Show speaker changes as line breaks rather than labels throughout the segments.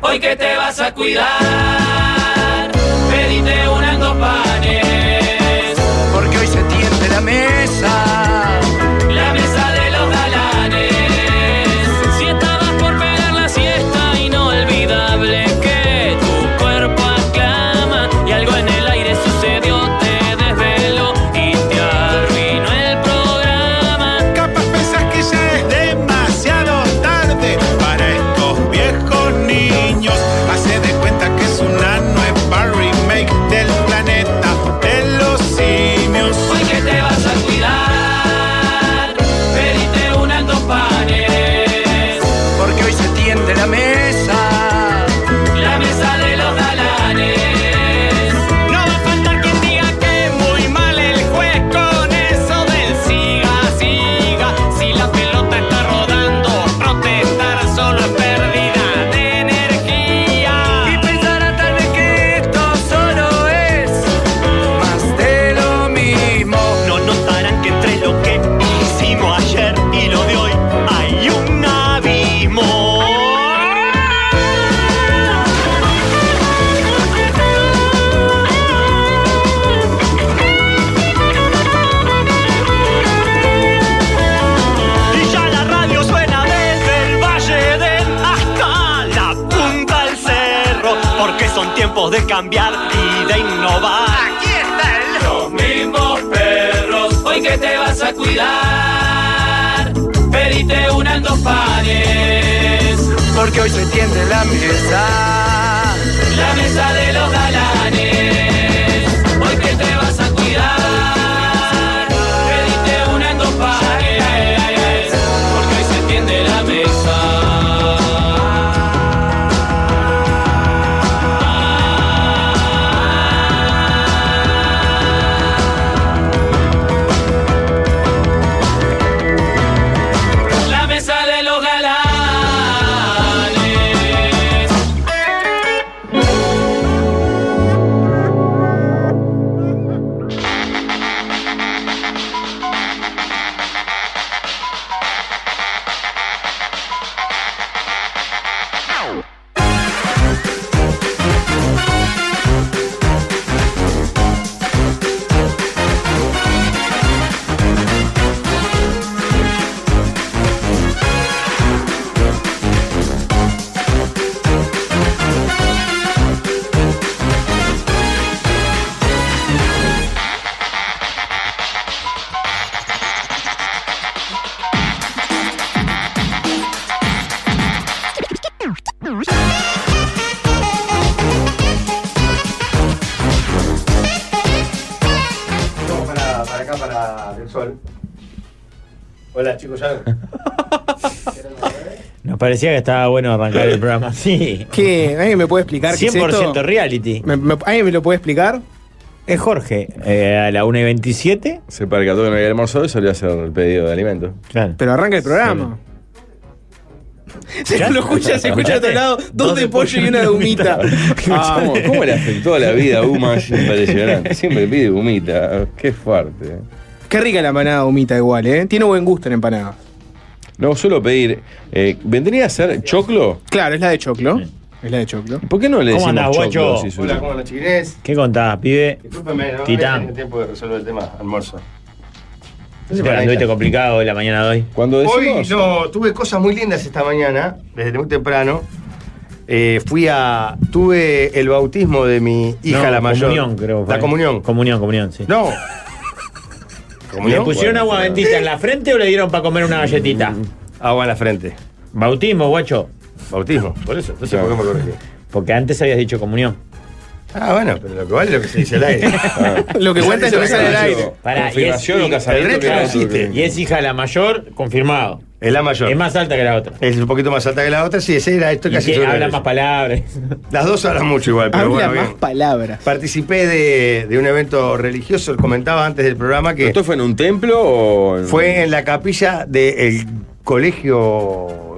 hoy que te vas a cuidar, pedite un ando panes,
porque hoy se tiende la mesa,
la mesa de los galanes. Si estabas por pegar la siesta, inolvidable que tu cuerpo aclama, y algo en el aire sucedió, te desveló y te arruinó el programa.
Capaz pensás que ya es demasiado tarde para estos viejos niños. Hace de cuenta que es una nueva remake del planeta de los simios.
Hoy que te vas a cuidar, pedite un ando panes,
porque hoy se tiende la mesa,
la mesa de los galanes.
No va a faltar quien diga que muy mal el juez con eso del siga, siga. Si la pelota está rodando, protestar solo es pérdida de
y
energía.
pensará tal vez que esto solo es más de lo mismo.
No notarán que entre lo que hicimos ayer y lo de hoy hay un abismo. Y ya la radio suena desde el Valle del hasta la punta del cerro, porque son tiempos de cambiar y de innovar.
Los mismos perros, hoy que te vas a cuidar, pedite un ando panes,
Porque hoy se tiende la mesa.
la mesa de los galanes. Hoy que te vas a cuidar, pedite un ando panes, porque hoy se tiende la mesa. La mesa de los galanes.
Vamos para, para acá, para el sol. Hola, chicos, ya.
Nos parecía que estaba bueno arrancar el programa así.
¿Qué? ¿Alguien me puede explicar qué es
100%
esto?
reality.
¿Me- me- ¿Alguien me lo puede explicar?
Es Jorge, eh, a la 1 y 27.
Se percató que no había almorzado y salió a hacer el pedido de alimento.
Claro.
Pero arranca el programa. Se
¿Ya?
lo escucha, se escucha a otro lado, dos de pollo y una de humita. Ah,
Vamos, ¿cómo le afectó a la vida a Uma? Es impresionante. Siempre pide humita. Qué fuerte.
Qué rica la empanada de humita igual, ¿eh? Tiene buen gusto en empanada.
No, suelo pedir. eh, ¿Vendría a ser choclo?
Claro, es la de choclo. Es la de choclo.
¿Por qué no le
¿Cómo
decimos
andás,
choclo?
guacho?
si suena?
Hola, ¿cómo andan, chiquines?
¿Qué contás, pibe?
Discúlpeme, no
Titán.
tengo tiempo de resolver el tema almuerzo.
Se te anduviste complicado hoy, la mañana de hoy.
Cuando
Hoy
decimos.
no, tuve cosas muy lindas esta mañana, desde muy temprano. Eh, fui a. Tuve el bautismo de mi hija,
No,
la mayor.
Comunión, creo. que fue.
La comunión.
Comunión, comunión, sí.
no.
¿Le
¿Comunión?
pusieron
Bueno,
agua
bueno.
bendita en la frente o le dieron para comer una galletita?
Agua en la frente.
Bautismo, guacho.
Bautismo. Por eso. Entonces,
Claro.
¿por qué me corregí?
Porque antes habías dicho comunión.
Ah, bueno, pero lo que vale es lo que se dice al aire. Ah.
Lo que cuenta es lo que sale al aire.
Pará,
Confirmación
y es-
o casamiento.
el resto
que era
no
otro
existe.
que-
Y es hija la mayor, confirmado.
Es la mayor.
Es más alta que la otra.
Es un poquito más alta que la otra. Sí, ese era esto
Y
casi
que
seguro
habla
era
más
eso.
palabras.
Las dos hablan mucho igual, pero
Habla
bueno,
más
bien.
palabras.
Participé de, de un evento religioso, les comentaba antes del programa que
¿Esto fue en un templo o.? en-
fue en la capilla del colegio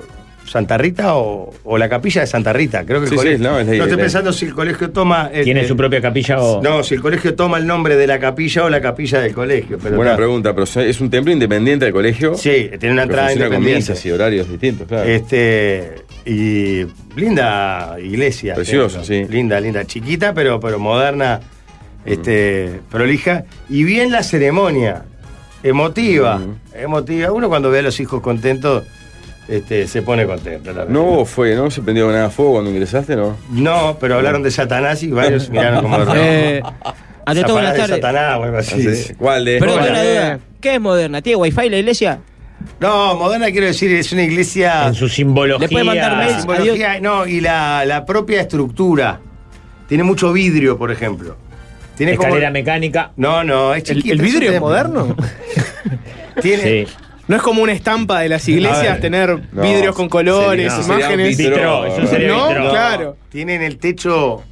Santa Rita o, o la capilla de Santa Rita. Creo que el
Sí, sí,
colegio.
no, es la-
estoy
la-
pensando si el colegio toma. el-
Tiene su propia capilla o.
Este. No, si el colegio toma el nombre de la capilla o la capilla del colegio. Pero
Buena
claro.
pregunta, pero ¿es un templo independiente del colegio?
Sí, tiene una
Pero
entrada
funciona con
independiente.
misas y horarios distintos, claro.
Este, Y linda iglesia.
Preciosa,
Tengo.
sí.
Linda, linda. Chiquita, pero, pero moderna, este, prolija. Y bien la ceremonia. Emotiva. Emotiva. Uno cuando ve a los hijos contentos, este, se pone contento. la verdad.
No hubo fue, ¿no? ¿Se prendió nada a fuego cuando ingresaste, no?
No, pero hablaron de Satanás y varios miraron como de
Eh, ante todo,
Zapará
buenas
de
tardes.
Satanás o algo así.
Entonces, ¿Cuál de?
Perdón,
Hola.
una duda. ¿Qué es moderna? ¿Tiene wifi la iglesia?
No, Moderna quiero decir, es una iglesia.
En su simbología.
Le puede mandar mails.
Pues,
simbología, no, y la, la propia estructura. Tiene mucho vidrio, por ejemplo. Tiene
Escalera
como.
mecánica.
No, no, es
¿El,
chiquito.
el vidrio es
un
moderno?
templo. Tiene.
Sí.
¿No es como una estampa de las
A
iglesias
ver.
tener
No.
vidrios con colores,
Sería- no, sería un
imágenes?
vidrio.
Vitró, eso sería
No,
vitró.
claro.
Tiene en el techo.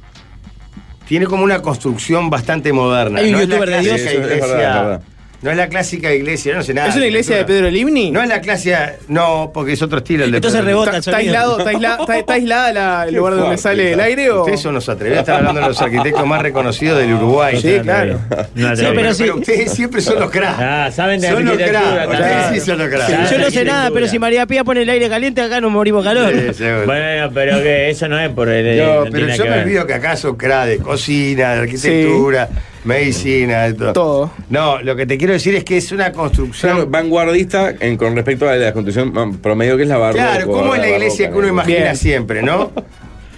Tiene como una construcción bastante moderna.
Hay un
no es la
youtuber de
clásica
Dios. Sí, eso es
iglesia-
verdad, es verdad.
No es la clásica iglesia, yo no sé nada.
¿Es una iglesia de Pedro Limni?
No es la clásica. No, porque es otro estilo el de
Entonces
Pedro.
rebota.
¿Está,
el
está
sonido.
aislado, está, aisla- está- está aislada la- el lugar donde
fuerte,
sale el
claro.
aire o...?
Ustedes son los atrevidos, están hablando de los arquitectos más reconocidos del Uruguay.
Sí, claro.
No,
Sí, pero sí.
ustedes siempre son los cracks.
Ah, saben de
Son los
arquitectura,
cracks.
claro.
Ustedes sí son los cracks.
Sí,
Yo no sé
arquitectura.
nada, pero si María Pía pone el aire caliente, acá nos morimos calor.
Eh,
Sí, seguro.
Bueno, pero que eso no es por el.
No,
no
pero
tiene
yo
que
me
ver.
olvido que acá son cracks de cocina, de arquitectura, medicina, de todo.
Todo.
No, lo que te quiero decir es que es una
O sea,
construcción.
vanguardista en- con respecto a la construcción mm, promedio que es la barroco.
Claro, como es la iglesia que
barroca,
uno
¿no?
imagina
Bien.
siempre, ¿no?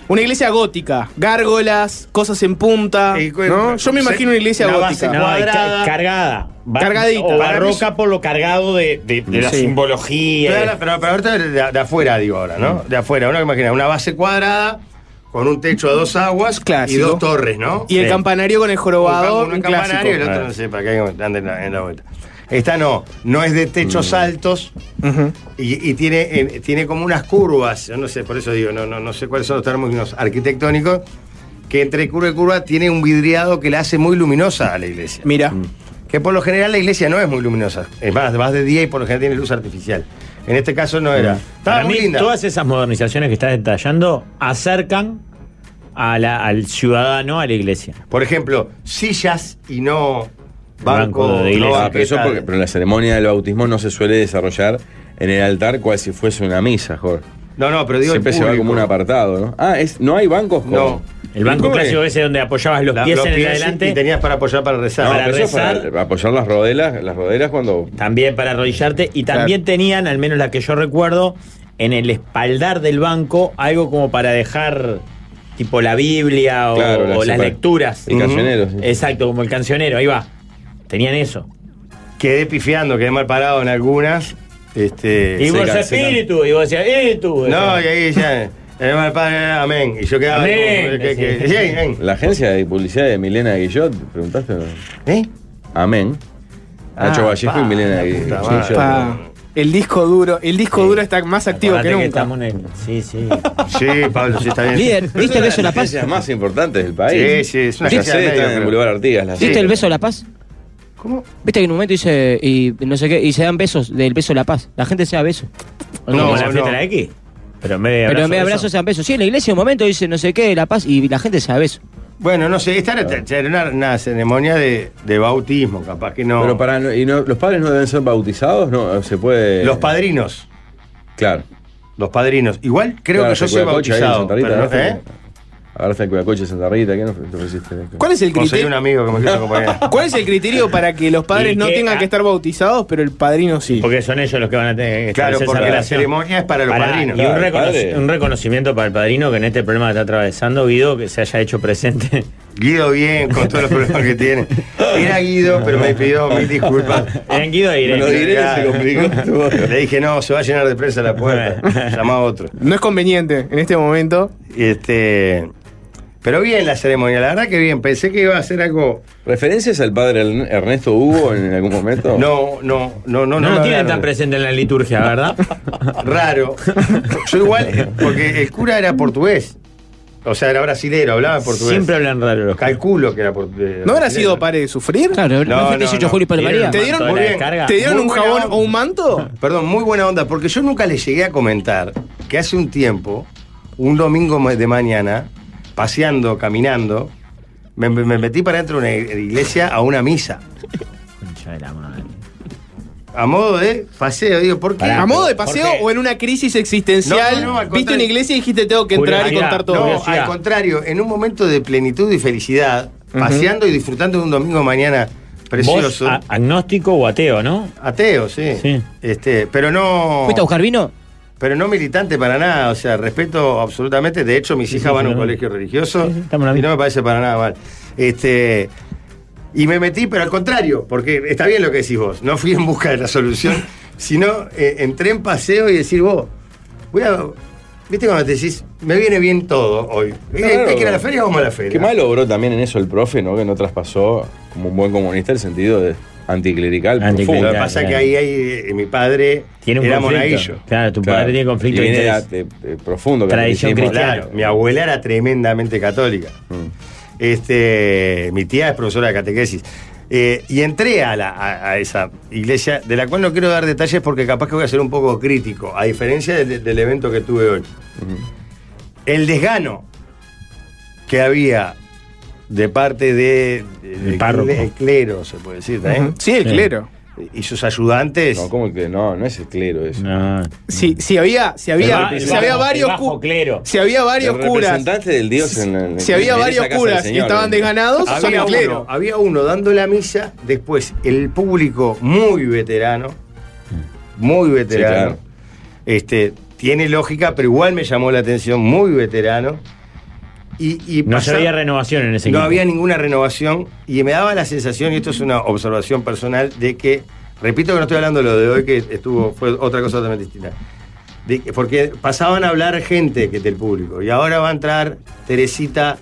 Una iglesia gótica, gárgolas, cosas en punta.
Y cu-
¿no? Yo me
se-
imagino una iglesia
la
gótica.
base-
No, y ca-
Cuadrada.
cargada. Ba-
Cargadita.
O
Para mí
barroca por lo cargado de, de- de la
Sí.
simbología.
Pero, ahora- pero, pero ahorita de, de afuera, digo ahora, ¿no? De afuera, uno imagina una base cuadrada con un techo a dos aguas y
Clásico.
dos torres, ¿no?
Y el
Sí.
campanario con el
Uno
jorobador, un, clásico.
campanario y el otro
Ah.
no sé, para que ande en la, en la vuelta. Esta no, no es de
Mm.
techos altos
Ujú.
y, y tiene, eh, tiene como unas curvas, yo no sé, por eso digo, no, no, no sé cuáles son los términos arquitectónicos, que entre curva y curva tiene un vidriado que la hace muy luminosa a la iglesia.
Eh, Mira,
Mm,
Que por lo general la iglesia no es muy luminosa, es más, vas de día y por lo general tiene luz artificial. En este caso no
Mm.
era. Estaba
Mm. Para
muy
mí,
linda.
todas esas modernizaciones que estás detallando acercan a la- al ciudadano a la iglesia.
Por ejemplo, sillas y no banco,
Banco de
no
iglesia.
Ah, pero, eso
banqueta.
porque- pero la ceremonia del bautismo no se suele desarrollar en el altar cual si fuese una misa, Jorge.
No, no, pero digo el
Siempre se va
público.
como un apartado, ¿no? Ah, es, no hay bancos como.
No.
El banco
¿Cómo es?
clásico ese donde apoyabas los
La-
pies en el
pies
adelante,
Y tenías para apoyar para rezar.
No,
para
pero eso es
rezar.
para apoyar las rodelas, las rodelas cuando.
también para arrodillarte, y también tenían, al menos la que yo recuerdo, en el espaldar del banco, algo como para dejar tipo la Biblia o,
Claro,
o las
separa-
lecturas.
El cancionero. sí.
Exacto, como el cancionero, ahí va. Tenían eso.
Quedé pifiando, quedé mal parado en algunas. Este,
Y
se
vos
can-
decías
se can-
espíritu, y vos decías espíritu.
no, y ahí ya. El mal padre, amén. Y yo quedaba.
Amén.
como, que- que- que- sí, amén.
La agencia de publicidad de Milena Guillot, preguntaste. no?
¿Eh?
Amén. Nacho Vallejo y Milena Guillot.
Ah, puta madre.
Sí, yo-
pa, el disco duro, el disco
Sí.
duro está más activo
Acordate
que
que
nunca.
estamos en el- Sí, sí.
Sí, Pablo, sí, está bien.
Líder,
Pero
¿viste
es
el
una
beso
de
de la
las
paz?
agencias más importantes del
Sí,
país.
sí, es una
Las
agencia de
sedes
medio,
están en
creo.
Boulevard Artigas. las
¿Viste
sedes.
el beso de la paz?
¿Cómo?
¿Viste que en un momento dice y no sé qué y se dan besos del beso de la paz? La gente se da besos.
Como
No,
la fiesta
no.
de la X. Pero en vez de
Pero
abrazo,
en vez de abrazos
beso.
se dan besos. Sí, en la iglesia en un momento dice no sé qué de la paz y la gente se da besos.
Bueno, no sé, esta era, era una, una ceremonia de, de bautismo, capaz que no.
Pero para, y no- los padres no deben ser bautizados, no se puede.
Los padrinos.
Claro.
Los padrinos. Igual creo
Claro,
que yo
el
soy
Cuidacoche ahí en
bautizado.
Santa Rita,
pero no-
agarraste-
¿eh?
Agarraste el cuidacoche de Santa Rita, ¿qué no te ofreciste?
¿Cuál es el
Conseguí un
criterio?
amigo que me quiso acompañar.
¿Cuál es el criterio para que los
Y
padres no
que-
tengan que
ah.
estar bautizados, pero el padrino sí?
Porque son ellos los que van a tener que
Claro,
establecer esa
porque la
relación.
ceremonia es para los
Pará,
padrinos.
Y un,
Claro,
reconoci-
padre.
un reconocimiento para el padrino que en este problema que está atravesando Guido, que se haya hecho presente.
Guido bien, con todos los problemas que tiene. Era Guido, pero me pidió mil disculpas.
Eran Guido e Irene.
Ah, Lo diré,
Claro.
se complicó.
Le dije, no, se va a llenar de prensa la puerta. Llama a otro.
No es conveniente en este momento.
Este, pero bien la ceremonia, la verdad que bien. Pensé que iba a ser algo.
¿Referencias al padre Ern- Ernesto Hugo en algún momento?
No, no, no,
No, lo
no. me
tienen tan
hablaron.
presente en la liturgia, ¿verdad?
Raro. Yo igual, porque el cura era portugués. O sea, era brasilero, hablaba portugués.
Siempre hablan raro los
Calculo que era portugués.
¿No habrá sido padre de sufrir?
Claro,
No,
no,
no,
18
no.
julio para María.
¿Te dieron-
Toda
Muy
la
bien.
carga.
¿Te dieron
Muy
un
buena
jabón
onda.
o un manto?
Perdón, muy buena onda, porque yo nunca les llegué a comentar que hace un tiempo, un domingo ma- de mañana, paseando, caminando, me, me- me metí para dentro de una ig- iglesia a una misa.
Concha de la madre.
a modo de paseo. Digo, ¿por qué?
Pará,
¿A modo de
pero,
paseo
Jorge.
o en una crisis existencial?
No, no, no, al
viste
contrario.
una iglesia y dijiste tengo que entrar y
Curiosidad,
contar todo.
No,
Curiosidad.
al contrario, en un momento de plenitud y felicidad, paseando y disfrutando de un domingo mañana
Vos,
precioso.
a- agnóstico o ateo, ¿no?
Ateo, sí.
Sí.
Este, pero no.
¿Fuiste a buscar vino?
Pero no militante para nada, o sea, respeto absolutamente. De hecho, mis hijas
sí,
van a un
claro.
colegio religioso
Sí, sí, estamos en la
y
misma.
no me parece para nada mal. Este, y me metí, pero al contrario, porque está bien lo que decís vos. No fui en busca de la solución, sino eh, entré en paseo y decir, vos, voy a. ¿Viste cuando te decís, me viene bien todo hoy? Eh,
Claro.
¿Hay que ir a la feria o vamos a la feria?
Qué mal logró también en eso el profe, ¿no? Que no traspasó como un buen comunista el sentido de anticlerical.
Lo
Anticlerical.
que
profundo.
pasa es
Claro,
que
claro.
ahí, ahí, eh, mi padre
Tiene un
era
conflicto.
monaguillo.
Claro, tu
Claro.
padre tiene conflicto
Y
de
viene de,
interés.
de- de profundo
Tradición
catolicismo.
cristiana.
Claro, mi abuela era tremendamente católica. Este, mi tía es profesora de catequesis. Eh, y entré a, la, a, a esa iglesia, de la cual no quiero dar detalles porque capaz que voy a ser un poco crítico, a diferencia del, del evento que tuve hoy. El desgano que había de parte de, de-
El
del
párroco.
cle- el clero, se puede decir,
Ujú.
también,
Sí, el
Sí.
clero.
y sus ayudantes.
No, ¿cómo que no? No es esclero eso.
No.
Sí, sí había, si había,
El ba-
si
el
había
Ah. bajo-
varios
el bajo
cu-
clero.
si había varios
el
curas.
representante del Dios en el-
Si había
en esa
varios
casa del
curas y
Señor.
estaban desganados, son
Había
el
uno,
clero.
había uno dando la misa, después el público muy veterano, muy veterano.
claro.
Este, tiene lógica, pero igual me llamó la atención, muy veterano. Y, y
No se
pasa-
había renovación en ese
no
equipo.
había ninguna renovación y me daba la sensación, y esto es una observación personal, de que, repito que no estoy hablando de lo de hoy, que estuvo, fue otra cosa totalmente distinta. De que- porque pasaban a hablar gente que del público. Y ahora va a entrar Teresita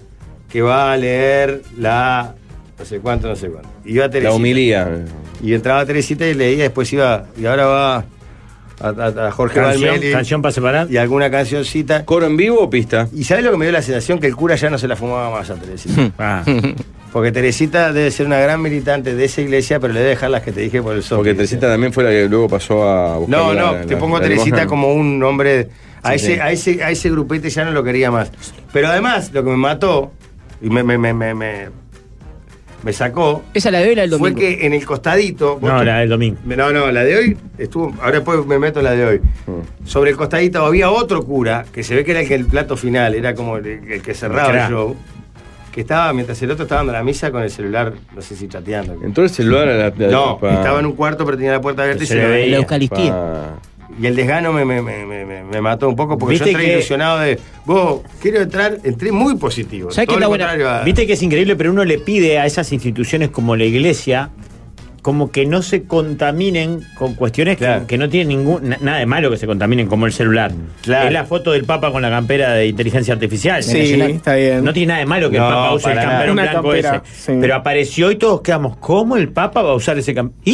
que va a leer la no sé cuánto, no sé cuánto. Y va Teresita.
La humilía.
Y entraba Teresita y leía, después iba. Y ahora va a, a- a Jorge
canción,
Valmeli
canción para separar.
y alguna cancioncita.
¿Coro en vivo o pista?
Y ¿sabes lo que me dio la sensación? Que el cura ya no se la fumaba más a Teresita.
Ah,
Porque Teresita debe ser una gran militante de esa iglesia, pero le debe dejar las que te dije por el sol.
Porque Teresita también fue la que luego pasó a buscar.
No,
la-
no,
la-
te pongo a
la
Teresita
limosna.
como un hombre. A,
Sí,
ese,
sí.
A, ese, a ese grupete ya no lo quería más. Pero además, lo que me mató y me, me, me, me, me- me sacó
Esa la de hoy la del
fue
domingo.
que en el costadito. vos
no,
te-
la del domingo.
No, no, la de hoy estuvo. Ahora después me meto en la de hoy.
Mm.
Sobre el costadito había otro cura que se ve que era el, que el plato final, era como el, el que cerraba
Era.
el show. Que estaba, mientras el otro estaba dando la misa con el celular, no sé si chateando.
Entró el celular a la. a la-
No,
pa-
estaba en un cuarto, pero tenía la puerta abierta y
Se
se
le
le
veía.
La
veía.
Eucaristía. Ah,
pa-
Y el desgano me, me- me- me- me- me mató un poco porque yo
Viste
entré
que-
ilusionado de, vos, quiero entrar, entré muy positivo.
¿Sabés
todo
qué
lo
está
contrario a-
Viste que es increíble, pero uno le pide a esas instituciones como la iglesia como que no se contaminen con cuestiones que-
Claro.
que, no tienen ningún na- nada de malo que se contaminen como el celular.
Claro.
Es la foto del Papa con la campera de inteligencia artificial.
Sí, está bien.
No tiene nada de malo que
No,
el Papa use el
para nada.
camperón
Una
blanco
campera,
ese.
sí.
Pero apareció y todos quedamos, ¿cómo el Papa va a usar ese camperón? ¿Y?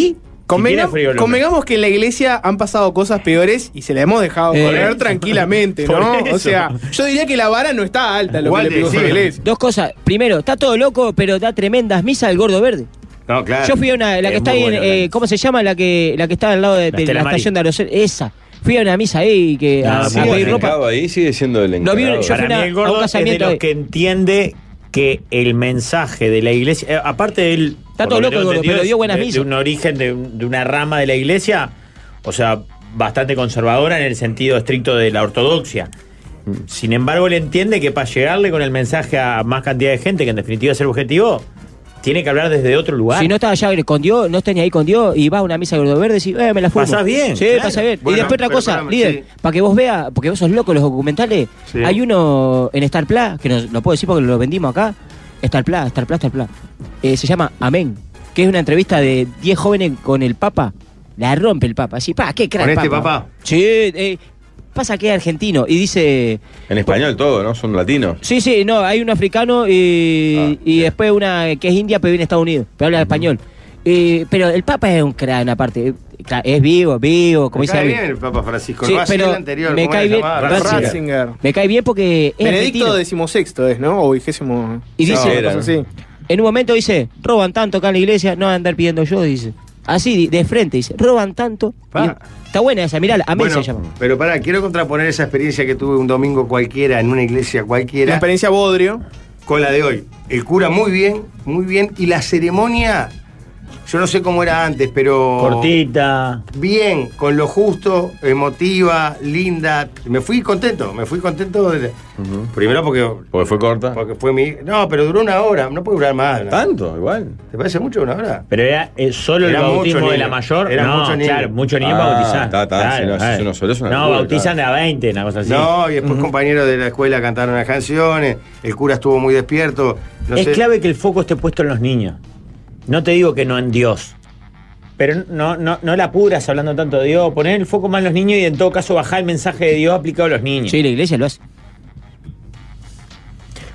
Si tiene
Convengam-
frío el hombre.
convengamos que en la iglesia han pasado cosas peores y se la hemos dejado
Eh,
correr tranquilamente,
por
¿no?
eso.
O sea, yo diría que la vara no está alta lo que
Igual
le
de-
pegó
sí.
la iglesia.
Dos cosas. Primero, está todo loco, pero da tremendas misas al gordo verde.
No, claro.
Yo fui a una, la que
Ah, Es
está
muy
ahí, en,
bueno,
eh,
la-
¿cómo se llama? La que la que está al lado de,
La
de
Estela
la
Maris.
estación de Arosel. Esa. Fui a una misa ahí que,
Ah,
a,
sí,
a
Sigue
pedir
bueno.
ropa.
encargado ahí, sigue siendo el
Lo vi-
encargado.
yo fui
Para
una-
mí el gordo
a un
es de
casamiento
los
de-
que entiende que el mensaje de la iglesia, eh, aparte él...
Está
por
todo
lo
loco
que
el
tengo
gordo,
entendido,
pero
es
dio buenas
de-
misas.
De un origen, de, un- de una rama de la iglesia, o sea, bastante conservadora en el sentido estricto de la ortodoxia. Sin embargo, él entiende que para llegarle con el mensaje a más cantidad de gente, que en definitiva es el objetivo, tiene que hablar desde otro lugar.
Si no estaba allá con Dios, no estás ni ahí con Dios y vas a una misa de gordo verde y decís, eh, me la fumo.
Pasás bien,
Sí,
claro.
pasás bien.
Bueno,
y después otra
pero
cosa,
parame,
líder,
sí.
para que vos veas, porque vos sos loco en los documentales,
Sí.
hay uno en Star Plus, que nos, lo puedo decir porque lo vendimos acá, Star Plus, Star Plus, Star Plus. Eh, se llama Amén, que es una entrevista de 10 jóvenes con el Papa. La rompe el Papa. Así, pa, qué crack.
¿Con este Papa?
Sí, eh, pasa que es argentino y dice.
En español todo, ¿no? Son latinos.
Sí, sí, no, hay un africano y,
Ah,
y después una que es india, pero viene de Estados Unidos, pero habla español. Eh, pero el Papa es un crack, aparte. Eh, claro, Es vivo, vivo, como
me
dice
cae
Abel.
bien el Papa Francisco,
Sí,
no así
pero
el anterior.
me
¿cómo
cae
era
bien
llamado?
Ratzinger.
Ratzinger.
Ratzinger.
Me cae bien porque es
Benedicto
argentino.
decimosexto es, ¿no? O vigésimo.
Y
Sí,
dice-
una cosa así.
En un momento dice, roban tanto acá en la iglesia, no van a andar pidiendo yo, dice. Así, de de frente, dice, roban tanto.
Pa.
Y- está buena esa, mirá, Amén
Bueno,
se llama.
pero pará, quiero contraponer esa experiencia que tuve un domingo cualquiera, en una iglesia
La
cualquiera,
experiencia Bodrio.
con la de hoy. El cura muy bien, muy bien, y la ceremonia, Yo no sé cómo era antes, pero.
Cortita.
Bien, con lo justo, emotiva, linda. Me fui contento, me fui contento. de- Primero porque,
Porque fue corta.
porque fue mi. No, pero duró una hora, no puede durar más. ¿no?
Tanto, igual.
¿Te parece mucho una hora?
Pero era eh, solo
Era
el
mucho
bautismo de
niño.
la mayor.
Era
no,
mucho niño.
claro, mucho niño
Ah,
para bautizar.
ta, ta,
Claro,
si no,
claro.
si uno solo es una
No,
locura,
bautizan de a 20, una cosa así.
No, y después compañeros de la escuela cantaron las canciones, el cura estuvo muy despierto. no
es
sé-
clave que el foco esté puesto en los niños. No te digo que no en Dios. Pero no, no, no la apuras hablando tanto de Dios. Poner el foco más en los niños y en todo caso bajar el mensaje de Dios aplicado a los niños.
Sí, la iglesia lo hace.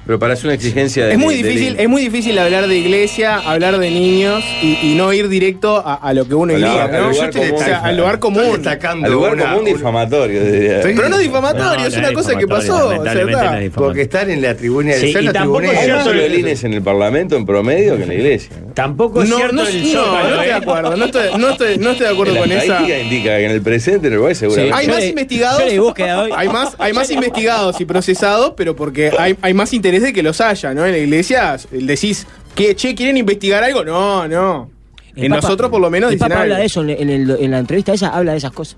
Pero parece una exigencia de.
Es muy
de- de-
difícil, es muy difícil hablar de iglesia, hablar de niños y, y no ir directo a, a lo que uno
Al
iría.
lugar- al
¿no?
lugar
Yo te-
común.
o sea, al lugar común.
Al lugar común difamatorio. diría.
Estoy-
Pero no difamatorio,
No, no
es una cosa que
difamatorio,
pasó. o sea,
lamentablemente
está.
no es difamatorio.
Porque estar en la tribuna
Sí,
ser
y
la
tampoco
tribunera.
Hay
es
más
cierto-
violines en el Parlamento en promedio que en la iglesia. ¿no?
Tampoco es
no,
cierto
no,
el
no,
sótano,
no estoy
¿eh?
de acuerdo, no estoy, no estoy- no estoy de acuerdo
la
con esa.
estadística indica que en el presente en Uruguay seguramente.
Hay
Yo
más
le-
investigados.
yo le di búsqueda hoy.
Hay más, hay más investigados y procesados, pero porque hay, hay más interés de que los haya, ¿no? En la iglesia el decís, que che, ¿quieren investigar algo? No, no.
El
En
Papa-
nosotros por lo menos
El
dicen
Papa
algo.
habla de eso, en, el- en el- en la entrevista esa habla de esas cosas.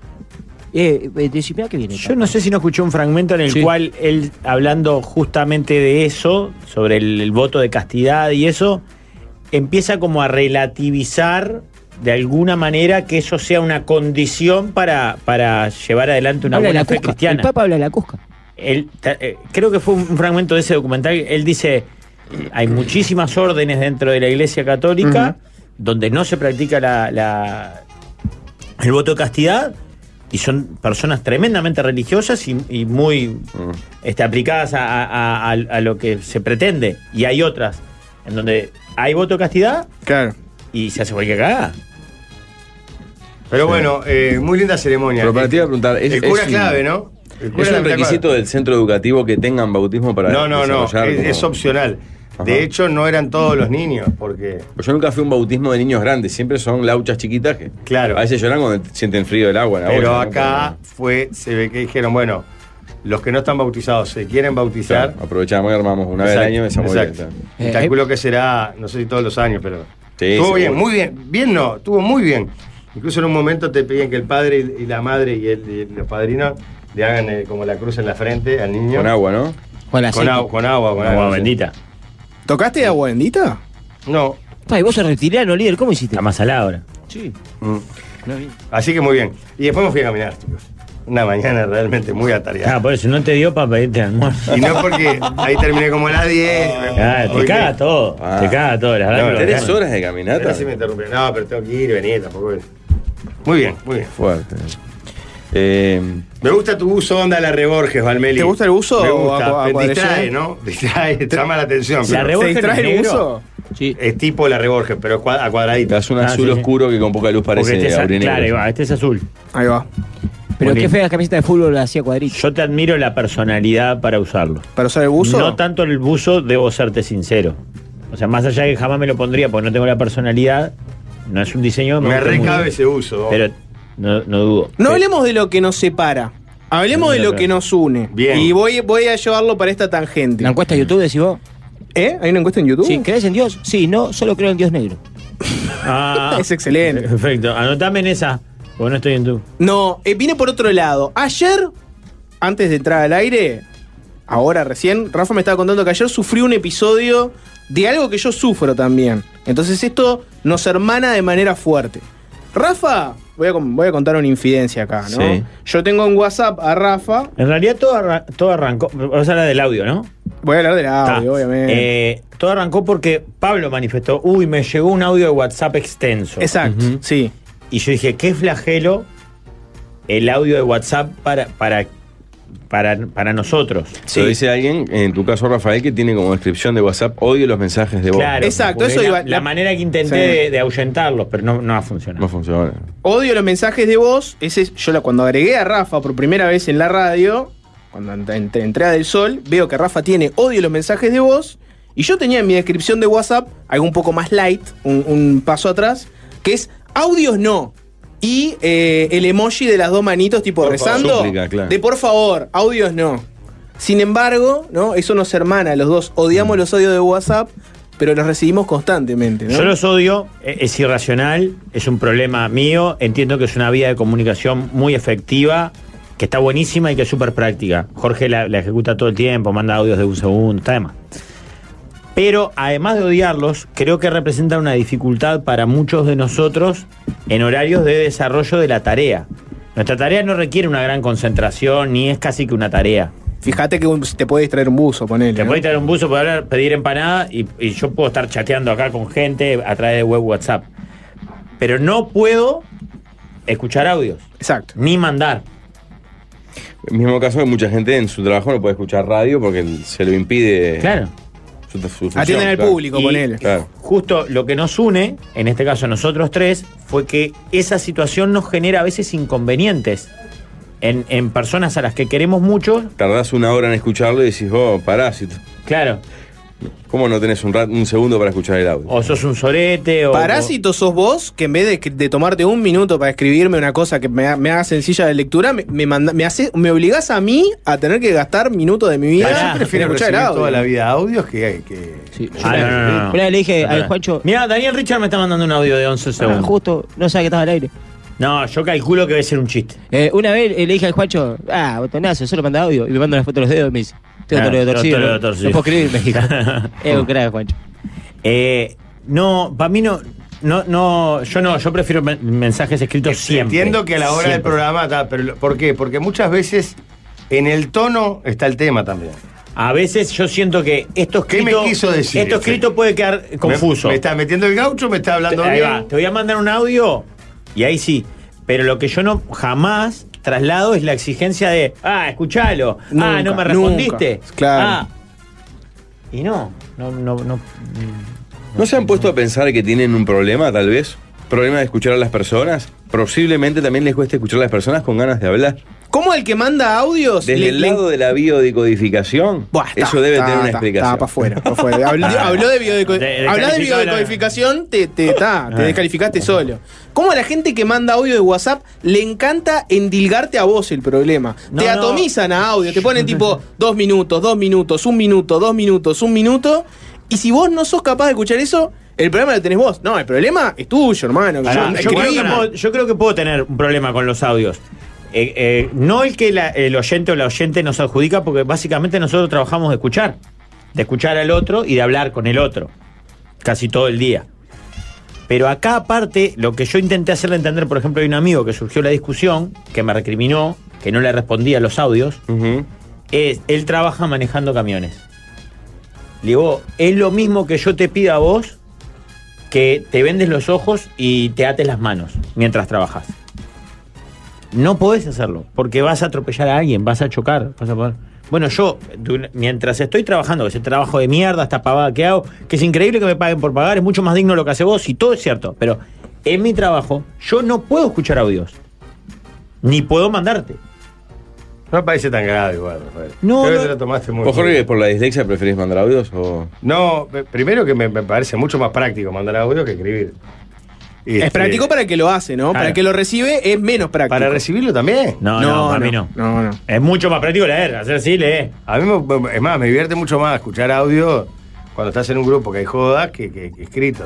Eh, eh, decí, mirá que viene. el
Yo
Papa.
no sé si no escuché un fragmento en el
Sí.
cual él, hablando justamente de eso, sobre el, el voto de castidad y eso, empieza como a relativizar de alguna manera que eso sea una condición para, para llevar adelante una
habla de
buena
la Cusca.
fe
El
cristiana.
Papa habla de la Cusca.
Él, ta- eh, creo que fue un fragmento de ese documental. Él dice: hay muchísimas órdenes dentro de la Iglesia Católica donde no se practica la, la- el voto de castidad y son personas tremendamente religiosas y, y muy este, aplicadas a, a- a- a lo que se pretende. Y hay otras en donde hay voto de castidad
Claro.
y se hace cualquier cagada.
Pero bueno, eh, muy linda ceremonia.
Pero para ti iba a preguntar, es-
El, cura
es un-
clave, ¿no? El cura
¿Es un
la-
requisito del centro educativo que tengan bautismo para
No, no, no. Es,
desarrollar como-
es opcional.
Ajá.
De hecho, no eran todos los niños, porque.
Pues yo nunca fui a un bautismo de niños grandes, siempre son lauchas chiquitas que
Claro.
a veces lloran cuando sienten frío el agua. en la
Pero
boca, ¿no?
acá fue, se ve que dijeron, bueno, los que no están bautizados se quieren bautizar.
Claro, aprovechamos y armamos una vez al año esa movida.
exacto.
claro.
Eh,
Calculo que será, no sé si todos los años, pero.
Sí,
estuvo
seguro.
bien, muy bien. Bien no, estuvo muy bien. Incluso en un momento te pedían que el padre y y la madre y, el, y los padrinos le hagan eh, como la cruz en la frente al niño.
Con agua, ¿no?
Con la
Con, agua, con agua, con agua,
Agua
sí.
bendita.
¿Tocaste agua bendita?
No,
Pa, y vos sos reptiliano, líder, ¿cómo hiciste?
Está más salada ahora.
Sí.
así que muy bien. Y después me fui a caminar, chicos. Una mañana realmente muy
Ah,
atareada.
por eso no te dio para pedirte almuerzo.
Y no porque ahí terminé como a las 10.
Ah, te
Hoy
caga
me-
todo.
Ah.
Te caga todo. La verdad
No,
que lo
¿Tres
caga.
horas de
Ahora
caminata?
sí me interrumpió. No, pero tengo que ir y venir, tampoco es- Muy bien, muy bien.
Fuerte. Eh,
Me gusta tu uso onda la Reborges, Valmeli.
¿Te gusta el buzo
Me
o
gusta.
a- a-
Te
a-
distrae, ¿no? Distrae, te llama la atención.
La
pero-
Reborges
¿Se distrae
no es
el
negro?
buzo?
Sí.
Es tipo la Reborges, pero cua- a
te
cuadraditas.
hace un
Ah,
azul
sí, sí.
oscuro que con poca luz
Porque
parece
este es, a-
aurinegro.
claro, ahí va, este es azul.
Ahí va.
Pero
Bonito.
qué fea la camiseta de fútbol hacía cuadrito.
Yo te admiro la personalidad para usarlo.
¿Para usar el buzo?
No tanto el buzo, debo serte sincero. O sea, más allá de que jamás me lo pondría porque no tengo la personalidad, no es un diseño que
Me
guste
recabe
mucho.
ese uso.
Pero no, no dudo. Eh,
No hablemos de lo que nos separa. Hablemos de lo que nos une.
Bien.
Y voy, voy a llevarlo para esta tangente.
La encuesta de YouTube decís vos.
¿Eh? ¿Hay una encuesta en YouTube?
Sí, ¿crees en Dios? Sí, no, solo creo en Dios negro.
Ah,
Es excelente.
perfecto. Anotame en esa, porque no estoy en tu.
No, eh, vine por otro lado. Ayer, antes de entrar al aire, ahora recién, Rafa me estaba contando que ayer sufrí un episodio de algo que yo sufro también. Entonces esto nos hermana de manera fuerte. Rafa, voy a, com- voy a contar una infidencia acá, ¿no?
Sí.
Yo tengo en WhatsApp a Rafa.
En realidad todo, arra- todo arrancó. Vamos a hablar del audio, ¿no?
Voy a hablar del audio,
Ta.
Ah, obviamente.
Eh, todo arrancó porque Pablo manifestó, uy, me llegó un audio de WhatsApp extenso.
Exacto, sí.
Y yo dije, qué flagelo el audio de WhatsApp para, para, para, para nosotros.
Lo dice alguien, en tu caso Rafael, que tiene como descripción de WhatsApp, odio los mensajes de voz.
Claro.
Exacto,
porque
eso
la,
iba-
La
la-
manera que intenté
Sí.
de, de ahuyentarlos, pero no, no ha funcionado.
No funciona.
Odio los mensajes de voz. Ese es- yo la- cuando agregué a Rafa por primera vez en la radio, cuando ent- ent- entré a Del Sol, veo que Rafa tiene odio los mensajes de voz. Y yo tenía en mi descripción de WhatsApp algo un poco más light, un, un paso atrás, que es audios no. Y eh, el emoji de las dos manitos, tipo
Por favor.
rezando.
Súplica, claro.
De por favor, audios no. Sin embargo, ¿no? Eso nos hermana, los dos odiamos los odios de WhatsApp. pero los recibimos constantemente. ¿no?
Yo los odio, e- es irracional, es un problema mío. Entiendo que es una vía de comunicación muy efectiva, que está buenísima y que es súper práctica. Jorge la, la ejecuta todo el tiempo, manda audios de un segundo, está de más. Pero además de odiarlos, creo que representan una dificultad para muchos de nosotros en horarios de desarrollo de la tarea. Nuestra tarea no requiere una gran concentración ni es casi que una tarea.
Fíjate que un- te puede distraer un buzo, ponele.
Te
¿no?
puede traer un buzo para hablar, pedir empanada y, y yo puedo estar chateando acá con gente a través de web WhatsApp. Pero no puedo escuchar audios,
Exacto.
ni mandar.
El mismo caso que mucha gente en su trabajo no puede escuchar radio porque se lo impide.
Claro.
su- su función,
Atienden al
claro.
público,
Y-
ponele.
Claro.
Justo lo que nos une, en este caso nosotros tres, fue que esa situación nos genera a veces inconvenientes en, en personas a las que queremos mucho.
Tardás una hora en escucharlo y decís, oh, parásito.
Claro.
¿Cómo no tenés un, rat- un segundo para escuchar el audio?
O sos un sorete o...
Parásito sos vos que en vez de, de tomarte un minuto para escribirme una cosa que me, ha- me haga sencilla de lectura, me, me, manda- me, hace- me obligás a mí a tener que gastar minutos de mi vida.
Pará,
para
Yo prefiero
escuchar
recibir
audio.
toda la vida audios que. que-
Sí.
Ah, no, no, no, no.
Una vez le
eh,
dije al Juancho,
Mira, Daniel Richard me está mandando un audio de 11
"Ah,
segundos.
justo, no sabe que estaba al aire.
No, yo calculo que debe ser un chiste.
Eh, una vez eh, le dije al Juancho, ah, botonazo, solo manda audio. Y me manda una foto de los dedos y me dice, Ah, tengo
Claro,
todo lo
tengo
torcido.
todo lo
¿no?
torcido.
No puedo escribir, me dijo. es un crack, Juancho.
Eh, no, para mí no, no, no, yo no, yo prefiero men- mensajes escritos siempre.
Entiendo que a la hora del
Siempre.
programa. ta, pero lo- ¿Por qué? Porque muchas veces en el tono está el tema también.
A veces yo siento que esto
¿Qué
escrito,
me quiso decir?
esto escrito puede quedar confuso.
Me, me está metiendo el gaucho, me está hablando
Ahí
bien.
va, te voy a mandar un audio y ahí sí. Pero lo que yo no jamás traslado es la exigencia de, ah, escuchalo, ah,
Nunca,
no me respondiste.
nunca, claro.
Ah. Y no, no, no, no.
¿No se han puesto a pensar que tienen un problema, tal vez? ¿Problema de escuchar a las personas? Posiblemente también les cueste escuchar a las personas con ganas de hablar.
¿Cómo el que manda audios?
Desde
le-
el
le-
lado de la biodecodificación,
Buah, está,
eso debe
está,
tener una
está,
explicación. Ah.
Está, para afuera, pa' afuera. Habló, habló de
De- de
biodecodificación. Hablar de
calificado la-
biodecodificación, te, te, ta, te
Ah.
descalificaste solo. ¿Cómo a la gente que manda audio de WhatsApp le encanta endilgarte a vos el problema?
No,
te
no.
atomizan a audio, te ponen tipo dos minutos, dos minutos, un minuto, dos minutos, un minuto. Y si vos no sos capaz de escuchar eso, el problema lo tenés vos. No, el problema es tuyo, hermano. que
Pará,
yo-
yo, creo que
escribimos.
puedo, yo creo que puedo tener un problema con los audios. Eh, eh, no el que la- el oyente o la oyente nos adjudica, porque básicamente nosotros trabajamos de escuchar. De escuchar al otro y de hablar con el otro. Casi todo el día. Pero acá aparte, lo que yo intenté hacerle entender, por ejemplo, hay un amigo que surgió la discusión, que me recriminó, que no le respondía a los audios,
Ujú.
es, él trabaja manejando camiones. Le digo, es lo mismo que yo te pida a vos que te vendes los ojos y te ates las manos mientras trabajas. No podés hacerlo, porque vas a atropellar a alguien, vas a chocar, vas a poder- Bueno, yo, du- mientras estoy trabajando, ese trabajo de mierda, esta pavada que hago, que es increíble que me paguen por pagar, es mucho más digno lo que hace vos y todo es cierto, pero en mi trabajo yo no puedo escuchar audios, ni puedo mandarte.
No me parece tan grave igual, Rafael.
No,
Creo
no.
que te lo tomaste muy
¿Vos, Jorge,
bien.
por la dislexia preferís mandar audios o...?
No, pe- primero que me, me parece mucho más práctico mandar audio que escribir. Este,
Es práctico para el que lo hace, ¿no? Para
Claro.
el que lo recibe es menos práctico.
para recibirlo también.
No, no, para mí no.
No, no.
Es mucho más práctico leer, hacer así, leer.
A mí, me- me- es más, me divierte mucho más escuchar audio cuando estás en un grupo que hay jodas que, que- que escrito.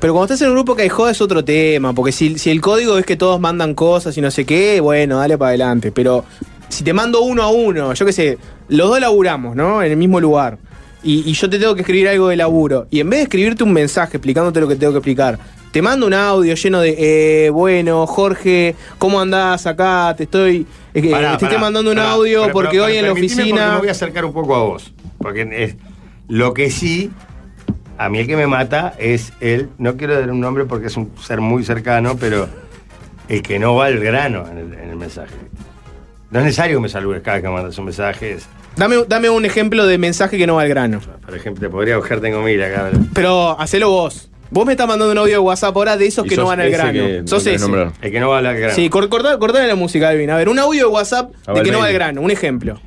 Pero cuando estás en un grupo que hay joda es otro tema, porque si, si el código es que todos mandan cosas y no sé qué, bueno, dale para adelante. Pero si te mando uno a uno, yo qué sé, los dos laburamos, ¿no? En el mismo lugar. Y, y yo te tengo que escribir algo de laburo. Y en vez de escribirte un mensaje explicándote lo que tengo que explicar, te mando un audio lleno de, eh, bueno, Jorge, ¿cómo andás acá? Te estoy, eh,
Pará,
te estoy
pará,
mandando un
pará,
audio
pará,
porque
pará,
hoy en la
permitime porque
oficina...
Me voy a acercar un poco a vos. Porque es lo que sí, a mí el que me mata es el. No quiero dar un nombre porque es un ser muy cercano, pero el que no va al grano en el, en el mensaje. No es necesario que me saludes cada vez que mandas un mensaje. es-
Dame, dame un ejemplo de mensaje que no va al grano.
Por ejemplo, te podría buscar, tengo mil acá.
Pero hacelo vos. Vos me estás mandando un audio de WhatsApp ahora de esos
Y
que no
sos
van al
ese
grano.
que
sos
no
ese.
nombraron.
El que no va al grano.
Sí, cor- cortá- cortale la música, Alvin. A ver, un audio de WhatsApp
A
de que
Valverde.
no va al grano. Un ejemplo.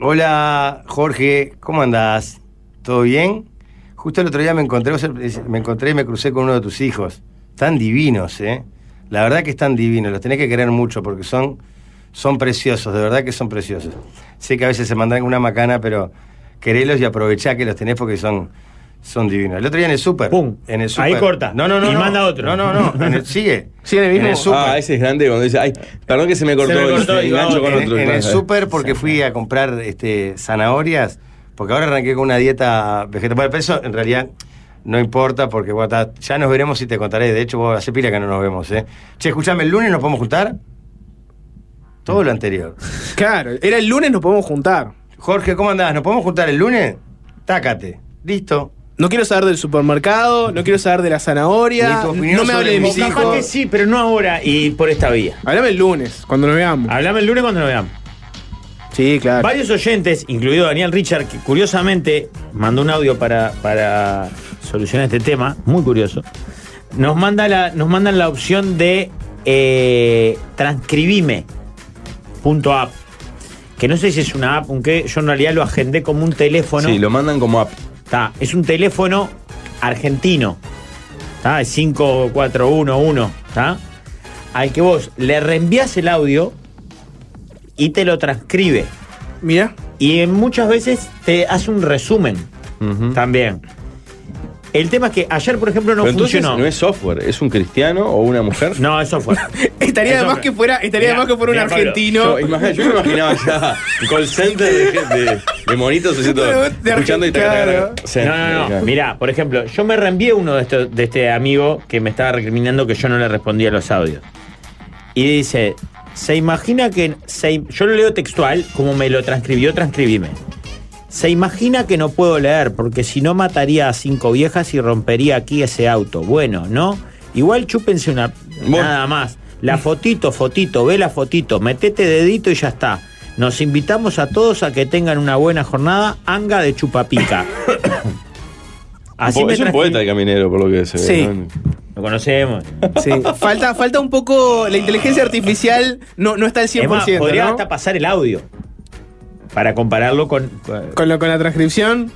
Hola, Jorge, ¿cómo andás? ¿Todo bien? Justo el otro día me encontré, o sea, me encontré y me crucé con uno de tus hijos. Están divinos, ¿eh? La verdad que están divinos, los tenés que querer mucho porque son, son preciosos, de verdad que son preciosos. Sé que a veces se mandan una macana, pero querelos y aprovechá que los tenés porque son, son divinos. El otro día en el súper.
Pum.
En el
Ahí
súper-
corta.
No, no, no.
Y
no.
manda otro.
No, no, no. En el- sigue.
Sí, en el mismo-
En el súper.
Ah, ese es grande cuando dice, ay, perdón que se me cortó,
me cortó
se
y
engancho
no,
con
en,
otro.
en el
Ah,
súper porque fui a comprar este, zanahorias, porque ahora arranqué con una dieta vegetal. Bueno, pero eso en realidad no importa porque bueno, ta- ya nos veremos y te contaré. De hecho, vos hace pila que no nos vemos. ¿eh? Che, escuchame, el lunes nos podemos juntar. Todo lo anterior.
Claro, era el lunes, nos podemos juntar.
Jorge, ¿cómo andás? ¿Nos podemos juntar el lunes? Tácate. Listo.
No quiero saber del supermercado, no quiero saber de la zanahoria,
Ni tu opinión
no me hable de
sobre
mis
mí.
O capaz que
hijos.
sí, pero no ahora y por esta vía.
Hablame el lunes, cuando nos veamos.
Hablame el lunes cuando nos veamos.
Sí, claro.
Varios oyentes, incluido Daniel Richard, que curiosamente mandó un audio para, para solucionar este tema, muy curioso, nos, manda la, nos mandan la opción de eh, transcribime.app, que no sé si es una app, aunque yo en realidad lo agendé como un teléfono.
Sí, lo mandan como app.
Está, es un teléfono argentino. Está, es 5411. Está. Al que vos le reenvías el audio y te lo transcribe.
Mira,
Y en muchas veces te hace un resumen
Ujú.
también. El tema es que ayer, por ejemplo, no
Pero entonces
funcionó.
no es software, es un cristiano o una mujer.
No, eso fue.
estaría de
Eso-
más que fuera, estaría de
Mirá,
más que fuera un
mirá, Pablo,
argentino.
Yo, imagina- yo me imaginaba ya call center de, gente- de, de monitos haciendo-
Pero vos te
escuchando y taca, taca, taca.
claro.
Sí,
no, no, no.
claro.
Mirá, por ejemplo, yo me reenvié uno de, estos- de este amigo que me estaba recriminando que yo no le respondía los audios. Y dice, se imagina que... se- yo lo leo textual, como me lo transcribió, transcribime. Se imagina que no puedo leer, porque si no mataría a cinco viejas y rompería aquí ese auto. Bueno, ¿no? Igual chúpense una...
Bueno.
Nada más. La fotito, fotito, ve la fotito, metete dedito y ya está. Nos invitamos a todos a que tengan una buena jornada, anga de chupapica. Así
Po-
me
es un
transcri-
poeta el caminero, por lo que se ve.
Sí.
¿no?
Lo conocemos.
Sí. Falta, falta un poco. La inteligencia artificial no, no está al 100%.
Es más, podría
¿no?
hasta pasar el audio para compararlo con...
Con, lo- con la transcripción.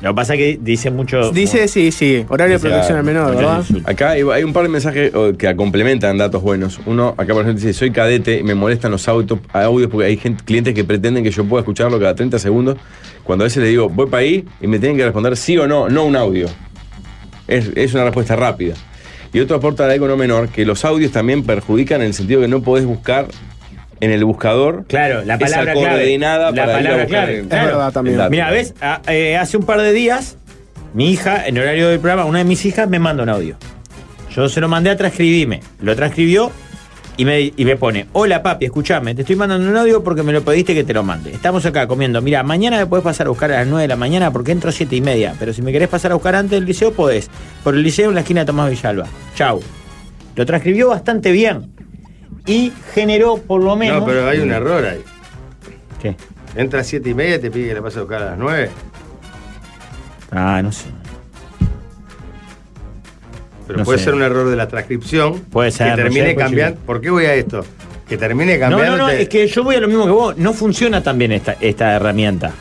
Lo que pasa es que dice mucho...
Oh,
Dice, sí, sí. Horario
Dice,
de protección
ah,
al menor,
mucho
¿verdad?
insulto.
Acá hay hay un par de mensajes o, que complementan datos buenos. Uno, acá por ejemplo dice, soy cadete y me molestan los autos, audios porque hay gente, clientes que pretenden que yo pueda escucharlo cada 30 segundos. Cuando a veces le digo, voy para ahí y me tienen que responder sí o no, no un audio. Es, es una respuesta rápida. Y otro aporta algo no menor, que los audios también perjudican en el sentido que no podés buscar en el buscador
Claro, la
esa
palabra clave.
coordenada
La
para ir a
palabra
buscar
clave.
el-
Claro.
Es verdad también.
el dato.
Mira, ves, A- eh, hace un par de días, mi hija, en horario del programa, una de mis hijas me manda un audio. Yo se lo mandé a transcribirme. Lo transcribió y me, y me pone: Hola papi, escúchame, te estoy mandando un audio porque me lo pediste que te lo mande. Estamos acá comiendo. Mira, mañana me podés pasar a buscar a las 9 de la mañana porque entro a 7 y media. Pero si me querés pasar a buscar antes del liceo, podés. Por el liceo en la esquina de Tomás Villalba. Chau. Lo transcribió bastante bien. Y generó por lo menos.
No, pero hay un error ahí.
¿Qué?
Entra a 7 y media y te pide que le pase a buscar a las 9.
Ah, no sé.
Pero
No
puede
sé.
ser un error de la transcripción.
Puede ser,
Que
no
termine
sé, puede
cambiando.
ser.
¿Por qué voy a esto? Que termine
No, no,
cambiando.
no,
te-
es que yo voy a lo mismo que vos. No funciona tan bien esta, esta herramienta.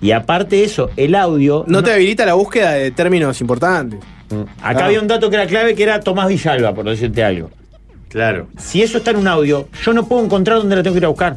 Y aparte de eso, el audio.
No te habilita la búsqueda de términos importantes.
Acá
Ah.
había un dato que era clave que era Tomás Villalba, por decirte algo.
Claro.
Si eso está en un audio, yo no puedo encontrar dónde lo tengo que ir a buscar.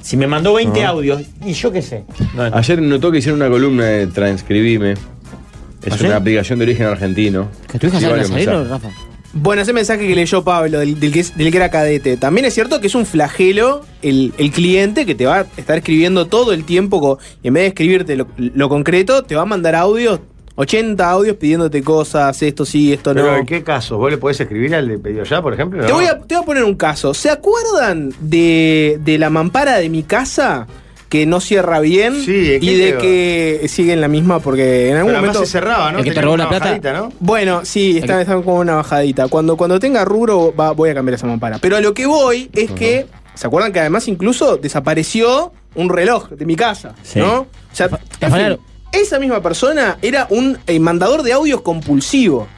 Si me mandó 20
Ah.
audios, y yo qué sé. No, no.
Ayer notó que hicieron una columna de Transcribime. Es
¿Ah, sí?
una aplicación de origen argentino.
¿Que tu hija
Sí,
sabe
varios
nazareno,
mensajes.
Rafa?
Bueno, ese mensaje que leyó Pablo del, del que, es- del que era cadete. También es cierto que es un flagelo el, el cliente que te va a estar escribiendo todo el tiempo co- y en vez de escribirte lo, lo concreto, te va a mandar audios, 80 audios pidiéndote cosas, esto sí, esto
Pero
no.
¿en qué casos? ¿Vos le podés escribir al de pedido ya, por ejemplo?
Te voy, a, te voy a poner un caso. ¿Se acuerdan de, de la mampara de mi casa? Que no cierra bien
Sí, ¿en qué
y de
quedó?
que sigue en la misma porque en algún
Pero además
momento...
se cerraba, ¿no?
El que te
Tenía
robó
una
la plata.
bajadita, ¿no?
Bueno, sí, están, están como una bajadita. Cuando, cuando tenga rubro va- voy a cambiar esa mampara. Pero a lo que voy es que, ¿se acuerdan que además incluso desapareció un reloj de mi casa?
Sí.
¿No? O sea,
Tafa-
en
tafanero.
fin, esa misma persona era un eh, mandador de audios compulsivo.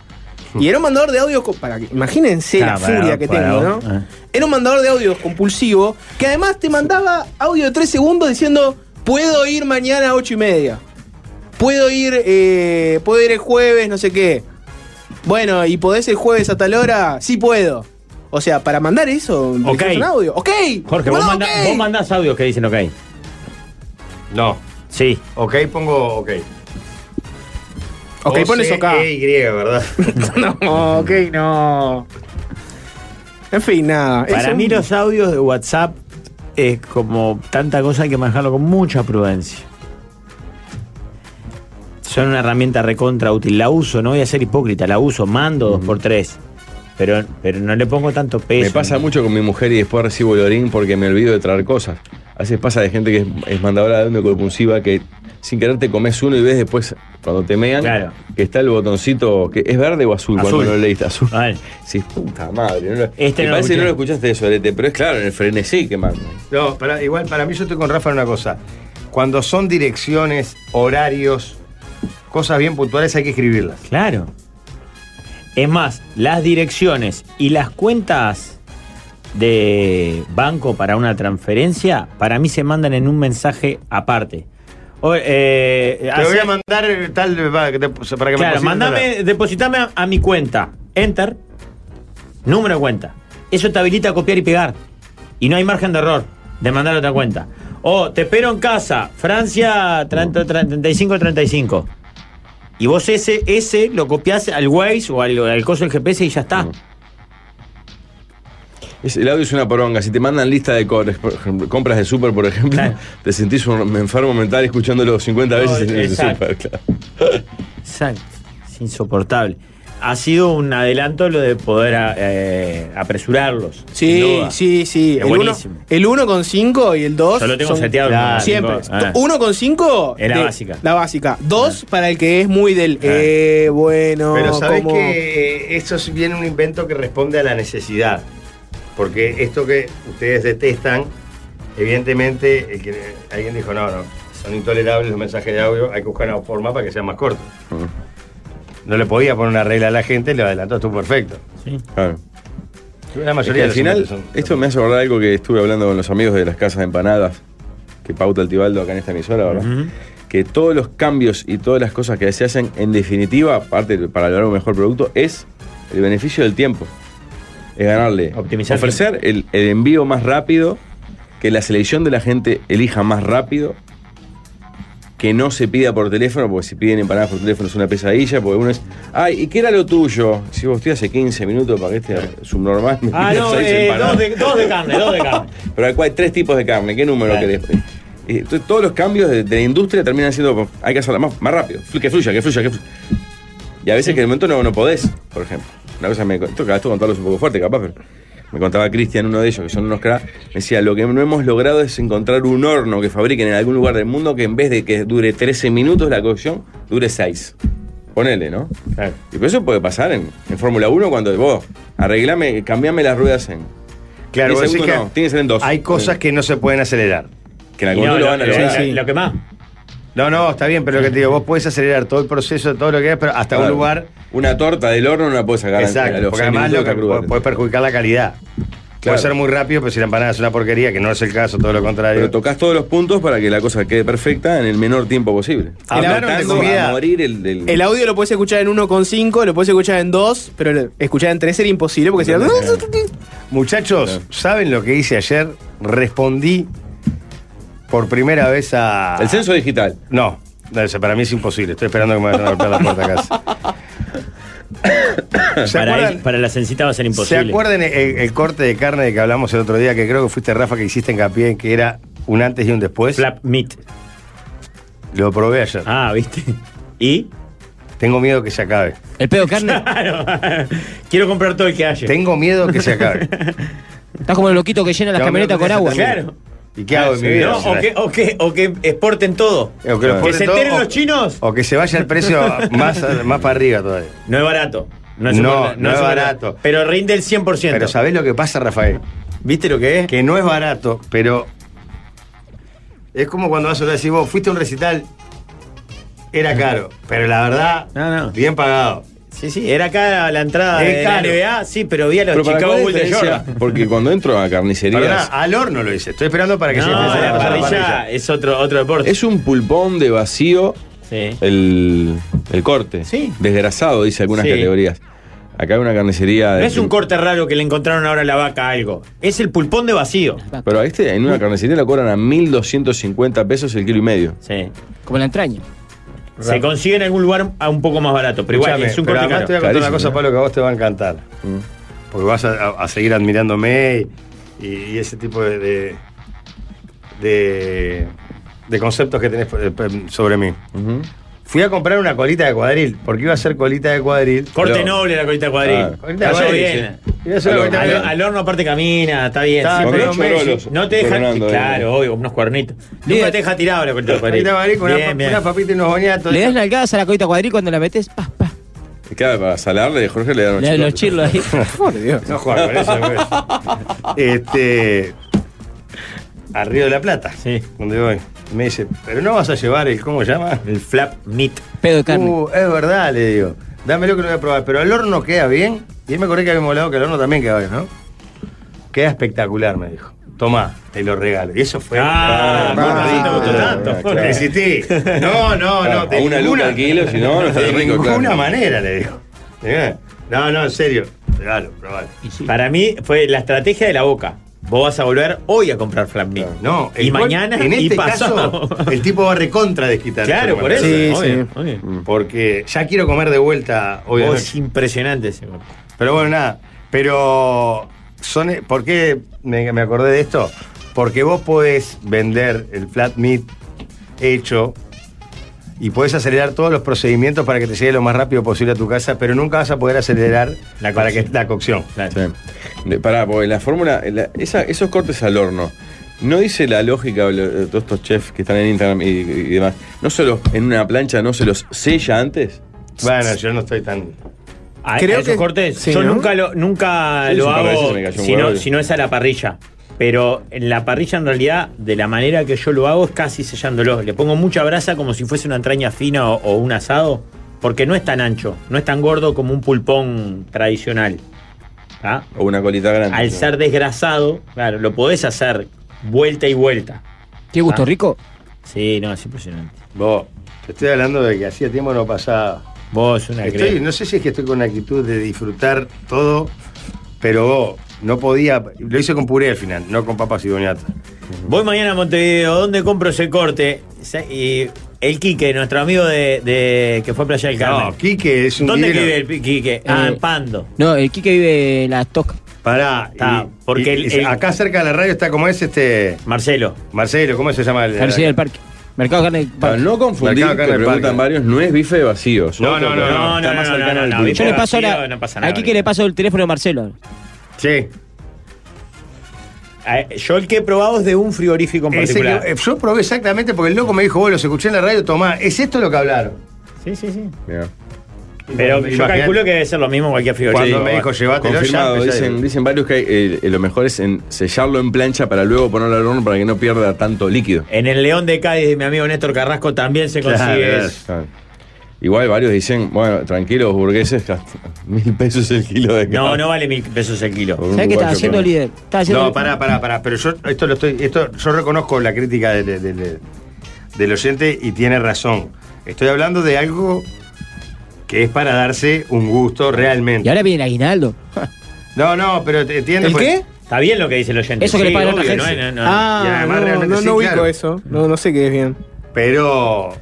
Hmm.
Y era un mandador de audios... co- Para que, imagínense la
Ah, para-
furia que
para
tengo, ¿no?
vos, ah.
Era un mandador de audios compulsivo que además te mandaba audio de 3 segundos diciendo, puedo ir mañana a 8 y media. Puedo ir, eh, puedo ir el jueves, no sé qué. Bueno, ¿y podés el jueves a tal hora? Sí puedo. O sea, para mandar eso,
Ok.
necesitas un audio. Ok.
Jorge,
Bueno,
vos, manda-
ok.
vos mandás audios que dicen ok.
No.
Sí.
Ok, pongo ok. E,
Ok, pones OK.
Y, ¿verdad?
No, ok, no. En fin, nada.
Para
Eso-
mí los audios de WhatsApp es como tanta cosa hay que manejarlo con mucha prudencia. Son una herramienta recontra útil. La uso, no voy a ser hipócrita, la uso, mando dos por tres. Pero, pero no le pongo tanto peso.
Me pasa
¿no?
mucho con mi mujer y después recibo el orín porque me olvido de traer cosas. A veces pasa de gente que es, es mandadora de onda compulsiva que sin querer te comes uno y ves después, cuando te mean,
Claro.
que está el botoncito, que es verde o azul,
Azul.
cuando lo leíste, azul.
Vale.
Sí, puta madre. No lo-
Este
me
no lo
parece
escuché.
que no lo escuchaste eso, Arete, pero es claro, en el frenesí que manda.
No, para, igual para mí yo estoy con Rafa en una cosa. Cuando son direcciones, horarios, cosas bien puntuales hay que escribirlas.
Claro. Es más, las direcciones y las cuentas de banco para una transferencia, para mí se mandan en un mensaje aparte. O, eh,
Te
Ah,
hace-
voy a mandar eh, tal eh, va, que te- para que
claro,
me
mandame, depositame a, a mi cuenta. Enter. Número de cuenta. Eso te habilita a copiar y pegar. Y no hay margen de error de mandar otra cuenta. O te espero en casa, Francia 35-35. Y vos ese, ese lo copiás al Waze o al, al coso del GPS y ya está.
Mm. Es- el audio es una poronga. Si te mandan lista de co- por ejemplo, compras de súper, por ejemplo,
Claro.
te sentís un enfermo mental escuchándolo 50 veces en el
exacto.
súper. claro.
Exacto. Es insoportable. Ha sido un adelanto lo de poder a- eh, apresurarlos. sin
Sí,
duda.
sí, sí.
Es
El uno-
buenísimo.
el 1,5 y el 2.
Yo lo tengo
son-
seteado.
Claro,
¿no?
Siempre.
Ah.
1,5.
Es la
de-
básica. Ah.
La básica. 2 para el que es muy del. Eh, bueno.
Pero sabes
¿cómo?
que eh, eso es bien un invento que responde a la necesidad. Porque esto que ustedes detestan, evidentemente, el que- alguien dijo, no, no, son intolerables los mensajes de audio, hay que buscar una forma para que sean más cortos. No le podía poner una regla a la gente, le adelantó, estuvo perfecto.
Claro.
La
Es
mayoría
que al
de los
final,
inventos son-
esto me hace acordar algo que estuve hablando con los amigos de las casas de empanadas, que pauta el Tibaldo acá en esta emisora, ¿verdad?
Ujú.
Que todos los cambios y todas las cosas que se hacen, en definitiva, aparte de- para lograr un mejor producto, es el beneficio del tiempo. Es ganarle.
Optimizar
Ofrecer el, el envío más rápido, que la selección de la gente elija más rápido, que no se pida por teléfono, porque si piden empanadas por teléfono es una pesadilla, porque uno es, ay, ¿y qué era lo tuyo? Si vos estoy hace 15 minutos para que este subnormal me
Ah,
pida
no,
seis
eh,
empanadas".
dos, de, dos de carne, dos de carne.
Pero acá hay tres tipos de carne, ¿qué número
Claro.
querés? Eh, to- todos los cambios de, de la industria terminan siendo, hay que hacerla más, más rápido, flu- que fluya, que fluya, que fluya. Y a veces que de momento no, no podés, por ejemplo. Una cosa me co- esto, esto contarlo es un poco fuerte, capaz, pero me contaba Cristian, uno de ellos, que son unos cra, me decía, lo que no hemos logrado es encontrar un horno que fabriquen en algún lugar del mundo que en vez de que dure 13 minutos la cocción, dure 6. Ponele, ¿no?
Ah,
Claro.
Y por eso puede pasar en, en Fórmula 1 cuando vos arreglame, cambiame las ruedas en
Claro,
10
vos decís
segundos
que
no, tiene que ser en dos.
Hay cosas que no se pueden acelerar.
Que en
Y
algún
no,
momento lo van a
lo-
lograr.
sí, sí, lo que más.
No, no, está bien, pero lo que te digo, vos podés acelerar todo el proceso, todo lo que es, pero hasta un
Claro.
lugar.
Una torta del horno no la puedes sacar. a
Exacto,
los
porque
seis
además lo
minutos
que
está cruda.
puede perjudicar la calidad. Puede
Claro.
ser muy rápido, pero si la empanada es una porquería, que no es el caso, todo lo contrario.
Pero tocas todos los puntos para que la cosa quede perfecta en el menor tiempo posible.
Hablaron de
Matando
comida.
a morir el, el-
El audio lo puedes escuchar en 1,5, lo puedes escuchar en 2, pero el- escuchar en 3 era imposible porque ¡uh! sería.
Muchachos, ¿saben lo que hice ayer? Respondí por primera vez a.
el censo digital.
No, no, eso para mí es imposible. Estoy esperando que me vayan a golpear la puerta a casa. ¿Se
Para,
acuerdan,
él- para la cencita va a ser
¿Se
imposible.
acuerdan el, el corte de carne de que hablamos el otro día? Que creo que fuiste Rafa que hiciste hincapié en que era un antes y un después.
Flap meat.
Lo probé ayer.
Ah, ¿viste? ¿Y?
Tengo miedo que se acabe.
El pedo de carne.
Claro. Quiero comprar todo el que haya.
Tengo miedo que se acabe.
Estás como el loquito que llena las
Tengo
camionetas
miedo
con
que
agua.
se termine.
Claro. Ah,
¿Y qué hago en mi vida?
No, o, que, o, que, o que exporten todo.
O que, lo
Que
ponen
se
todo,
enteren
o-
los chinos.
O que se vaya el precio más, más para arriba todavía.
No es barato.
No,
soporta-
no es
soporta-
barato.
Pero rinde el 100%.
Pero ¿sabés lo que pasa, Rafael?
¿Viste lo que es?
Que no es barato, pero es como cuando vas a decir, vos fuiste a un recital, era caro, pero la verdad,
No, no.
bien pagado.
Sí, sí. Era acá la entrada
Es
de la
caro.
NBA. Sí, pero vi a los
Pero para
Chicago
cuál
Bulls de
diferencia?
Jordan.
Porque cuando entro a carnicerías.
Perdona, al horno lo hice. Estoy esperando para que
No,
se empiece
la
a pasar la
parrilla
parrilla.
es otro, otro deporte.
Es un pulpón de vacío
Sí.
el, el corte.
Sí.
Desgrasado, dice algunas
Sí.
categorías. Acá hay una carnicería.
No
de-
es un corte raro que le encontraron ahora a la vaca algo. Es el pulpón de vacío.
Pero a este, en una carnicería lo cobran a 1.250 pesos el kilo y medio.
Sí.
Como la entraña.
Se consigue en algún lugar a un poco más barato, pero igual
Escuchame,
es un
pero
corte caro.
además
Mm.
te voy a contar una
Carísimo,
cosa,
¿eh?
Pablo, que a vos te va a encantar. Porque vas a, a- a seguir admirándome y, y- y ese tipo de, de, de- de conceptos que tenés eh, pe- sobre mí.
Ujú.
Fui a comprar una colita de cuadril, porque iba a ser colita de cuadril.
Corte
Pero-
noble la colita de cuadril.
Ah,
Colita de
Cayó
cuadril,
bien.
sí. Iba a ser
Aló,
una colita de
Al,
cuadril.
al horno aparte camina, está bien.
Está,
siempre-
pero
no
con ocho
te-
oros
Ah, no te deja.
eh.
coronando, eh.
claro, obvio, unos cuernitos. Nunca
Bien.
te deja tirado la colita de cuadril.
Colita de cuadril con una,
Bien,
pa-
bien.
una papita y unos boñatos.
Le das nalgadas a la colita cuadril cuando la metes, pa, pa.
Claro, para salarle, Jorge le dan
Le das los chirlos ahí.
Por Dios.
No juega con eso, pues. Este. A Río de la Plata.
Sí.
Donde voy. Me dice, pero no vas a llevar el, ¿cómo se llama?
El flap meat.
Pedo de carne.
Uh, es verdad, le digo. Dámelo que lo voy a probar. Pero el horno queda bien. Y él me acordé que habíamos hablado que el horno también queda bien, ¿no? Queda espectacular, me dijo. Tomá, te lo regalo. Y eso fue.
Ah,
no,
bueno, sí, te gustó
no,
tanto,
no,
Jorge.
Resistí. No, no, no.
Claro, a una luca al kilo, si no, no está
de
rico,
ninguna
claro.
manera, le digo. Eh, No, no, en serio. Regalo, probalo.
Y sí.
Para mí fue la estrategia de la boca. Vos vas a volver hoy a comprar flap meat.
No,
y
el cual-
mañana
en este
y pasado.
caso, el tipo va recontra desquitar.
claro, por eso.
Sí,
obvio,
sí.
obvio.
Porque ya quiero comer de vuelta hoy. de
Oh,
noche.
es impresionante ese golpe.
Pero bueno, nada. Pero son, ¿por qué me, me acordé de esto? Porque vos podés vender el flat meat hecho y podés acelerar todos los procedimientos para que te llegue lo más rápido posible a tu casa, pero nunca vas a poder acelerar
La
para que
cocción.
la cocción.
Claro.
Sí. De- Pará, porque la fórmula, la- esa- esos cortes al horno, no dice la lógica de lo- de todos estos chefs que están en Instagram y, y demás. ¿No se los, en una plancha, no se los sella antes?
Bueno, yo no estoy tan.
A,
Creo
a esos
que-
cortes,
sí,
yo
¿no?
nunca lo, nunca
Sí,
lo
sí, un par de veces
hago
me cayó un
si no,
huevo.
si no es a la parrilla. Pero en la parrilla, en realidad, de la manera que yo lo hago es casi sellándolo. Le pongo mucha brasa como si fuese una entraña fina o, o un asado, porque no es tan ancho, no es tan gordo como un pulpón tradicional. ¿tá?
O una colita grande.
Al ser desgrasado, claro, lo podés hacer vuelta y vuelta.
¿Qué gusto
Ah.
rico?
Sí, no, es impresionante.
Vos, te estoy hablando de que hacía tiempo no pasaba.
Vos, una
Estoy,
crea.
no sé si es que estoy con una actitud de disfrutar todo, pero vos, no podía. Lo hice con puré al final, no con papas y boñatas.
Voy mañana a Montevideo, ¿dónde compro ese corte? Se- Y el Quique, nuestro amigo de, de- que fue a Playa del Carmen.
No, Eh. Quique es un
¿Dónde
divino.
vive el pi- Quique? Ah, en Pando.
No, el Quique vive en las tocas.
Pará,
Está, porque el- el-
acá cerca de la radio está como es este.
Marcelo.
Marcelo, ¿cómo se llama? el-
Carnicería del parque. Mercado de carne del
Para
parque.
no confundir,
Mercado
que
Carne del
preguntan
Parque.
varios, no es bife de vacío. es
No,
otro,
no,
pero
no,
no,
está
no,
más
no,
cercano
no,
al
no,
pulpo.
bife
Yo le paso
vacío,
la,
no pasa nada,
al Quique
ahorita.
le paso el teléfono de Marcelo.
Sí.
Ah, Yo el que he probado es de un frigorífico en
Ese
particular.
que- eh, yo probé exactamente porque el loco me dijo, vos los escuché en la radio, tomá, ¿es esto lo que hablaron?
Sí, sí, sí.
Mirá.
Pero yo
Imagínate.
calculo que debe ser lo mismo en cualquier frigorífico.
Cuando me dijo, llévatelo
Confirmado,
ya. empecé a
dicen,
decir,
dicen varios que hay, eh, eh, lo mejor es en sellarlo en plancha para luego ponerlo al horno para que no pierda tanto líquido.
En el León de Cádiz de mi amigo Néstor Carrasco también se
Claro,
consigue
claro.
eso.
Claro. Igual varios dicen, bueno, tranquilos burgueses, gasta mil pesos el kilo de
No,
Ah.
carne.
no vale mil pesos el kilo.
Por un
¿Sabes qué
uruguayo,
estás haciendo,
claro.
líder?
Ah,
Estás haciendo
No, pará, pará, pará. Pero yo esto lo estoy. Esto, yo reconozco la crítica del, del- del oyente y tiene razón. Estoy hablando de algo que es para darse un gusto
Y
realmente.
ahora viene el aguinaldo.
No, no, pero te pues. entiendes.
¿El
porque-
qué?
Está bien lo que dice el oyente.
Eso que le
Sí,
pagan a
obvio,
otra
No,
gente.
no, no.
Y
Ah,
además
no,
realmente
no,
sí,
no ubico
claro.
eso. No, no sé qué es bien.
Pero.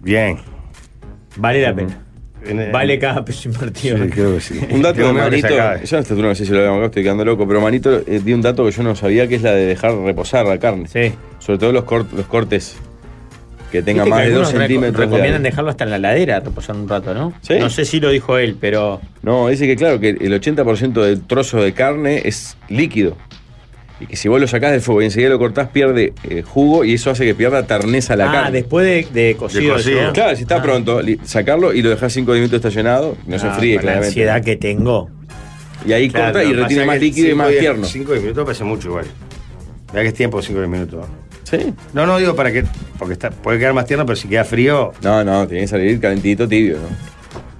Bien.
Vale la pena.
En-
Vale cada peso invertido.
Sí, creo que sí.
Un dato
Tengo
de
miedo que se
Manito, yo a
acabe.
esta altura no sé si lo hablamos acá, estoy quedando loco, pero Manito eh, dio un dato que yo no sabía, que es la de dejar reposar la carne.
Sí.
Sobre todo los, cort- los cortes que
Viste
tengan
que
más de
algunos
2
reco-
centímetros. de
recomiendan
área.
dejarlo hasta en la ladera, reposar un rato, ¿no?
Sí.
No sé si lo dijo él, pero.
No, dice que claro, que el 80% del trozo de carne es líquido. Y que si vos lo sacás del fuego y enseguida lo cortás, pierde eh, jugo y eso hace que pierda terneza la
ah,
carne.
después de, de cocido.
De cocido.
eso.
Claro, si está
Ah.
pronto, li- sacarlo y lo dejás 5 minutos estacionado, no se
Ah,
fríe,
con La
claramente.
ansiedad que tengo.
Y ahí
Claro,
corta y
pasa
retiene
que
más líquido y
cinco
más
de-
tierno.
Cinco de minutos parece mucho igual. Mirá que es tiempo, cinco de minutos.
Sí.
No, no digo para que. Porque está, puede quedar más tierno, pero si queda frío.
No, no, tiene que salir calentito, tibio, ¿no?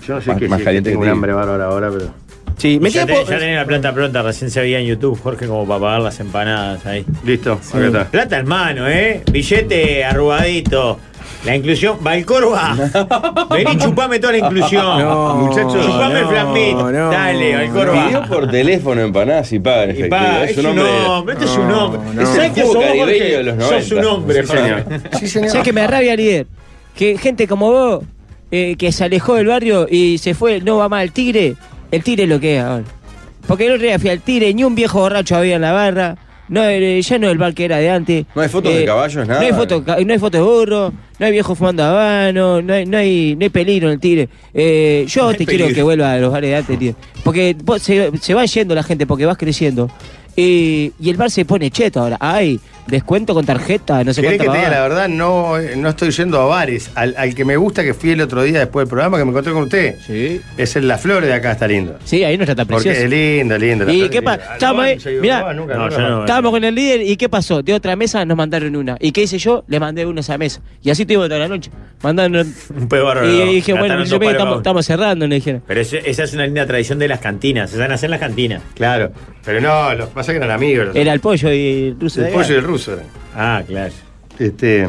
Yo no sé
Más-
qué
más
sí,
caliente
tengo
que tibio.
un hambre bárbaro ahora, pero.
Sí,
ya,
metía
te-
po-
ya tenés la plata pronta, recién se veía en YouTube, Jorge, como para pagar las empanadas ahí.
Listo, acá está.
Plata en mano, ¿eh? Billete arrugadito. La inclusión, va el corva. Vení, chupame toda la inclusión.
No,
muchacho,
chupame el
no,
flambit.
no.
Dale, Valcorba.
Pidió por teléfono empanadas y paga en
Y
efectivo.
pa,
es un hombre.
este es un hombre.
no.
¿Sabés
Es el
que
juego
sos vos,
caribeño
Jorge?
de los
Sos un
90.
hombre,
Sí, señor. Sí, señor.
¿Sabes que me da rabia, líder? Que gente como vos, eh, que se alejó del barrio y se fue, no va más al tigre, el tigre lo que es ahora. Porque el otro día fui al tigre, ni un viejo borracho había en la barra, no, eh, ya no el bar que era de antes. Eh,
No hay fotos de caballos, nada.
No hay fotos, ca- no hay fotos de burro, no hay viejos fumando habano, no hay, no hay, no hay peligro en el tigre. Eh, yo te quiero que vuelva a los bares de antes, tío. Porque vos- se, se va yendo la gente, porque vas creciendo. Y, y el bar se pone cheto ahora. Ay, descuento con tarjeta, no sé
¿Querés
cuánta
que te diga
pavada.
la verdad? No, eh, no estoy yendo a bares. Al, al que me gusta que fui el otro día después del programa que me encontré con usted.
Sí.
Es en La Flor de acá, está lindo.
Sí, ahí no está tan
Porque
precioso.
es lindo, lindo. La
¿Y
Flor
qué
es
pa-
linda.
estamos
No,
ahí?
no se ha ido
Mirá.
más nunca,
No,
nunca
yo
más.
no.
Estábamos con el líder y ¿qué pasó? De otra mesa nos mandaron una. ¿Y qué hice yo? Le mandé una a esa mesa. Y así tuvimos toda la noche. Mandaron.
Un pedo bárbaro.
Y dije, bueno,
Gastaron
yo
dos
me
palos
estamos,
cada uno.
estamos cerrando, le dijeron.
Pero eso- esa es una linda tradición de las cantinas. Se van a hacer las cantinas.
Claro. Pero no, los pasa que eran amigos. los-
Era el pollo y el ruso.
el
de
pollo y
Gales.
el ruso. eran.
Ah, claro.
Este.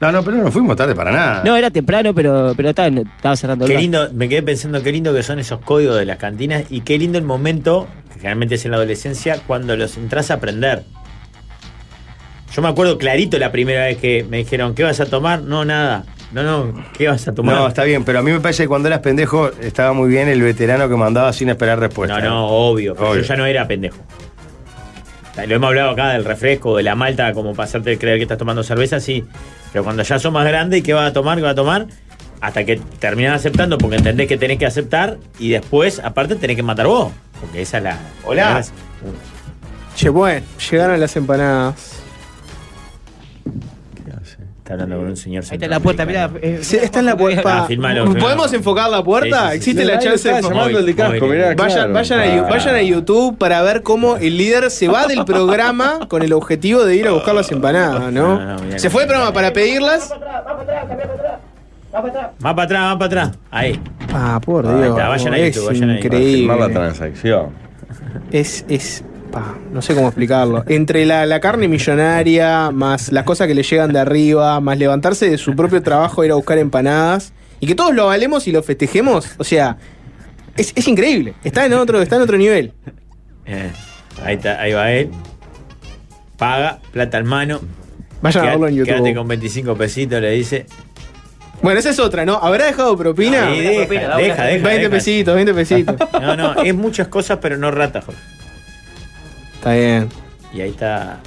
No, no, pero no fuimos tarde para nada.
No, era temprano, pero, pero estaba, estaba cerrando el
Qué
bar.
lindo, me quedé pensando qué lindo que son esos códigos de las cantinas y qué lindo el momento, que generalmente es en la adolescencia, cuando los entras a aprender. Yo me acuerdo clarito la primera vez que me dijeron, ¿qué vas a tomar? No, nada. No, no, ¿qué vas a tomar?
No, está bien, pero a mí me parece que cuando eras pendejo estaba muy bien el veterano que mandaba sin esperar respuesta.
No, no, obvio. pero
Pues Obvio.
Yo ya no era pendejo. Lo hemos hablado acá del refresco, de la malta, como pasarte el creer que estás tomando cerveza, sí. Pero cuando ya sos más grande, ¿qué vas a tomar? ¿Qué vas a tomar? Hasta que terminás aceptando, porque entendés que tenés que aceptar y después, aparte, tenés que matar vos. Porque esa es la.
Hola.
Che, bueno, llegaron las empanadas.
Está hablando con un señor.
Ahí está la puerta, mirá. eh,
Sí, esta es la puerta.
Ah, filmalo,
¿Podemos
filmalo.
enfocar la puerta?
Sí, sí, sí.
¿Existe la
Ahí
chance
estaba
de
llamando
móvil,
el de casco,
móvil.
mirá,
Vayan,
claro.
vayan, a, Yu- vayan a YouTube para ver cómo el líder se va del programa con el objetivo de ir a buscar las empanadas, ¿no?
No, no, mirá
se
que-
fue el programa para pedirlas.
Más para atrás, más para atrás. Ahí.
Ah, por
Ahí
Dios.
está, vayan a
es
YouTube, vayan a YouTube.
increíble.
Firmar la transacción.
es, es, pa, no sé cómo explicarlo. Entre la, la carne millonaria, más las cosas que le llegan de arriba, más levantarse de su propio trabajo, ir a buscar empanadas, y que todos lo valemos y lo festejemos, o sea, es, es increíble. Está en otro, está en otro nivel.
Eh, ahí, está, ahí va él. Paga, plata en mano.
Vayan a
Queda-
verlo en
Quédate
YouTube.
con 25 pesitos, le dice.
Bueno, esa es otra, ¿no? ¿Habrá dejado propina?
Sí, deja,
propina,
deja,
da una
deja, deja.
20 pesitos, 20 pesitos.
No, no, es muchas cosas, pero no rata, Jorge.
Está bien.
Y ahí está.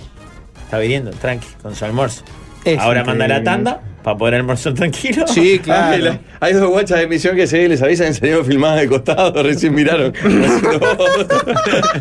Está viniendo, tranqui, con su almuerzo.
Es
Ahora
increíble.
manda la tanda para poder almorzar tranquilo.
Sí, claro.
Hay dos guachas de emisión que se les avisan, salieron filmadas de costado, recién miraron. Haciendo,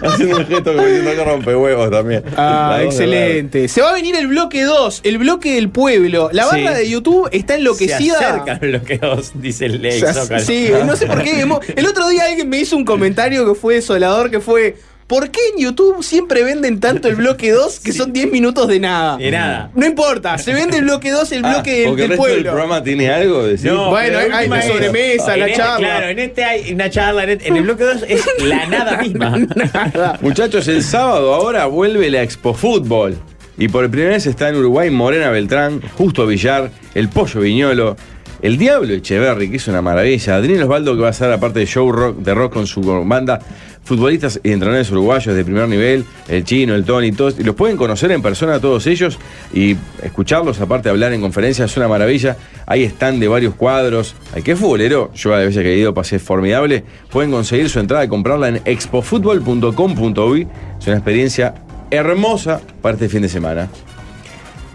haciendo un gesto como diciendo que rompe huevos también.
Ah,
La voz de
excelente. Se va a venir el bloque 2, el bloque del pueblo. La
Sí.
barra de YouTube está enloquecida.
Se acercan los que dos, dice el ley.
O sea, sí, no sé por qué. hemos- El otro día alguien me hizo un comentario que fue desolador, que fue, ¿por qué en YouTube siempre venden tanto el bloque 2 que son 10 minutos de nada?
De nada.
No importa, se vende el bloque 2, el
Eh. Ah,
bloque del,
porque el
del
resto del
pueblo.
programa tiene algo. Decir,
No,
Bueno,
pero
hay-
la
hay
última
una
es-
sobremesa,
en
la
este-
charla.
Claro, en este hay una charla. En, en el bloque 2 es la nada misma.
Muchachos, el sábado ahora vuelve la Expo Fútbol. Y por primera vez está en Uruguay Morena Beltrán, Justo Villar, el Pollo Viñolo, el Diablo Echeverry, que es una maravilla, Adrián Osvaldo, que va a estar aparte de show rock, de rock con su banda, futbolistas y entrenadores uruguayos de primer nivel, el chino, el Tony, todos. Y los pueden conocer en persona a todos ellos y escucharlos, aparte de hablar en conferencias, es una maravilla. Ahí están de varios cuadros. Al que es futbolero, yo a veces que he ido pasé formidable. Pueden conseguir su entrada y comprarla en expofutbol.com.uy. Es una experiencia hermosa para este fin de semana.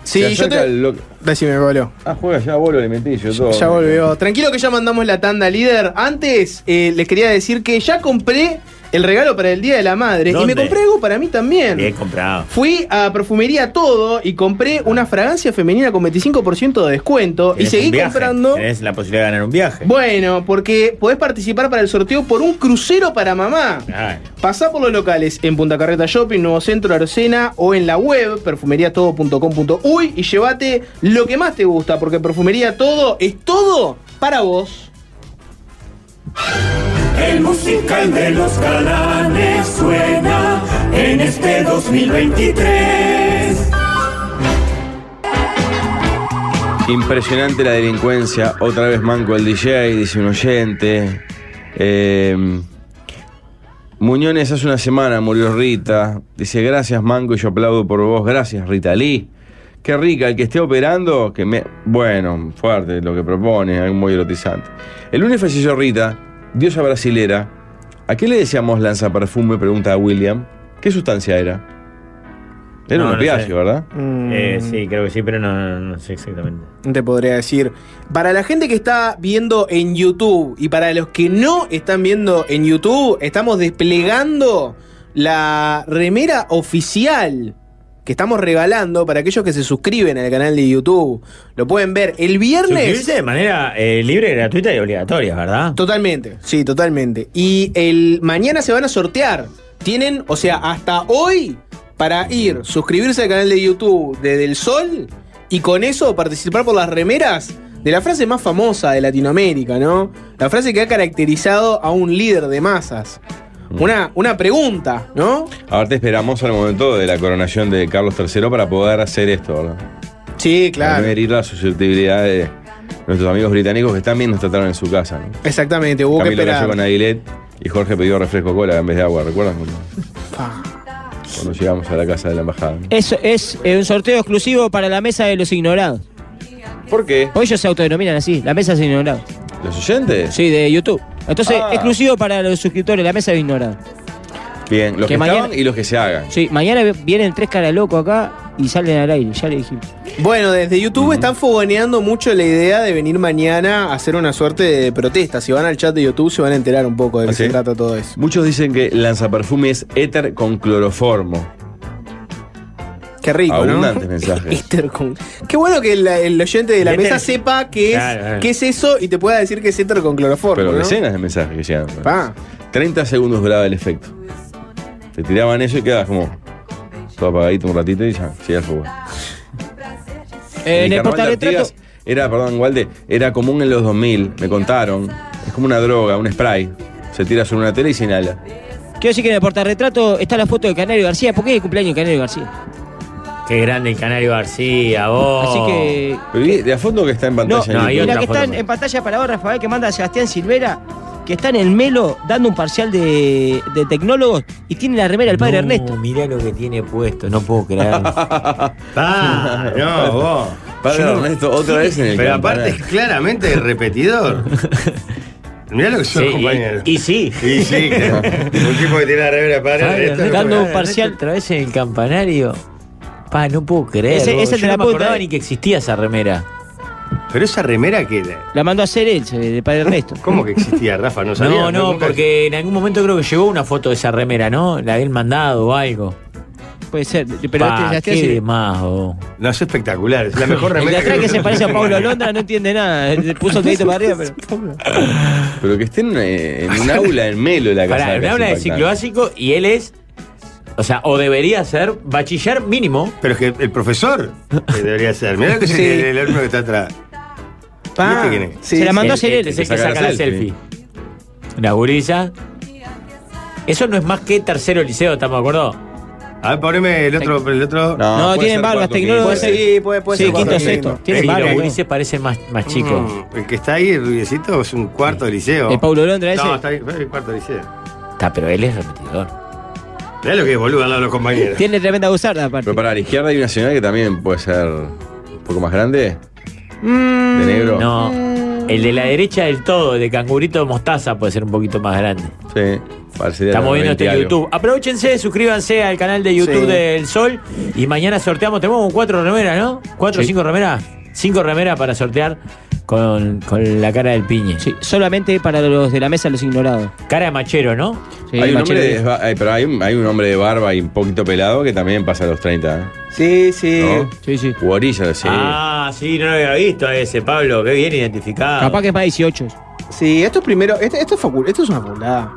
Se
Sí, yo
acerca
te...
el lo-
Decime, Pablo.
Ah, juega ya, vuelo alimentillo, todo.
Ya volvió. Tranquilo que ya mandamos la tanda líder. Antes eh, les quería decir que ya compré el regalo para el Día de la Madre. Y me
¿Dónde?
compré algo para mí también.
Bien comprado.
Fui a Perfumería Todo y compré una fragancia femenina con 25% de descuento. Y
Tenés
seguí
un viaje,
comprando.
Tenés la posibilidad de ganar un viaje.
Bueno, porque podés participar para el sorteo por un crucero para mamá.
Claro.
Pasá por los locales en Punta Carreta Shopping, Nuevo Centro, Arocena o en la web perfumeriatodo.com.uy y llévate lo que más te gusta, porque Perfumería Todo es todo para vos.
El musical de los galanes suena en este 2023.
Impresionante la delincuencia. Otra vez manco el DJ, dice un oyente. Eh, Muñones hace una semana murió Rita. Dice, gracias Manco y yo aplaudo por vos. Gracias Rita Lee. Qué rica, el que esté operando, que me... Bueno, fuerte lo que propone, algo muy erotizante. El lunes falleció Rita, diosa brasilera. ¿A qué le decíamos lanza perfume? Pregunta a William. ¿Qué sustancia era? Era
No,
un
no sé.
opiáceo, ¿verdad?
Eh,
Mm.
sí, creo que sí, pero no, no- no sé exactamente.
Te podría decir. Para la gente que está viendo en YouTube y para los que no están viendo en YouTube, estamos desplegando la remera oficial que estamos regalando para aquellos que se suscriben al canal de YouTube. Lo pueden ver el viernes.
Suscribirse de manera eh, libre, gratuita y obligatoria, ¿verdad?
Totalmente, sí, totalmente. Y el mañana se van a sortear. Tienen, o sea, hasta hoy para ir, suscribirse al canal de YouTube de Del Sol y con eso participar por las remeras de la frase más famosa de Latinoamérica, ¿no? La frase que ha caracterizado a un líder de masas.
Mm.
Una, una pregunta, ¿no?
Ahora te esperamos al momento de la coronación de Carlos III para poder hacer esto, ¿verdad?
Sí,
Para no
claro.
herir la susceptibilidad de nuestros amigos británicos que también nos trataron en su casa. ¿no?
Exactamente, hubo que
Camilo cayó
esperar.
con Adilet y Jorge pidió refresco cola en vez de agua, ¿recuerdan? Cuando,
Pa.
cuando llegamos a la casa de la embajada. ¿no?
Eso es eh, un sorteo exclusivo para la mesa de los ignorados.
¿Por qué?
O ellos se autodenominan así, la mesa de los ignorados.
¿Los oyentes?
Sí, de YouTube. Entonces,
Ah.
exclusivo para los suscriptores, la mesa de los ignorados.
Bien, los que,
Que mañana-
estaban y los que se hagan.
Sí, mañana vi- vienen tres caras locos acá y salen al aire, ya le dijimos.
Bueno, desde YouTube están fogoneando mucho la idea de venir mañana a hacer una suerte de protesta. Si van al chat de YouTube se van a enterar un poco de
¿Ah,
qué se
sí?
trata todo eso.
Muchos dicen que lanzaperfume es éter con cloroformo.
Qué rico,
Abundantes
¿no?
mensajes.
Éter con- Qué bueno que el, el oyente de la
Y
mesa
éter-
sepa qué es,
Claro, claro.
qué es eso y te pueda decir que es éter con cloroformo.
Pero
¿no?
decenas de mensajes que llegan.
Pa.
30 segundos duraba el efecto. Te tiraban eso y quedabas como todo apagadito un ratito y ya, llega el fútbol.
Eh,
Eh,
en el
carnaval
portal
de
de trato.
Artigas Era, perdón, Walde, era común en los 2000, me contaron. Es como una droga, un spray. Se tira sobre una tela y se inhala.
Quiero decir que en el portarretrato está la foto de Canario García. ¿Por qué es el cumpleaños de Canario García?
Qué grande el Canario García, vos.
Así que.
Pero vi de a fondo que está en
No,
pantalla. en
no, hay
y
YouTube.
la
otra
que
foto
están
más.
en pantalla para vos, Rafael, que manda Sebastián Silvera, que está en el Melo dando un parcial de, de tecnólogos y tiene la remera del padre Ernesto.
Mirá lo que tiene puesto, no puedo creer.
Ah, no, vos.
Padre Ernesto, otra vez en el
Pero
campanario.
aparte es claramente repetidor. Mirá lo que son
Sí,
los compañeros.
y, y sí.
Y sí, claro. un tipo que tiene la remera para esto no
Dando
puede-
un parcial.
Otra vez en el campanario. Pa, no puedo creer.
Ese-
vos.
ese es
Yo
de la
no me
punta,
acordaba
eh.
ni que existía esa remera.
Pero esa remera que. la-
La mandó a hacer él, eh, del padre Ernesto.
¿Cómo que existía, Rafa? No sabía.
No, no,
nunca-
porque en algún momento creo que llegó una foto de esa remera, ¿no? La habían mandado o algo.
Puede ser. Pero
Pa,
este Sebastián
qué
Silvera-
de más, vos.
No, es espectacular. Es la mejor
El de
remera.
atrás que se parece a Pablo Londra no entiende nada. Le puso el dedito para arriba, pero.
Pero que estén eh, en un aula en Melo la casa.
Pará,
de
me habla de
Casa
ciclo
Impactante.
básico y él es. O sea, o debería ser bachiller mínimo.
Pero es que el profesor que debería ser. Mirá lo que es
Sí.
el, el alumno que está atrás.
Pa.
¿Viste quién es?
Ah, Sí,
Se la
sí.
mandó a
El-
hacer
el-
él.
Es el que
Saca la
saca la
selfie.
selfie. La gurisa. Eso no es más que tercero liceo, ¿estamos de acuerdo?
A ver, poneme el otro. El otro.
No,
No,
puede
tienen
ser
barbas,
cuarto,
tecnólogos
quinto.
de
Sí.
Sí, puede, puede
Sí,
ser.
quinto,
cuatro,
sexto.
quinto.
Tiene
y los
barba,
gurises parecen más, más chicos.
Mm, el que está ahí, el rubiecito, es un cuarto de liceo.
El Pablo Londra ese.
No, está ahí, es el cuarto de liceo.
Está, pero él es repetidor.
Mirá lo que es, boludo, al lado de los compañeros.
Tiene tremenda gusarda, aparte.
Pero para la izquierda hay una señora que también puede ser un poco más grande. De negro.
Mm. No. El de la derecha del todo, el de cangurito de mostaza, puede ser un poquito más grande.
Sí. Parecería
Estamos viendo este
90 algo.
YouTube. Aprovechense, suscríbanse al canal de YouTube
Sí.
del Sol. Y mañana sorteamos, tenemos como cuatro remeras, ¿no? ¿Cuatro o
Sí.
cinco remeras? Cinco remeras para sortear con, con la cara del piñe.
Sí, solamente para los de la mesa, los ignorados.
Cara de machero, ¿no?
Sí,
hay, un hombre
Machero
de,
dijo.
ba- hay- pero hay, un- hay un hombre de barba y un poquito pelado que también pasa a los 30.
Sí, sí.
¿No?
Sí, sí.
Guarilla, sí.
Ah, sí, no lo había visto a ese, Pablo. Qué bien
Ah.
identificado.
Capaz que es más 18.
Sí, esto es primero. Este, esto, es facu- esto es una facultad.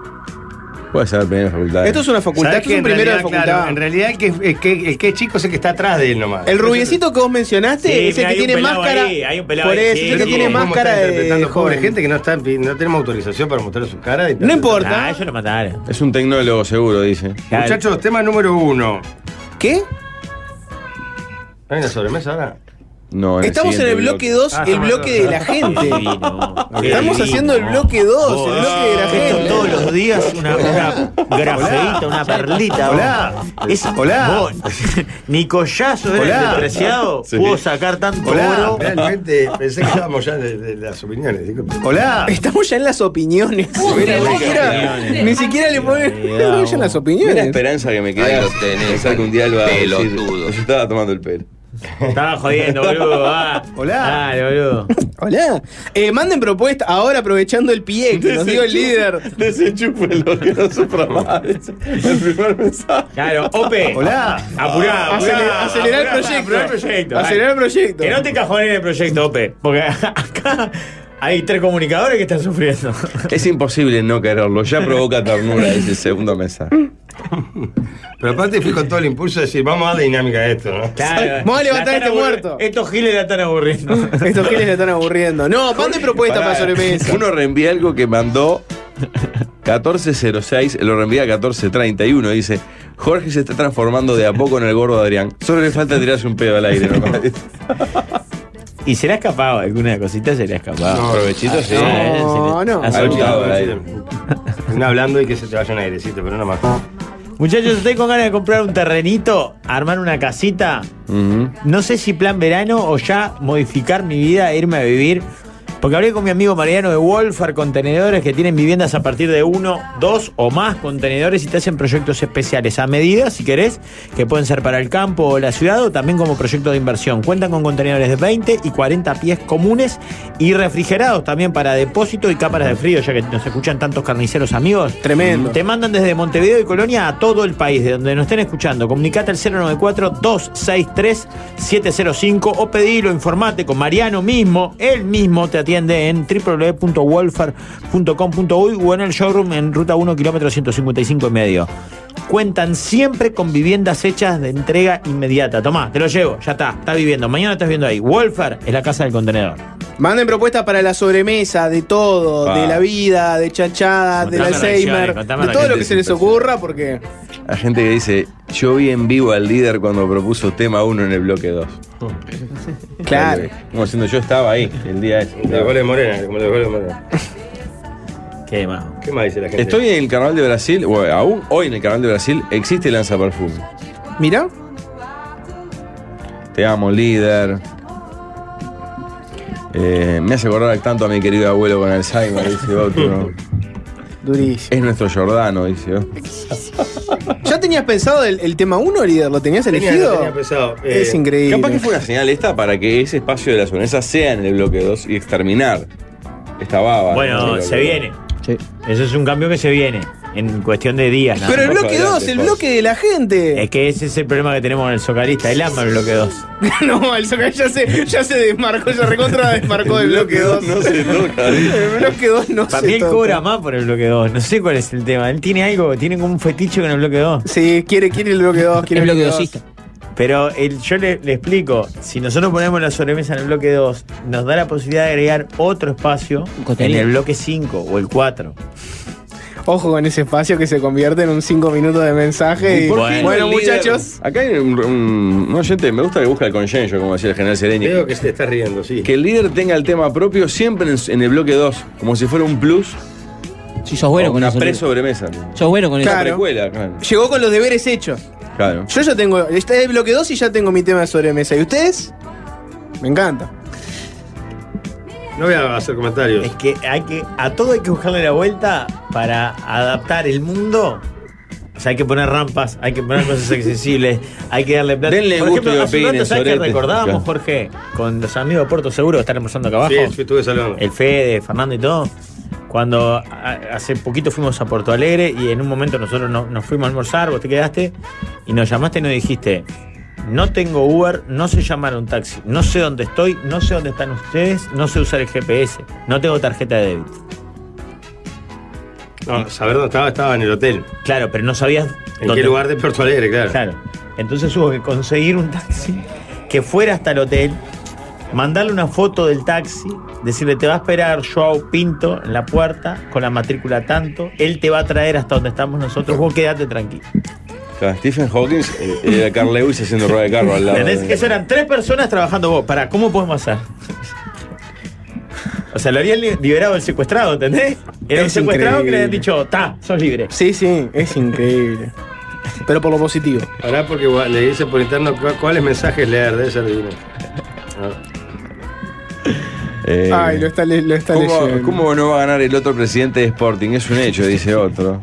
Puede ser primera facultad.
Esto es una facultad,
¿Sabés
esto
que
es
en
un primero de
realidad,
facultad.
claro, en realidad el que, el, que, el que es chico es el que está atrás de él nomás.
El rubiecito que vos mencionaste
Sí,
es el
hay
que
un
tiene
pelado
máscara.
ahí, hay un pelado
por
ahí,
eso,
sí,
es el que
sí.
tiene
¿Cómo
máscara
están
de.
interpretando pobre
joven.
gente que no, está, no tenemos autorización para mostrar su cara. y tal.
No importa.
Ah, yo lo mataron.
Es un tecnólogo seguro, dice.
Muchachos, tema número uno.
¿Qué?
¿Hay una sobremesa ahora?
No,
Estamos en el
siguiente
bloque 2,
Ah,
el
estamos en
bloque de
el
la gente.
Divino.
Estamos
Divino.
haciendo el bloque 2, el bloque de la
Esto
gente.
todos los días una, una grafeíta, una perlita.
Hola.
vos. Es,
Hola.
vos, Nico Yazo era
Hola.
el despreciado.
Sí.
Pudo sacar tanto
Hola,
oro.
realmente pensé que estábamos ya de, de las opiniones. disculpe. Hola.
Estamos ya en las opiniones.
mira,
ni,
mira,
siquiera,
mira.
ni siquiera le ponen. Estamos ya en las
Mira la
opiniones.
esperanza que me queda.
Ahí lo tenés,
Pensar que un día él va a decir,
pelotudo.
Yo estaba tomando el pelo.
Estaba jodiendo, boludo. Ah,
Hola.
Dale, boludo.
Hola. Eh, manden propuesta ahora aprovechando el pie que nos dio el líder.
Desenchúfenlo, que no sufra más. El primer mensaje.
Claro, Ope.
Hola.
Apurá, apurá,
Aceler- acelerar el
apurá,
proyecto.
apurá el proyecto.
Acelerar el proyecto.
Que no te cajones el proyecto, Ope. Porque acá hay tres comunicadores que están sufriendo.
Es imposible no quererlo. Ya provoca ternura ese segundo mensaje.
Pero aparte fui con todo el impulso de decir, vamos a dar dinámica a esto, ¿no?
Claro.
Vamos a levantar
La
este
están aburri-
muerto.
Estos giles la están aburriendo.
Estos giles le están aburriendo. No, manden propuesta para
Pará,
sobremesa.
Uno reenvía algo que mandó 1406, lo reenvía a 1431. Dice: Jorge se está transformando de a poco en el gordo de Adrián. Solo le falta tirarse un pedo al aire. ¿no?
Y se le ha escapado, alguna cosita se le ha escapado.
Ah, Provechito, sí.
No, no.
Hace
Al
un-
lado del aire.
Una hablando y que se te vaya un airecito, pero no más.
Muchachos, estoy con ganas de comprar un terrenito, armar una casita.
Ujú.
No sé si plan verano o ya modificar mi vida, e irme a vivir. Porque hablé con mi amigo Mariano de Wolfar, contenedores que tienen viviendas a partir de uno, dos o más contenedores y te hacen proyectos especiales a medida, si querés, que pueden ser para el campo o la ciudad o también como proyecto de inversión. Cuentan con contenedores de 20 y 40 pies comunes y refrigerados también para depósito y cámaras de frío, ya que nos escuchan tantos carniceros amigos.
Tremendo.
Te mandan desde Montevideo y Colonia a todo el país, de donde nos estén escuchando. Comunicate al 094-263-705 o pedilo, informate con Mariano mismo. Él mismo te atiende en www.wolfar.com.uy o en el showroom en ruta 1, kilómetro 155 y medio. Cuentan siempre con viviendas hechas de entrega inmediata. Tomá, te lo llevo, ya está, está viviendo. Mañana estás viendo ahí. Wolfar es la casa del contenedor.
Manden propuestas para la sobremesa, de todo,
Pa.
de la vida, de chachada, del
Contame las
Alzheimer,
visiones, contame
de
la
todo
gente
lo que se les
desinfección.
ocurra, porque
Hay gente que dice: Yo vi en vivo al líder cuando propuso tema 1 en el bloque 2.
claro.
Como diciendo, yo estaba ahí el día ese.
Los goles de Morena, como los goles de Morena.
Qué más.
¿Qué más dice la gente?
Estoy en el canal de Brasil, o aún hoy en el canal de Brasil, existe Lanza Perfume.
Mira,
Te amo, líder. Eh, me hace acordar tanto a mi querido abuelo con Alzheimer, dice otro.
durísimo.
Es nuestro Jordano, dice otro.
¿Ya tenías pensado el, el tema 1, líder? ¿Lo tenías
Tenía-
elegido?
tenía pensado, eh,
es increíble.
Capaz que fue una señal esta para que ese espacio de la sobremesa sea en el bloque 2 y exterminar esta baba. ¿no?
Bueno,
El
se
bloque
viene.
Sí.
Eso es un cambio que se viene en cuestión de días. nada
Pero el
Vamos
bloque
adelante,
2, el
Fox.
bloque de la gente.
Es que ese es el problema que tenemos en el Socalista, el ama el bloque 2.
no, el Soca ya se, ya se desmarcó, se recontra desmarcó
dos.
del bloque 2.
No se toca.
El bloque 2 no
Para
se
mí él
toca.
cobra más por el bloque 2, no sé cuál es el tema. Él tiene algo, tiene como un fetiche con el bloque 2.
Sí, quiere, quiere el bloque 2. Quiere
Es
el bloque
bloqueosista.
2.
Pero él- yo le, le explico, si nosotros ponemos la sobremesa en el bloque 2, nos da la posibilidad de agregar otro espacio
Un
en
contenido.
el bloque 5 o el 4.
Ojo con ese espacio que se convierte en un 5 minutos de mensaje. Y,
Por
bueno,
fin, el líder.
muchachos.
Acá hay un, un- un oyente, me gusta que busca el consenso, como decía el general Sereni.
Veo que te estás riendo, sí.
Que el líder tenga el tema propio siempre en, en el bloque 2, como si fuera un plus
Si sos bueno
o
con
una
eso. tío.
pre-sobremesa.
Sos bueno con eso.
Claro.
Precuela, claro.
Llegó con los deberes hechos.
Claro.
Yo ya tengo. Este es el bloque 2 y ya tengo mi tema de sobremesa. ¿Y ustedes? Me encanta.
No voy a hacer comentarios.
Es que hay que a todo hay que buscarle la vuelta para adaptar el mundo. O sea, hay que poner rampas, hay que poner cosas accesibles, hay que darle plata.
Denle
Por ejemplo,
gusto y
hace un rato,
este opinen,
¿sabes qué
sorete?
recordábamos,
Claro.
Jorge? Con los amigos de Puerto Seguro que están almorzando acá abajo.
Sí, sí, estuve saludando.
el Fede, Fernando y todo. Cuando a- hace poquito fuimos a Porto Alegre y en un momento nosotros no- nos fuimos a almorzar, vos te quedaste y nos llamaste y nos dijiste, no tengo Uber, no sé llamar a un taxi, no sé dónde estoy, no sé dónde están ustedes, no sé usar el GPS, no tengo tarjeta de débito.
No, saber dónde estaba, estaba en el hotel.
Claro, pero no sabías
¿En
dónde-
qué lugar de Puerto Alegre, claro?
Claro. Entonces hubo que conseguir un taxi que fuera hasta el hotel, mandarle una foto del taxi, decirle te va a esperar Joao Pinto en la puerta con la matrícula tanto, él te va a traer hasta donde estamos nosotros, vos quedate tranquilo.
Claro, Stephen Hawking eh, era Carl Lewis haciendo rueda de carro al lado.
¿Entendés?
de-
Eso eran tres personas trabajando vos. Para, ¿cómo podemos hacer? O sea, lo habían li- liberado el secuestrado, ¿entendés? Era un
Es
secuestrado que le habían
increíble.
dicho, ta, sos libre.
Sí, sí, es increíble. Pero por lo positivo.
Ahora porque gua- le dice por interno cu- cuáles mensajes leer, debe ser divino. Ah,
Eh,
Ay, lo está, le- lo está
¿cómo,
leyendo.
cómo no va a ganar el otro presidente de Sporting? Es un hecho, dice otro.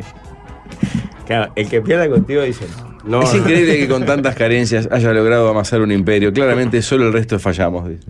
Claro, el que pierda contigo dice, no.
No,
Es
no.
increíble que con tantas carencias haya logrado amasar un imperio. Claramente solo el resto fallamos. dice.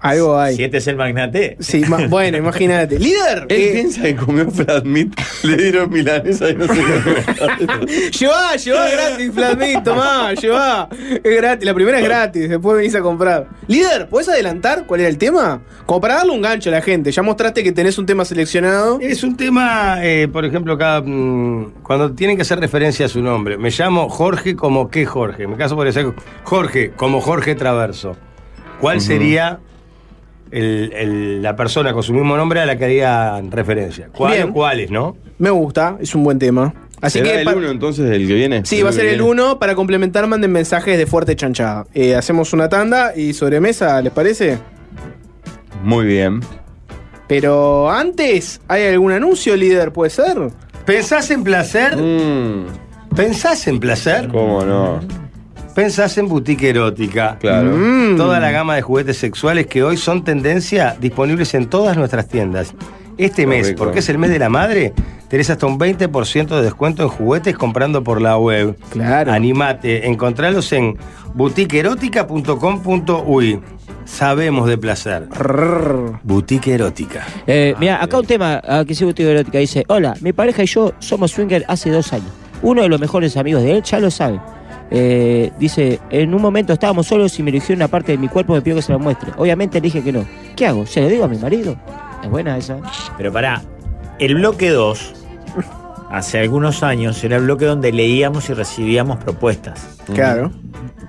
Algo hay.
Si este es el magnate.
Sí, ma- bueno, imagínate. ¡Líder!
Él
eh,
piensa que comió flat meat, le dieron milanesa y no se comió.
Llevá, llevá gratis, Flamín, tomá, llevá. Es gratis, la primera es gratis, después venís a comprar. Líder, ¿puedes adelantar cuál era el tema? Como para darle un gancho a la gente, ya mostraste que tenés un tema seleccionado.
Es un tema, eh, por ejemplo, cada, mm, cuando tienen que hacer referencia a su nombre. Me llamo Jorge como qué Jorge. En mi caso podría ser Jorge como Jorge Traverso. ¿Cuál sería el- el- la persona con su mismo nombre a la que harían referencia? ¿Cuál,
Bien.
¿Cuáles, no?
Me gusta, es un buen tema. Así
¿Será
que.
el
pa-
1 entonces el que viene?
Sí, va a ser el
viene.
1 para complementar, manden mensajes de fuerte chanchada. Eh, hacemos una tanda y sobremesa, ¿les parece?
Muy bien.
Pero antes, ¿hay algún anuncio, líder? ¿Puede ser?
¿Pensás en placer?
Mm,
¿Pensás en placer?
¿Cómo no?
Pensás en boutique erótica.
Claro.
Mm.
Toda la gama de juguetes sexuales que hoy son tendencia disponibles en todas nuestras tiendas. Este
Qué
mes,
rico.
porque es el mes de la madre, tenés hasta un 20% de descuento en juguetes comprando por la web.
Claro.
Animate, encontralos en boutiqueerótica.com.uy. Sabemos de placer.
Rrr.
Boutique erótica.
Eh, mira, acá un tema ah, que sí Guti erótica dice, hola, mi pareja y yo somos swinger hace dos años. Uno de los mejores amigos de él ya lo sabe. Eh, dice, en un momento estábamos solos y me eligió una parte de mi cuerpo, me pidió que se la muestre. Obviamente le dije que no. ¿Qué hago? ¿Se lo digo a mi marido? Es buena esa.
Pero pará, el bloque 2, hace algunos años, era el bloque donde leíamos y recibíamos propuestas.
Claro.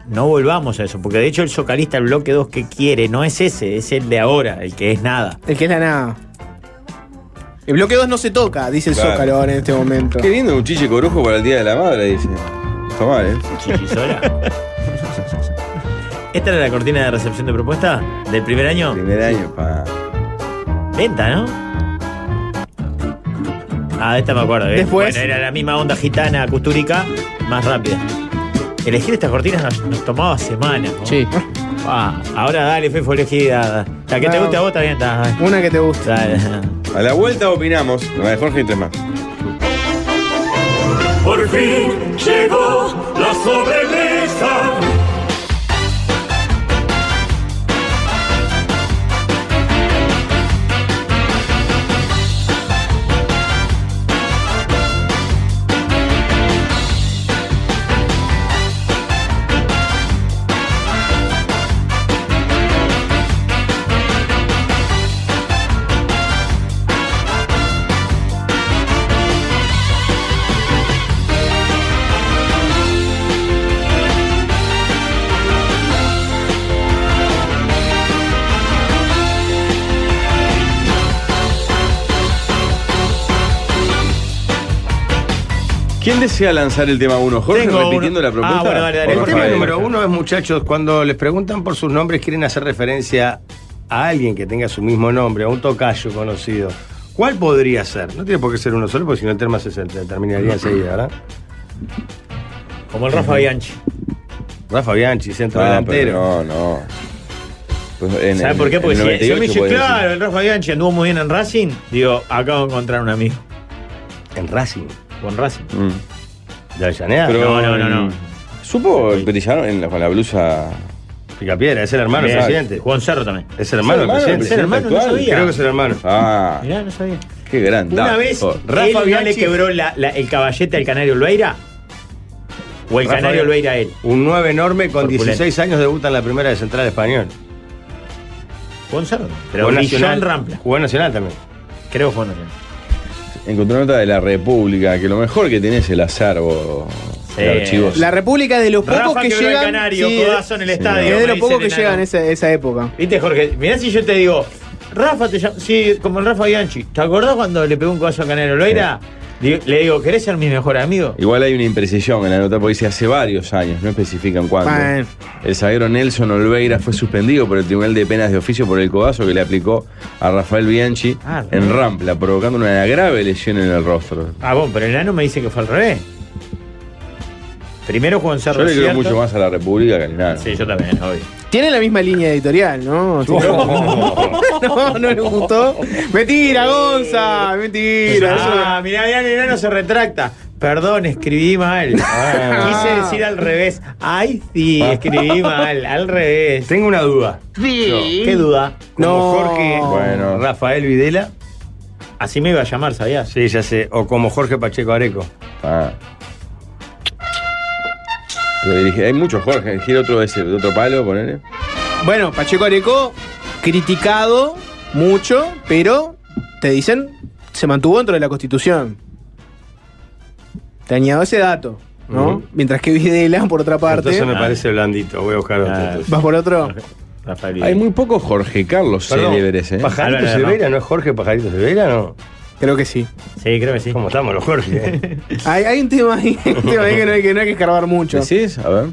No volvamos a eso, porque de hecho el socalista, el bloque 2 que quiere, no es ese, es el de ahora, el que es nada.
El que es la nada. El bloque 2 no se toca, dice el
Claro.
Zócalo ahora en este momento.
Qué lindo un chiche corujo para el Día de la Madre, dice. Tomá, ¿eh?
Chichisola. ¿Esta era la cortina de recepción de propuesta del primer año?
Primer año, pa.
Lenta, ¿no? Ah, de esta me acuerdo. ¿eh?
Después-
Bueno, era la misma onda gitana, acustúrica, más rápida. Elegir estas cortinas nos, nos tomaba semanas. ¿no?
Sí.
Ah, ahora dale, Fefo, elegida. La que te
No.
guste a vos está bien. está, dale.
Una que te gusta.
Dale.
A la vuelta opinamos. La de Jorge y tres más.
Por fin llegó la sobremesa.
¿Quién desea lanzar el tema 1? Jorge
Tengo
repitiendo
uno.
la propuesta.
Ah, bueno, dale, dale,
Por
El
Jorge.
tema
favor.
número uno es, muchachos, cuando les preguntan por sus nombres, quieren hacer referencia a alguien que tenga su mismo nombre, a un tocayo conocido. ¿Cuál podría ser? No tiene por qué ser uno solo, porque si no el tema se se- terminaría enseguida, ¿verdad?
Como el Rafa Bianchi.
Rafa Bianchi, centro
Ah, pero
delantero.
No, no. Pues en-
¿Sabes
en-
por qué?
en
Porque si- si,
98
yo me dice,
podés decir.
claro, el Rafa Bianchi anduvo muy bien en Racing, digo, acabo de encontrar un amigo.
En Racing.
Con Racing.
Mm.
De Avellaneda.
Pero,
Ah, no, no, no, no.
mm, Supo brillar en la- con la blusa.
Picapiedra, es el hermano del
Bien.
presidente.
Juan Cerro también.
Es el hermano del
¿Es el
presidente.
del hermano? No
actual?
sabía.
Creo que es el hermano.
Ah,
Mirá, no sabía.
qué gran
Una
dato.
vez
Rafa
Rafa Bianchi le
Bianchi-
quebró la- la- el caballete al Canario Olveira. O el
Rafa
Canario
Bianchi.
Olveira a él.
Un 9 enorme con
Corpulento.
16 años debuta en la primera de Central Español.
Juan Cerro. Pero
Jugó en
John
Nacional-
Rampla.
Jugó en Nacional también.
Creo que fue Nacional.
Encontré una nota de la República, que lo mejor que tiene es el acervo
Sí.
de archivos.
La República es de los pocos
Rafa
que
quebró el
llegan.
Canario,
sí,
codazo en el
Sí,
estadio.
es de
me
los
dicen
pocos que
enano.
llegan esa, esa época.
Viste, Jorge, mirá si yo te digo, Rafa te llamo. Sí, como el Rafa Bianchi. ¿Te acordás cuando le pegó un codazo a Canario Olveira? Digo- Le digo, ¿querés ser mi mejor amigo?
Igual hay una imprecisión en la nota porque dice hace varios años, no especifican cuándo.
Bueno.
El zaguero Nelson Olveira fue suspendido por el Tribunal de Penas de Oficio por el codazo que le aplicó a Rafael Bianchi
Ah,
en
no.
Rampla, provocando una grave lesión en el rostro.
Ah, bueno, pero el enano me dice que fue al revés. Primero jugó en Cerro
Yo le creo
Cierto.
mucho más a la República que al enano.
Sí, yo también, obvio.
Tiene la misma línea editorial, ¿no? No, no le gustó. Mentira, Gonza. Mentira. eso
Ah, mirá, mirá, el enano se retracta. Perdón, escribí mal. Ah. Quise decir al revés. Ay, sí, escribí mal, al revés.
Tengo una duda.
Qué duda.
Como
No.
Jorge
Bueno.
Rafael Videla.
Así me iba a llamar, ¿sabías?
Sí, ya sé. O como Jorge Pacheco Areco.
Ah. Lo dirige- Hay muchos Jorge, gira otro de, ese- de otro palo, ponele.
Bueno, Pacheco Areco, criticado mucho, pero te dicen, se mantuvo dentro de la constitución. Te añado ese dato, ¿no?
Ujú.
Mientras que Videla, por otra parte, Ah.
Entonces me parece blandito. Voy a buscar otro.
Ah,
entonces.
vas por otro.
Rafael.
Hay muy pocos Jorge Carlos
Perdón,
célebres, ¿eh?
¿Pajarito
Álvaro,
Silveira? ¿No es Jorge Pajarito Silveira? No.
Creo que sí.
Sí, creo que sí.
¿Cómo estamos los Jorge? eh?
Hay, hay un tema ahí, un tema ahí que, no hay, que no hay que escarbar mucho.
¿Decís? A ver.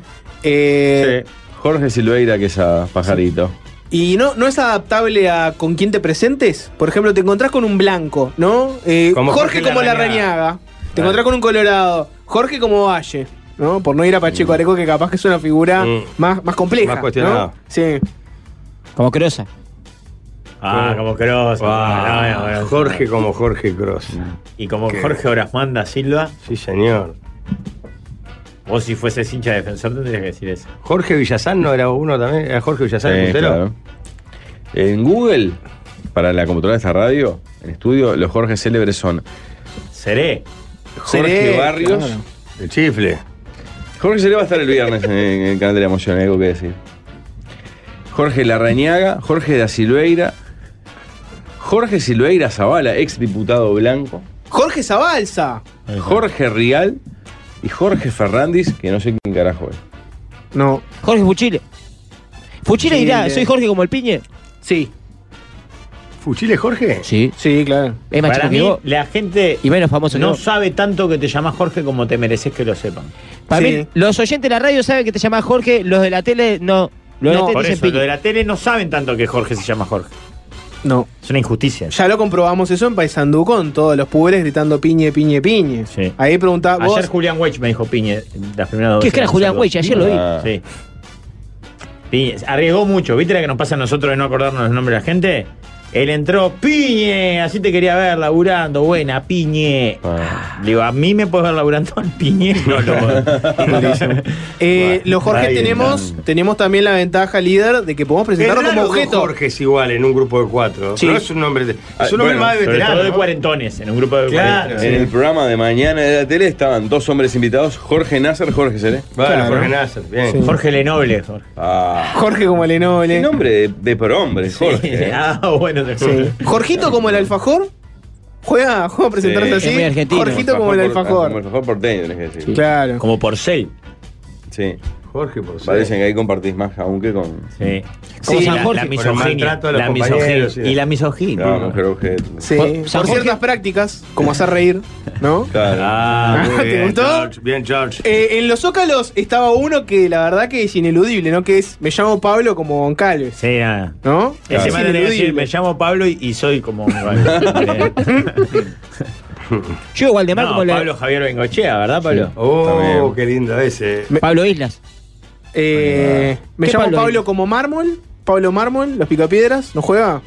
Eh,
Jorge Silveira, que es a pajarito.
Y no, no es adaptable a con quién te presentes. Por ejemplo, te encontrás con un blanco, ¿no? Eh,
Como
Jorge,
Jorge
como la
Larrañaga.
Rañaga. Te encontrás con un colorado. Jorge como Valle, ¿no? Por no ir a Pacheco Areco, que capaz que es una figura
Mm.
más, más compleja.
Más cuestionada.
¿no? Sí.
Como Crosa.
Ah, como Cross.
Ah,
ah, no, Ah. no, no.
Jorge como Jorge Cross.
Y como
¿Qué?
Jorge Orasmanda Silva,
Sí, señor.
vos si fueses hincha defensor tendrías que decir eso.
Jorge Villazán no era uno también. Era Jorge Villazán, el
Sí,
puntero?
claro. En Google, para la computadora de esta radio, en estudio, los Jorge célebres son
Seré.
Jorge
Seré,
Barrios.
claro.
El chifle.
Jorge Seré va a estar el viernes en, en el canal de la emoción, hay algo que decir. Jorge Larrañaga, Jorge da Silveira, Jorge Silveira Zavala, ex diputado blanco,
Jorge Zabalza.
Jorge Rial y Jorge Ferrandis, que no sé quién carajo es.
No.
Jorge Fuchile. Fuchile dirá,
Fuchile.
soy Jorge como el piñe.
Sí.
¿Fuchile Jorge?
Sí.
Sí, claro.
Es más
Para
chico
mí,
que vos
la gente
y menos famoso que
no
vos.
sabe tanto que te llamas Jorge como te mereces que lo sepan.
Para
Sí.
mí, los oyentes de la radio saben que te llamás Jorge, los de la tele no. Los
No,
de la
Por
tele
eso,
dicen
los de
piñe.
la tele no saben tanto que Jorge se llama Jorge.
No.
Es una injusticia.
Ya lo comprobamos eso en Paysandú con todos los pubres gritando piñe, piñe, piñe.
Sí.
Ahí preguntaba
Ayer
vos.
Julián Weich me dijo Piñe las primeras dos
¿Qué es
veces
que era
que
Julián
saludó.
Weich? Ayer lo vi.
Ah.
Sí. Piñe. Arriesgó mucho. ¿Viste la que nos pasa a nosotros de no acordarnos los nombres de la gente? Él entró, Piñe, así te quería ver laburando, buena, Piñe.
Ah.
Le digo, a mí me puedes ver laburando al Piñe. No, no.
Eh, los Jorge
nadie
tenemos,
tan-
tenemos también la ventaja líder de que podemos presentarlo como objeto.
Jorge es igual en un grupo de cuatro.
Sí.
No es un nombre. de-
Ah,
Es un nombre
bueno,
más de
Sobre
veterano.
todo de
¿no?
cuarentones, en un grupo de
Claro.
cuarentones.
En el programa de mañana de la tele estaban dos hombres invitados, Jorge Nasser, Jorge Seré.
Bueno,
Claro.
Jorge Nasser, bien.
Sí.
Jorge Lenoble. Jorge.
Ah.
Jorge como el
Qué
enoble.
nombre de, de prohombre, Jorge. eh.
ah, bueno, te
Sí. Jorgito como el alfajor. Juega, juega a presentarse
Sí.
así.
Es muy argentino.
Jorgito como el
por- Como el
alfajor.
alfajor porteño, tenés que decir.
Claro.
Como Porcel.
Sí.
Jorge, por ser.
Parecen que ahí compartís más aún que con.
Sí.
Como
Sí,
San Jorge.
la- La
Por el
misoginia.
maltrato a los
La
compañeros
misoginia.
y-
Y la misoginia.
No, mujer objeto.
Sí.
Por-
Por,
San Jorge-
ciertas prácticas, como hacer reír, ¿no?
Claro.
Ah,
Muy
¿Te
bien,
gustó?
George, bien, George.
Eh, en los zócalos estaba uno que la verdad que es ineludible, ¿no? Que es, me llamo Pablo como Goncalves,
sí, nada.
¿no?
Ese
Es
man le iba a decir,
ineludible.
me llamo Pablo y, y soy como. eh,
Yo, Waldemar,
no,
como la-
Pablo Javier Bengochea, ¿verdad, Pablo?
Oh,
También.
qué lindo ese.
Pablo Islas.
Eh, me
¿Qué
llamo
Pablo
Pablo,
es?
como mármol. Pablo Mármol, los picapiedras, ¿no juega?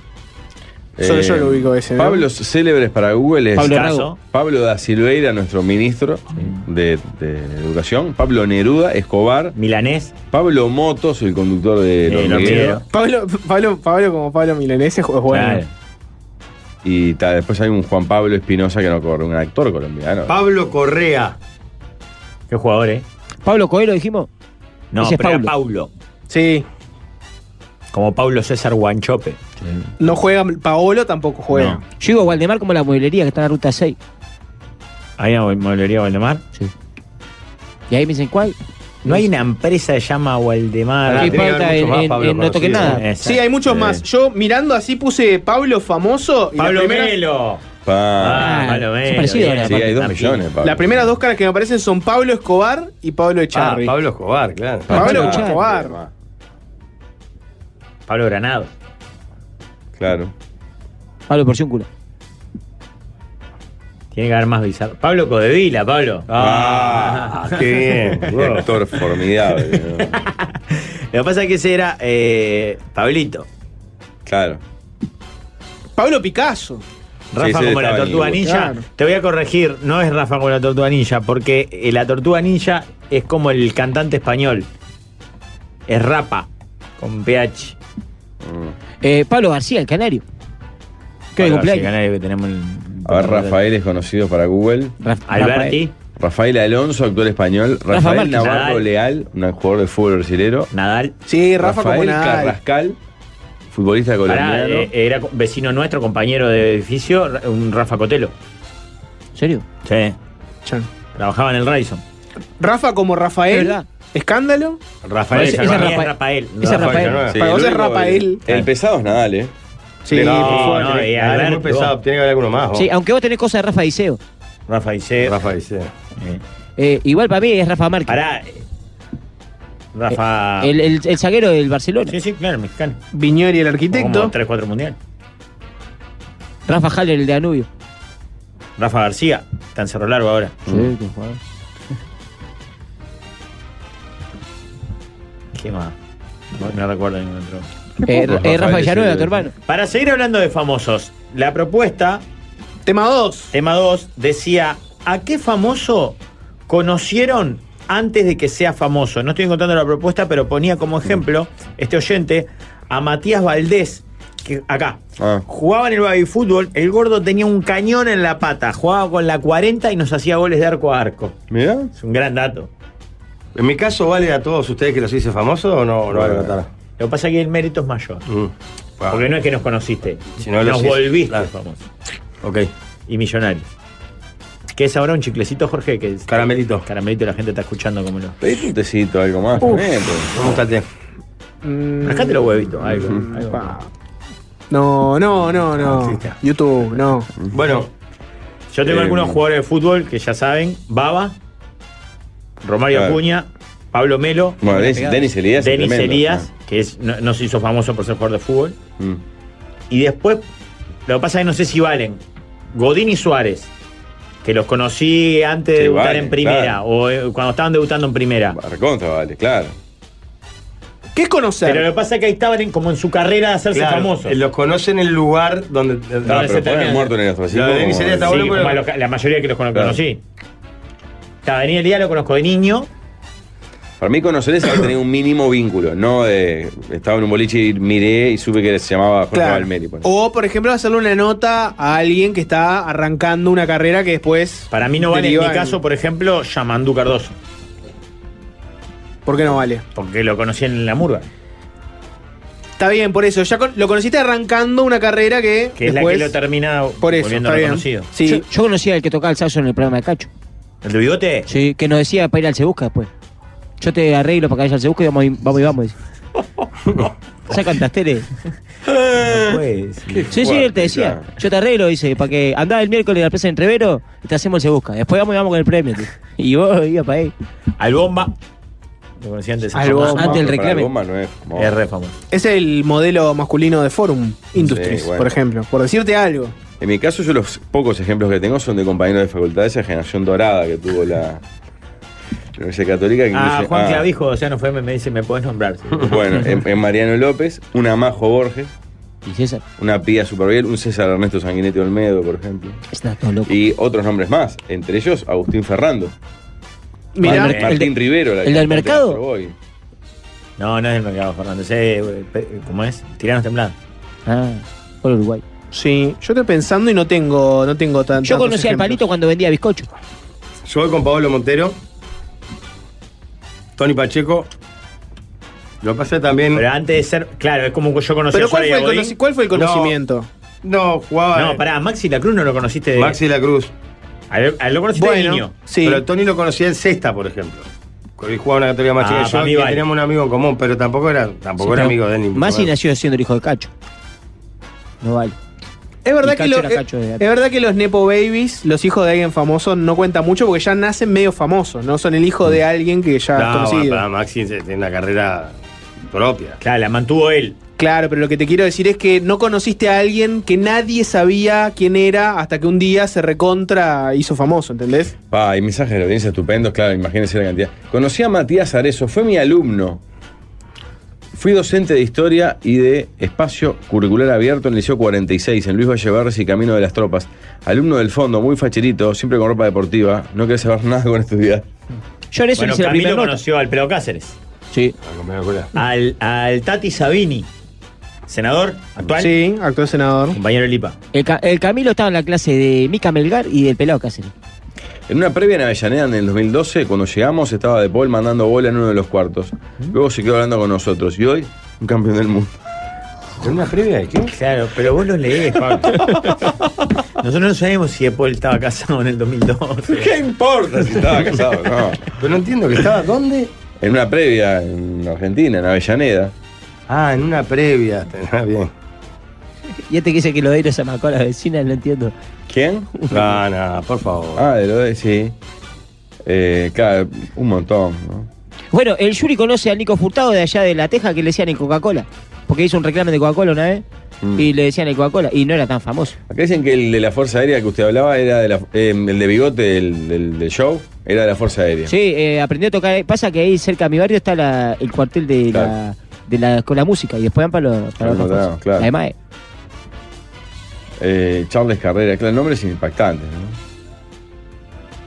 Solo
Eh,
yo lo ubico ese. ¿no?
Pablos célebres para Google es
Pablo
Pablo,
Escaso.
Rago.
da Silveira, nuestro ministro de, de Educación. Pablo Neruda, Escobar.
Milanés. eh,
Pablo Motos, el conductor de
El
Los
hormiguero.
Pablo, Pablo, Pablo como Pablo Milanese es bueno.
Claro.
Y ta, después hay un Juan Pablo Espinosa que no corre, un actor colombiano.
Pablo Correa.
Qué jugador, ¿eh?
Pablo Coelho, dijimos.
No,
Ese es
pero era Paulo.
Sí.
Como Pablo César Guanchope.
No juega Paolo, tampoco juega.
No.
Yo digo Waldemar como la mueblería que está en la ruta 6.
¿Hay una mueblería Waldemar?
Y ahí me dicen, ¿cuál?
No hay una empresa que se llama
¿Qué
Waldemar.
tiene que
importa?
haber mucho
En-
más
en-
Pablo
en no toque
conocido,
nada.
Eh,
Sí, hay muchos más. Yo mirando así puse Pablo famoso. Y
Pablo
la primera-
Melo.
Pa.
Ah, malo menos,
parecido
bien.
ahora,
sí, hay dos
Tampi.
millones, Pablo.
Las primeras dos caras que me aparecen son Pablo Escobar y Pablo
Ah,
Echarri.
Pablo Escobar, claro.
Pablo
Pachá.
Escobar.
Pablo Granado.
Claro.
Pablo Porciúncula.
Tiene que haber más bizarro. Pablo Codevila, Pablo.
Ah.
Qué bien.
Qué
wow.
actor formidable. ¿no?
Lo que pasa es que ese era eh, Pablito.
Claro.
Pablo Picasso.
Rafa
ese
como la
estaba en
tortuga
el-
ninja.
Claro.
Te voy a corregir, no es Rafa como la tortuga ninja, porque eh, la tortuga ninja es como el cantante español. Es rapa, con PH.
Eh, Pablo García, el canario. ¿Qué
Ahora, sí,
cumpleaños?
canario que tenemos en-
A ver, Rafael es conocido para Google.
Raf-
Alberti,
Rafael Alonso, actor español. Rafael
Márquez.
Navarro
Nadal.
Leal, un jugador de fútbol brasilero.
Nadal.
Sí, Rafa como
Rafael
nada.
Carrascal, futbolista
Pará,
colombiano.
eh, era co- vecino nuestro, compañero de edificio, ra- un Rafa Cotelo.
Rafael. ¿En serio?
Sí.
Chan.
Trabajaba en el Rayson.
Rafa como
Es
Rafael.
verdad.
Escándalo.
Rafael
Ese-
Para
ese
mí
Rafael.
Rafael.
Ese
Rafael.
Rafael.
Villanueva.
Para vos
el
es
único-
Rafael.
El, el pesado es Nadal, ¿eh?
Sí,
no,
por favor.
no, eh,
Ah, es muy
Alberto.
pesado, tiene que haber alguno
Oh.
más. vos.
Sí, aunque vos tenés cosas de Rafa Diceo.
Rafa Iseo.
Rafael, sí.
Eh,
Eh, igual para mí es Rafa Márquez.
Pará. eh, Rafa.
El, el, Eh, el zaguero del Barcelona.
Sí, sí, claro, mexicano.
Viñori el
Como
arquitecto.
3-4 mundial.
Rafa Haller, el de Anubio.
Rafa García, está en Cerro Largo ahora. Mm.
Sí, qué jugador.
¿Qué más? No, no recuerdo ningún otro.
Eh,
poco,
eh,
Rafael
Rafa Villanueva,
Diceo.
tu hermano.
Para seguir hablando de famosos, la propuesta,
Tema 2.
tema 2, decía: ¿a qué famoso conocieron antes de que sea famoso? No estoy encontrando la propuesta, pero ponía como ejemplo este oyente a Matías Valdés, que acá.
Ah.
Jugaba en el baby fútbol, el gordo tenía un cañón en la pata, jugaba con la 40 y nos hacía goles de arco a arco.
Mirá.
Es un gran dato.
En mi caso, ¿vale a todos ustedes que los hice famosos o no, no vale la tara?
Lo que pasa es que el mérito es mayor.
Mm. Wow.
Porque no es que nos conociste,
Si no lo
nos
hiciste,
volviste
claro.
famosos
Ok,
y millonarios. ¿Qué es ahora un chiclecito, Jorge? Que es
caramelito.
caramelito, la gente está escuchando como lo.
Pedite un tecito, algo más. también, pues.
¿Cómo está el té?
Rascate los huevitos, algo. algo.
No, no, no, no. YouTube, no.
Bueno,
Yo tengo
Eh,
algunos jugadores de fútbol que ya saben: Baba, Romario
Claro.
Acuña, Pablo Melo,
Bueno, Denis, Denis Elías. es
Denis
tremendo.
Elías, que es, no, no se hizo famoso por ser jugador de fútbol.
Ah. Mm.
Y después, lo que pasa es que no sé si valen. Godín y Suárez, que los conocí antes de
Sí,
debutar
valen,
en primera,
claro.
o eh, cuando estaban debutando en primera.
Ah, Recontra, vale, claro.
¿Qué es
Pero lo
conocer?
que pasa es que ahí estaban en- como en su carrera de hacerse
claro,
famosos.
eh, los conocen en el lugar donde. eh,
Ah,
se
pero
termina
ponen
de-
muerto en el ostracismo.
Lo de Denis
como-
Elías está
Sí,
bueno, pero-
como a los- la mayoría que los conozco,
Claro.
conocí. Está, Daniel Elías lo conozco de niño.
Para mí conocer es tener un mínimo vínculo, no de estaba en un boliche y miré y supe que se llamaba Jorge
Claro.
Valmeri. pues.
O, por ejemplo, hacerle una nota a alguien que está arrancando una carrera que después.
Para mí no vale en
deriva
mi caso, por ejemplo, Yamandú Cardoso,
¿Por qué no vale?
porque lo conocí en la murga,
Está bien, por eso. Ya con- lo conociste arrancando una carrera que.
que es la
después,
que lo termina
Por eso,
volviendo
está bien.
reconocido.
Sí.
Yo, yo conocía al que tocaba el saxo en el programa de Cacho.
¿El de bigote?
Sí, que nos decía para ir al Sebusca después. Yo te arreglo para que vayas al Sebusca y vamos y vamos. Y vamos dice. Sacan tasteles.
No puede ser.
Sí, sí,
fuerte,
él te decía.
claro.
Yo te arreglo, dice, para que andá el miércoles a la plaza de Entrevero y te hacemos el Sebusca. Después vamos y vamos con el premio. dice. Y vos ibas para ahí.
Al bomba. Lo conocí antes.
Al Bomba.
Antes del
Pero para
reclame.
el Bomba no es como-
Es re famoso.
Es el modelo masculino de Forum Industries,
Sí, bueno.
por ejemplo. Por decirte algo.
En mi caso, yo los pocos ejemplos que tengo son de compañeros de facultad de esa generación dorada que tuvo la, la Universidad Católica. Que
Ah,
dice,
Juan
ah,
Clavijo, o sea, no fue, me, me dice, me podés nombrar. Sí.
Bueno, en, en Mariano López, un Amajo Borges,
Y César,
una Pía Superviel, un César Ernesto Sanguinetti Olmedo, por ejemplo.
está todo loco.
Y otros nombres más, entre ellos Agustín Ferrando,
Mirá,
Ah,
Martín
el de-
Rivero, la
el del
cantante de
mercado.
Astro Boy.
No, no es el mercado, Fernando. Ese, eh, pe- ¿Cómo es? Tiranos temblando.
Ah, por Uruguay.
sí, yo estoy pensando y no tengo, no tengo tan-
Yo
tantos
conocí al
ejemplos.
palito cuando vendía bizcocho.
yo voy con Pablo Montero, Tony Pacheco. Lo pasé también.
Pero antes de ser. Claro, es como que yo conocí
Pero
a
¿cuál
Suárez
fue, el
y a
conoci- cuál fue el
No.
conocimiento?
No, jugaba.
Godín. No, pará, Maxi La Cruz no lo conociste de.
Maxi La Cruz.
A ver, a- lo conociste de niño.
sí.
Pero Tony lo conocía en sexta, por ejemplo. Porque él jugaba una categoría más
Ah,
chica que
para
yo
mí
y
vale.
teníamos un amigo en común, pero tampoco era, tampoco era amigo de él. ni mucho
Más y
menos.
nació siendo el hijo de Cacho. No vale.
Es verdad,
Y
que
Cacho
lo-
era
eh,
Cacho de
es
Ate.
verdad que los Nepo Babies, los hijos de alguien famoso, no cuentan mucho porque ya nacen medio famosos, no son el hijo
Mm.
de alguien que ya es
No,
conocido.
para Maxi tiene una carrera propia.
Claro, la mantuvo él.
Claro, pero lo que te quiero decir es que no conociste a alguien que nadie sabía quién era hasta que un día se recontra hizo famoso, ¿entendés?
Pa, hay mensajes de la audiencia estupendos, claro, imagínense la cantidad. Conocí a Matías Arezo, fue mi alumno. Fui docente de historia y de espacio curricular abierto en el Liceo 46, en Luis Vallevarres y Camino de las Tropas. Alumno del fondo, muy facherito, siempre con ropa deportiva. No querés saber nada con estudiar.
Yo en eso
Bueno,
hice la primera
Camilo
nota.
conoció al Pelo Cáceres,
Sí.
Ah,
al, al Tati Sabini, senador actual,
Sí, actual senador.
compañero de Lipa.
El, Ca- el Camilo estaba en la clase de Mica Melgar y del Pelado Cáceres.
En una previa en Avellaneda en el 2012, cuando llegamos, estaba De Paul mandando bola en uno de los cuartos. Luego se quedó hablando con nosotros. Y hoy, un campeón del mundo.
¿En una previa de qué?
Claro, pero vos los lees, Pablo. Nosotros no sabemos si Paul estaba casado en el 2012.
¿Qué importa si estaba casado? No.
Pero no entiendo que estaba dónde.
En una previa en Argentina, en Avellaneda.
Ah, en una previa. Ah, bien.
Y este que dice que lo de ir a Zamacó a la vecina, no entiendo.
¿Quién?
No, no, por favor.
Ah, de lo de, sí. Eh, claro, un montón, ¿no?
Bueno, el Yuri conoce al Nico Furtado de allá de La Teja que le decían el Coca-Cola. Porque hizo un reclame de Coca-Cola una vez
Mm.
y le decían el Coca-Cola y no era tan famoso.
Acá dicen que el de la Fuerza Aérea que usted hablaba era de la, eh, el de bigote del, del- del show, era de la Fuerza Aérea.
Sí, eh, aprendió a tocar. Pasa que ahí cerca de mi barrio está la- el cuartel de la,
Claro.
de la escuela de música y después van para, los para
Ah,
otras
no,
cosas.
claro.
Además, eh,
Eh, Charles Carrera, claro, nombres impactantes,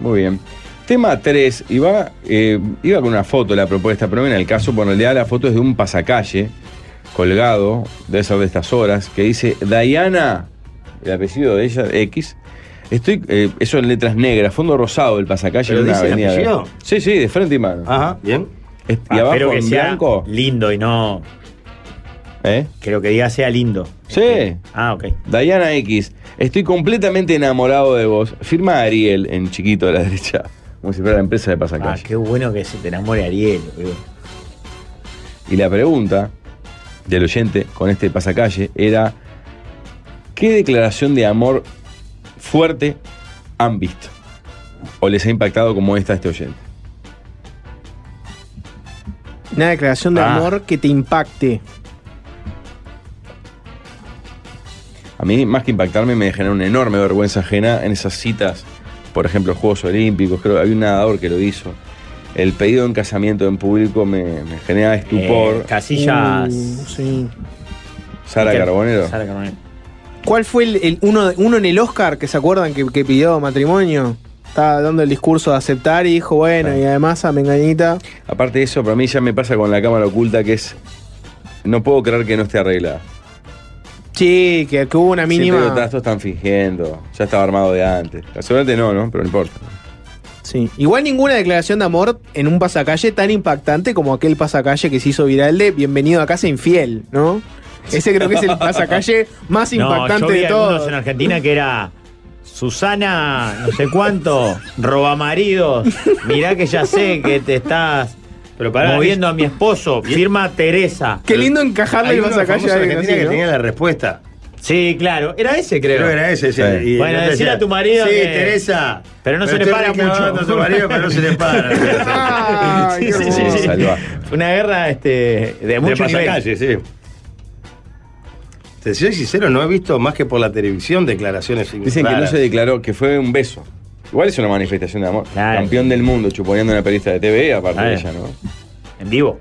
¿no? Muy bien. Tema 3, iba, eh, iba con una foto la propuesta, pero no viene el caso, porque en realidad la foto es de un pasacalle colgado, debe ser de estas horas, que dice Diana, el apellido de ella, X. Estoy, eh, eso en letras negras, fondo rosado el pasacalle
¿Pero
de una
dice el
avenida.
apellido? Ah,
Sí, sí, de frente y mano.
Ajá, bien.
Es- y
Ah,
abajo
espero que
en
sea
blanco.
lindo y no.
¿Eh?
Que lo que diga sea lindo.
Sí.
Ah, ok.
Diana X, estoy completamente enamorado de vos. Firma Ariel en chiquito a la derecha. Como si fuera la empresa de
Ah,
pasacalle.
qué bueno que se te enamore Ariel. boludo.
Y la pregunta del oyente con este pasacalle era: ¿qué declaración de amor fuerte han visto? ¿O les ha impactado como esta a este oyente?
Una declaración de
Ah.
amor que te impacte.
A mí, más que impactarme, me genera una enorme vergüenza ajena en esas citas. Por ejemplo, Juegos Olímpicos, creo que había un nadador que lo hizo. El pedido en casamiento en público me, me genera
Eh,
estupor.
Casillas.
Uh, sí.
Sara Carbonero.
Sara Carbonero.
¿Cuál fue el, el- uno, uno en el Oscar que se acuerdan que, que pidió matrimonio? Estaba dando el discurso de aceptar y dijo, bueno, y además a Mengañita.
Aparte de eso, para mí ya me pasa con la cámara oculta que es. No puedo creer que no esté arreglada.
Sí, que, que hubo una
Siempre los
mínima.
trastos están fingiendo. Ya estaba armado de antes. Seguramente no, ¿no? Pero no importa.
Sí. Igual ninguna declaración de amor en un pasacalle tan impactante como aquel pasacalle que se hizo viral de Bienvenido a casa infiel, ¿no? Ese creo que es el pasacalle más impactante
no, yo vi
de
algunos
todos.
en Argentina que era Susana, no sé cuánto, roba maridos. Mirá que ya sé que te estás
Pero pará,
moviendo a mi esposo. Firma Teresa.
Qué lindo encajarle
Hay
el
uno famoso
pasacalle
de
a alguien
Argentina
así,
que
¿no?
tenía la respuesta.
Sí, claro. Era ese, creo.
Creo que era ese. sí.
Sí.
Y
Bueno,
el otro
decile
decía,
a tu marido
Sí,
que-
Teresa.
Pero no se le
estoy
para
reclamando
mucho.
a tu marido, pero no se le para.
Sí,
Ay, qué
sí, sí,
hermoso.
sí.
Salvaje.
Fue Una guerra este, de
De
mucho nivel.
pasacalle, sí. Te soy sincero, no he visto más que por la televisión declaraciones
Dicen que no
raras.
se declaró, que fue un beso. Igual es una manifestación de amor.
Claro.
Campeón del mundo, chuponeando una periodista de TV, aparte de ella,
Claro.
¿no?
En vivo.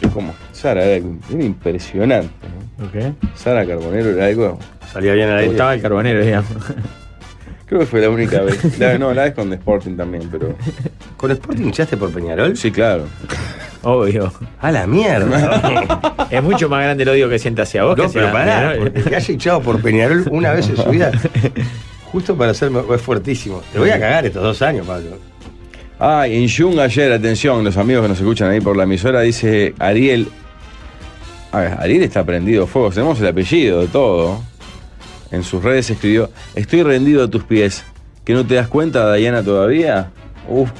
Es como. Sara era, era impresionante, ¿no? Sara Carbonero era algo.
Salía bien al
Te
aire.
gustaba el carbonero, digamos.
Creo que fue la única vez. La- no, la vez con The Sporting también, pero.
¿Con Sporting hinchaste por Peñarol?
Sí, claro.
Obvio.
A la mierda.
Es mucho más grande el odio que siente hacia vos que
No,
hacia
pero pará,
Peñarol.
porque que haya hinchado por Peñarol una vez en su vida, justo para hacerme, es fuertísimo. Te voy a cagar estos dos años, Pablo.
Ah, en Jung ayer, atención, los amigos que nos escuchan ahí por la emisora, dice Ariel. A ver, Ariel está prendido fuego, tenemos el apellido de todo. En sus redes escribió: Estoy rendido a tus pies. ¿Que no te das cuenta, Diana, todavía? Uf.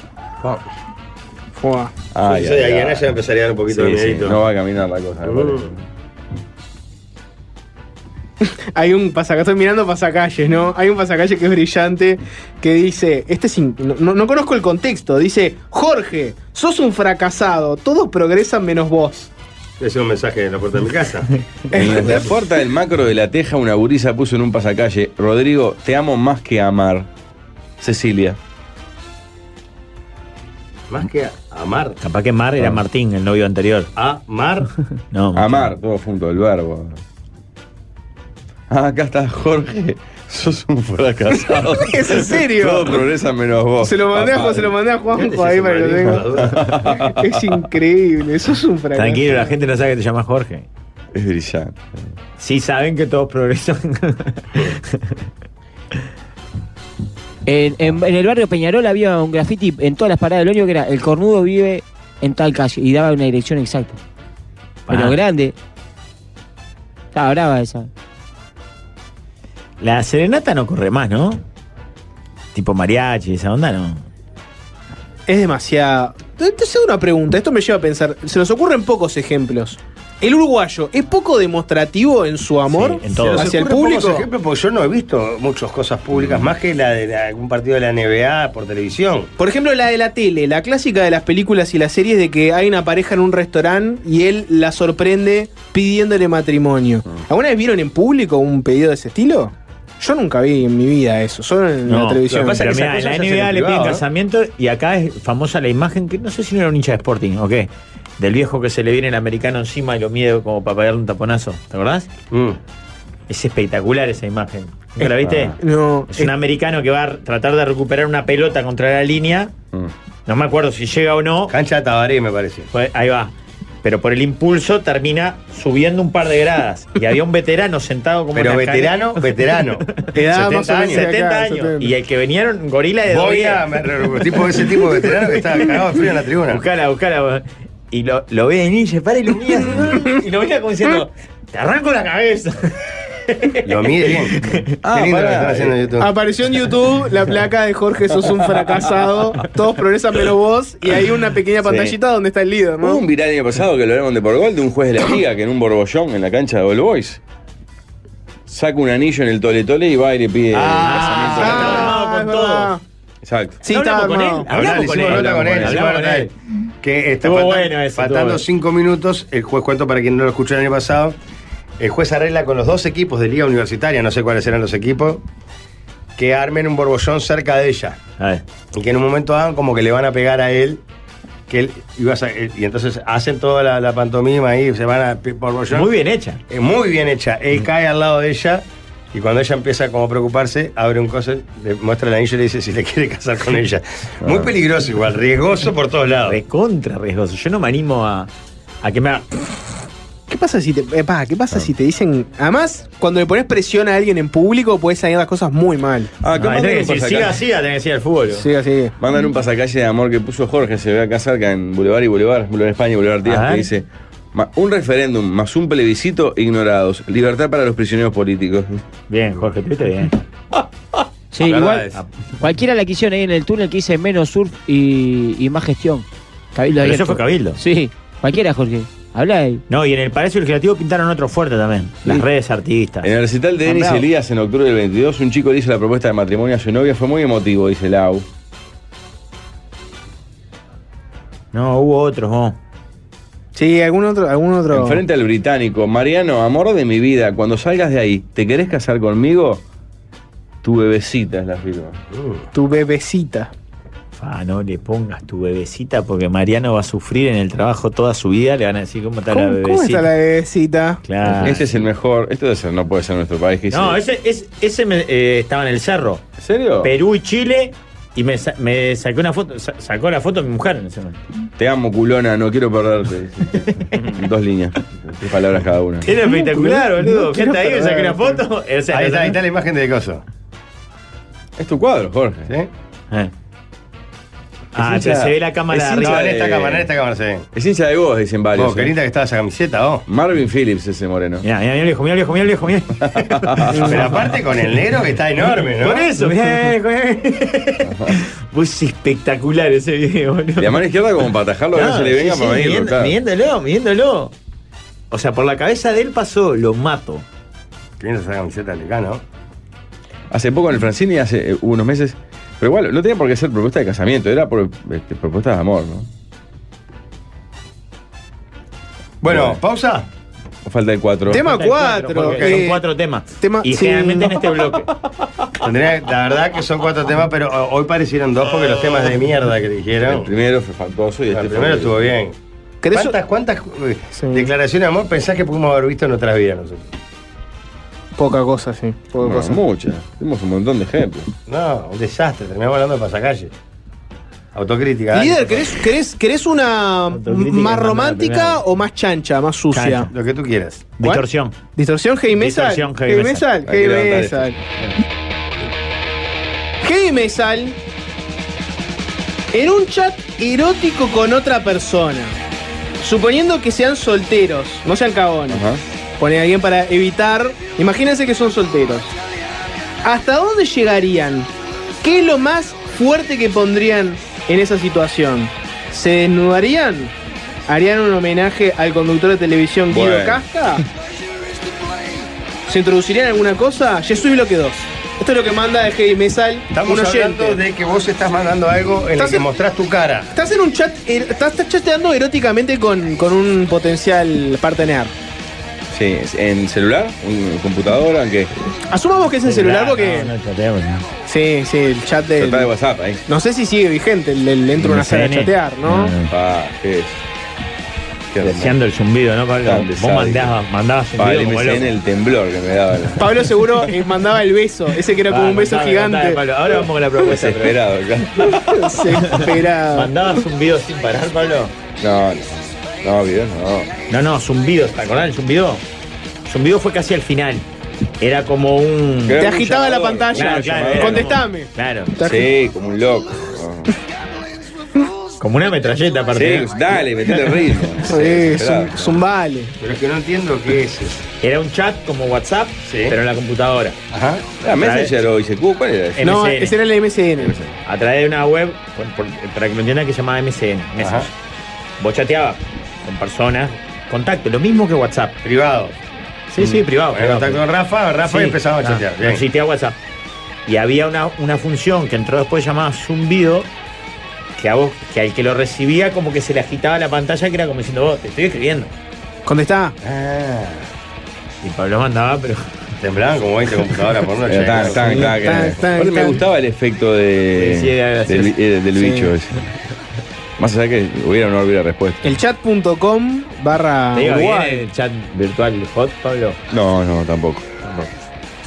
Fua.
Ay,
Yo soy
ay,
Diana,
ay.
ya me empezaría a dar un poquito Uh.
Sí,
de
sí,
miedito.
No va a caminar la cosa. me
Mm.
parece.
Hay un pasacalle, estoy mirando pasacalles, ¿no? Hay un pasacalle que es brillante que dice, este es in- no, no- no conozco el contexto, dice, Jorge, sos un fracasado, todos progresan menos vos.
Es un mensaje en la puerta de mi casa.
En la puerta del macro de la teja, una gurisa puso en un pasacalle: Rodrigo, te amo más que amar. Cecilia.
Más que amar.
Capaz que Mar era Martín, el novio anterior.
Amar.
No,
Amar, todo junto, el verbo. Ah, acá está Jorge. Sos un fracasado.
¿Es en serio?
Todo progresa menos vos.
Se lo mandé a, Ju-
Oh, papá.
se lo mandé a Juanjo
Ese
ahí
es
para que lo
el
tenga.
marido.
Es increíble, sos un fracasado.
Tranquilo, la gente no sabe que te llamas Jorge.
Es brillante.
Sí saben que todos progresan.
En, en- en el barrio Peñarol había un graffiti en todas las paradas. Lo único que era, el cornudo vive en tal calle. Y daba una dirección exacta. Pero
Ah.
grande. Estaba brava esa.
la serenata no corre más, ¿no? Tipo mariachi, esa onda, ¿no?
Es demasiado. Te te hago una pregunta, esto me lleva a pensar. Se nos ocurren pocos ejemplos. El uruguayo es poco demostrativo en su amor
Sí, en todo.
hacia el
Ocurren pocos
público.
ejemplos, porque yo no he visto muchas cosas públicas, más que la de la- algún partido de la NBA por televisión.
Por ejemplo, la de la tele, la clásica de las películas y las series de que hay una pareja en un restaurante y él la sorprende pidiéndole matrimonio.
Ah.
¿Alguna vez vieron en público un pedido de ese estilo? Yo nunca vi en mi vida eso, solo en
No,
la
lo
televisión.
que pasa es
Pero
que
mira,
esas
en la
cosas se hacen
NBA
en
le piden
privado, ¿no?
casamiento y acá es famosa la imagen que no sé si no era un hincha de Sporting o qué. Del viejo que se le viene el americano encima y lo mide como para pegarle un taponazo. ¿Te acordás?
Mm.
Es espectacular esa imagen. ¿Nunca la viste?
No,
Es un americano que va a tratar de recuperar una pelota contra la línea.
Mm.
No me acuerdo si llega o no.
Cancha de Tabaré, me parece.
Pues, ahí va. Pero por el impulso termina subiendo un par de gradas. Y había un veterano sentado como
Pero
una
veterano, veterano.
Edad más o
cana-
menos
70
de acá,
años.
70.
Y el que venían, un gorila de
Voy a.
dos
me re- tipo, ese tipo de veterano que estaba cagado de frío en la tribuna.
Buscala, buscala. Y lo, lo ve de ninja, para y lo mira. y lo mira como diciendo, te arranco la cabeza.
Lo mide bien.
Ah,
Qué lindo lo que
pará,
están haciendo en YouTube.
Apareció en YouTube la placa de Jorge Sos un fracasado, todos progresan menos vos, y hay una pequeña pantallita donde está el líder,
Hubo
¿no?
un viral el año pasado que lo hablamos de por gol de un juez de la liga que en un borbollón en la cancha de All Boys saca un anillo en el tole tole y va y le pide.
Ah,
casamiento.
ah. armado con
es verdad.
Exacto.
Sí,
¿No
está
hablamos con
armado.
él? Hablamos con él,
Hicimos nota con él,
hablamos
hicimos
con
nota
él.
con él. Que está
Estuvo
faltan-
bueno eso,
faltando
estuvo
cinco minutos, el juez cuento para quien no lo escuchó el año pasado. El juez arregla con los dos equipos de Liga Universitaria, no sé cuáles eran los equipos, que armen un borbollón cerca de ella.
A
Ah,
ver.
Y que en un momento hagan como que le van a pegar a él. Que él iba a sa- y entonces hacen toda la, la pantomima ahí, se van a pe- borbollón.
Muy bien hecha.
Eh, muy bien hecha. Él cae al lado de ella y cuando ella empieza como a preocuparse, abre un coso, le muestra el anillo y le dice si le quiere casar con ella. Muy peligroso igual, riesgoso por todos lados.
Recontra riesgoso. Yo no me animo a, a que me haga.
¿Qué pasa si te, epa, ¿qué pasa si te dicen? Además, cuando le pones presión a alguien en público, puedes salir las cosas muy mal.
Ah, acá
No,
mandan,
tenés que
un
decir,
pasacalle.
siga, siga, tenés que decir al fútbol.
Sí, así.
Mandan un pasacalle de amor que puso Jorge, se ve acá cerca en Boulevard y Boulevard, Boulevard España y Boulevard
A
Artigas, que
ver.
dice. "Ma- Un referéndum más un plebiscito ignorados. Libertad para los prisioneros políticos.
Bien, Jorge, estuviste bien.
Sí,
La verdad
igual. Cualquiera la que hicieron ahí en el túnel que hice menos surf y, y más gestión. Cabildo
Pero
abierto.
eso fue Cabildo.
Sí, cualquiera, Jorge. Habla ahí.
No, y en el Palacio Legislativo pintaron otro fuerte también. Las redes artistas.
En
Eh.
el recital de Denis
Cambiado.
Elías en octubre del 22, un chico le hizo la propuesta de matrimonio a su novia. Fue muy emotivo, dice Lau.
No, hubo otros, vos.
Sí, algún otro, algún otro.
Enfrente al británico, Mariano, amor de mi vida, cuando salgas de ahí, ¿te querés casar conmigo? Tu bebecita es la firma.
Tu bebecita.
Fa, Ah, no le pongas tu bebecita porque Mariano va a sufrir en el trabajo toda su vida. Le van a decir cómo está
¿Cómo,
la
cómo
bebecita.
está la bebecita?
Claro.
Ese Este es el mejor. Esto debe ser- no puede ser nuestro país. ¿qué
Ah. no,
sé?
ese, ese, ese me- eh, estaba en el cerro.
¿En serio?
Perú y Chile. Y me, sa- me sacó una foto, sa- sacó la foto mi mujer en ese momento.
Te amo, culona, no quiero perderte. dice. Dos líneas, tres palabras cada una.
Era espectacular, boludo.
¿eh? no quiero
Fíjate ahí, me saqué una
perder.
foto. O sea,
Ahí está,
no-
ahí está la imagen del coso.
Es tu cuadro, Jorge.
¿sí?
Eh. Ah,
hincha-
se ve la cámara
es
de
hincha
No,
arriba.
en esta
Eh.
cámara, en esta cámara se ve.
Es hincha de vos, dicen varios.
Oh, qué
¿eh?
linda que estaba esa camiseta, oh.
Marvin Phillips, ese moreno.
Mirá, mirá, mirá el viejo, mirá el viejo, mirá el viejo, mirá.
Pero aparte con el negro que está enorme, ¿no?
Por eso, mirá, mirá el viejo, mirá. Vos es espectacular ese video, boludo.
La mano izquierda como para atajarlo,
Ah,
que no se le venga para venir.
midiéndolo, midiéndolo. O sea, por la cabeza de él pasó, lo mato.
piensa esa camiseta le gana.
Hace poco en el Francini, hace eh, unos meses. Pero igual, no tenía por qué ser propuesta de casamiento, era por, este, propuesta de amor, ¿no?
Bueno, pausa.
Falta el 4.
Tema
Falta el cuatro,
4.
porque Son cuatro temas.
tema-
y
sí.
generalmente en este bloque.
Tendría- la verdad que son cuatro temas, pero oh, hoy parecieron dos porque los temas de mierda que
El
dijeron.
primero fue faltoso y
El
este
primero estuvo bien.
¿Querés-
¿Cuántas, cuántas eh,
Sí.
declaraciones de amor pensás que pudimos haber visto en otras vidas nosotros?
Poca cosa, sí. Poca
No,
cosa.
muchas. Tenemos un montón de ejemplos.
No, un desastre. Terminamos hablando de pasacalle. Autocrítica. dale,
Líder,
por favor.
¿querés, querés, querés una
Autocrítica
más
es
romántica
mandar
o más chancha, más sucia?
Chancha.
Lo que tú quieras.
¿Cuál?
Distorsión.
Distorsión heavy metal.
Distorsión, heavy
Ah,
metal.
Hay
Heavy
que levantar
metal. Heavy metal. En un chat erótico con otra persona. Suponiendo que sean solteros, no sean cagones.
Ajá.
Pone alguien para evitar. Imagínense que son solteros. ¿Hasta dónde llegarían? ¿Qué es lo más fuerte que pondrían en esa situación? ¿Se desnudarían? ¿Harían un homenaje al conductor de televisión Guido
Bueno.
Casca? ¿Se introducirían alguna cosa? Jesús Bloque 2. Esto es lo que manda el Heavy Metal.
Estamos
un oyente.
hablando de que vos estás mandando algo en el
Estás
que
en-
mostrás tu cara.
Estás en un chat, er- estás, estás chateando eróticamente con, con un potencial partener.
Sí, es en celular, un computadora, que
Asumamos que es en celular porque.
No, no, chateamos, no.
Sí, sí, el chat del.
Tratá de WhatsApp ahí.
No sé si sigue vigente el, el entro a una sala a
MSN.
chatear, ¿no?
Pa, ¿qué es? Ah, Qué
Mm.
Ah,
Deseando el zumbido, ¿no, Pablo?
Tan
Vos
sádico.
mandabas, mandabas zumbido.
Pa, el
como
MCN,
loco.
el temblor que me daba. ¿no?
Pablo seguro eh, mandaba el beso, ese que era como
Ah,
un beso
contame, contame,
gigante.
Pablo. Ahora vamos con la propuesta. pero-
Desesperado, claro.
Desesperado.
¿Mandabas zumbido sin parar, Pablo?
No, no, no, video, no.
No, no, zumbido. ¿Te acordás del zumbido? Zumbido fue casi al final. Era como un.
Creo-
Te agitaba la
Claro,
pantalla.
claro,
era
Contestame.
como- Claro.
Sí, como un loco. no.
Como una metralleta aparte.
Sí, dale, metete el ritmo. Ah,
Sí,
Desesperado.
zum- zumbale.
Pero es que no entiendo qué es eso.
Era un chat como WhatsApp,
Sí.
pero en la computadora.
Ajá.
Era Messenger o ICQ, ¿cuál era?
MSN.
No, ese era el MSN.
A través de una web, por- por- para que lo entiendan, que se llamaba MSN. Messenger.
Ajá.
Vos chateabas con personas, contacto, lo mismo que WhatsApp.
Privado.
Sí, sí, privado.
En
privado.
contacto con Rafa, Rafa y
Sí.
empezaba a
Ah,
chatear. Bien.
existía WhatsApp. Y había una, una función que entró después llamada zumbido, que a vos, que al que lo recibía como que se le agitaba la pantalla, que era como diciendo, vos, te estoy escribiendo.
Contestá.
Ah,
Y Pablo mandaba, pero
temblaban como 20 computadoras por noche.
Era tan, tan, tan, que-
Tan, tan,
Aparte me
tan.
gustaba el efecto de,
Sí, era gracioso.
del, eh, del
Sí.
bicho ese. Más allá que hubiera o no hubiera respuesta.
El chat.com barra
te iba bien
Uruguay.
el chat virtual hot, Pablo.
No, no, tampoco.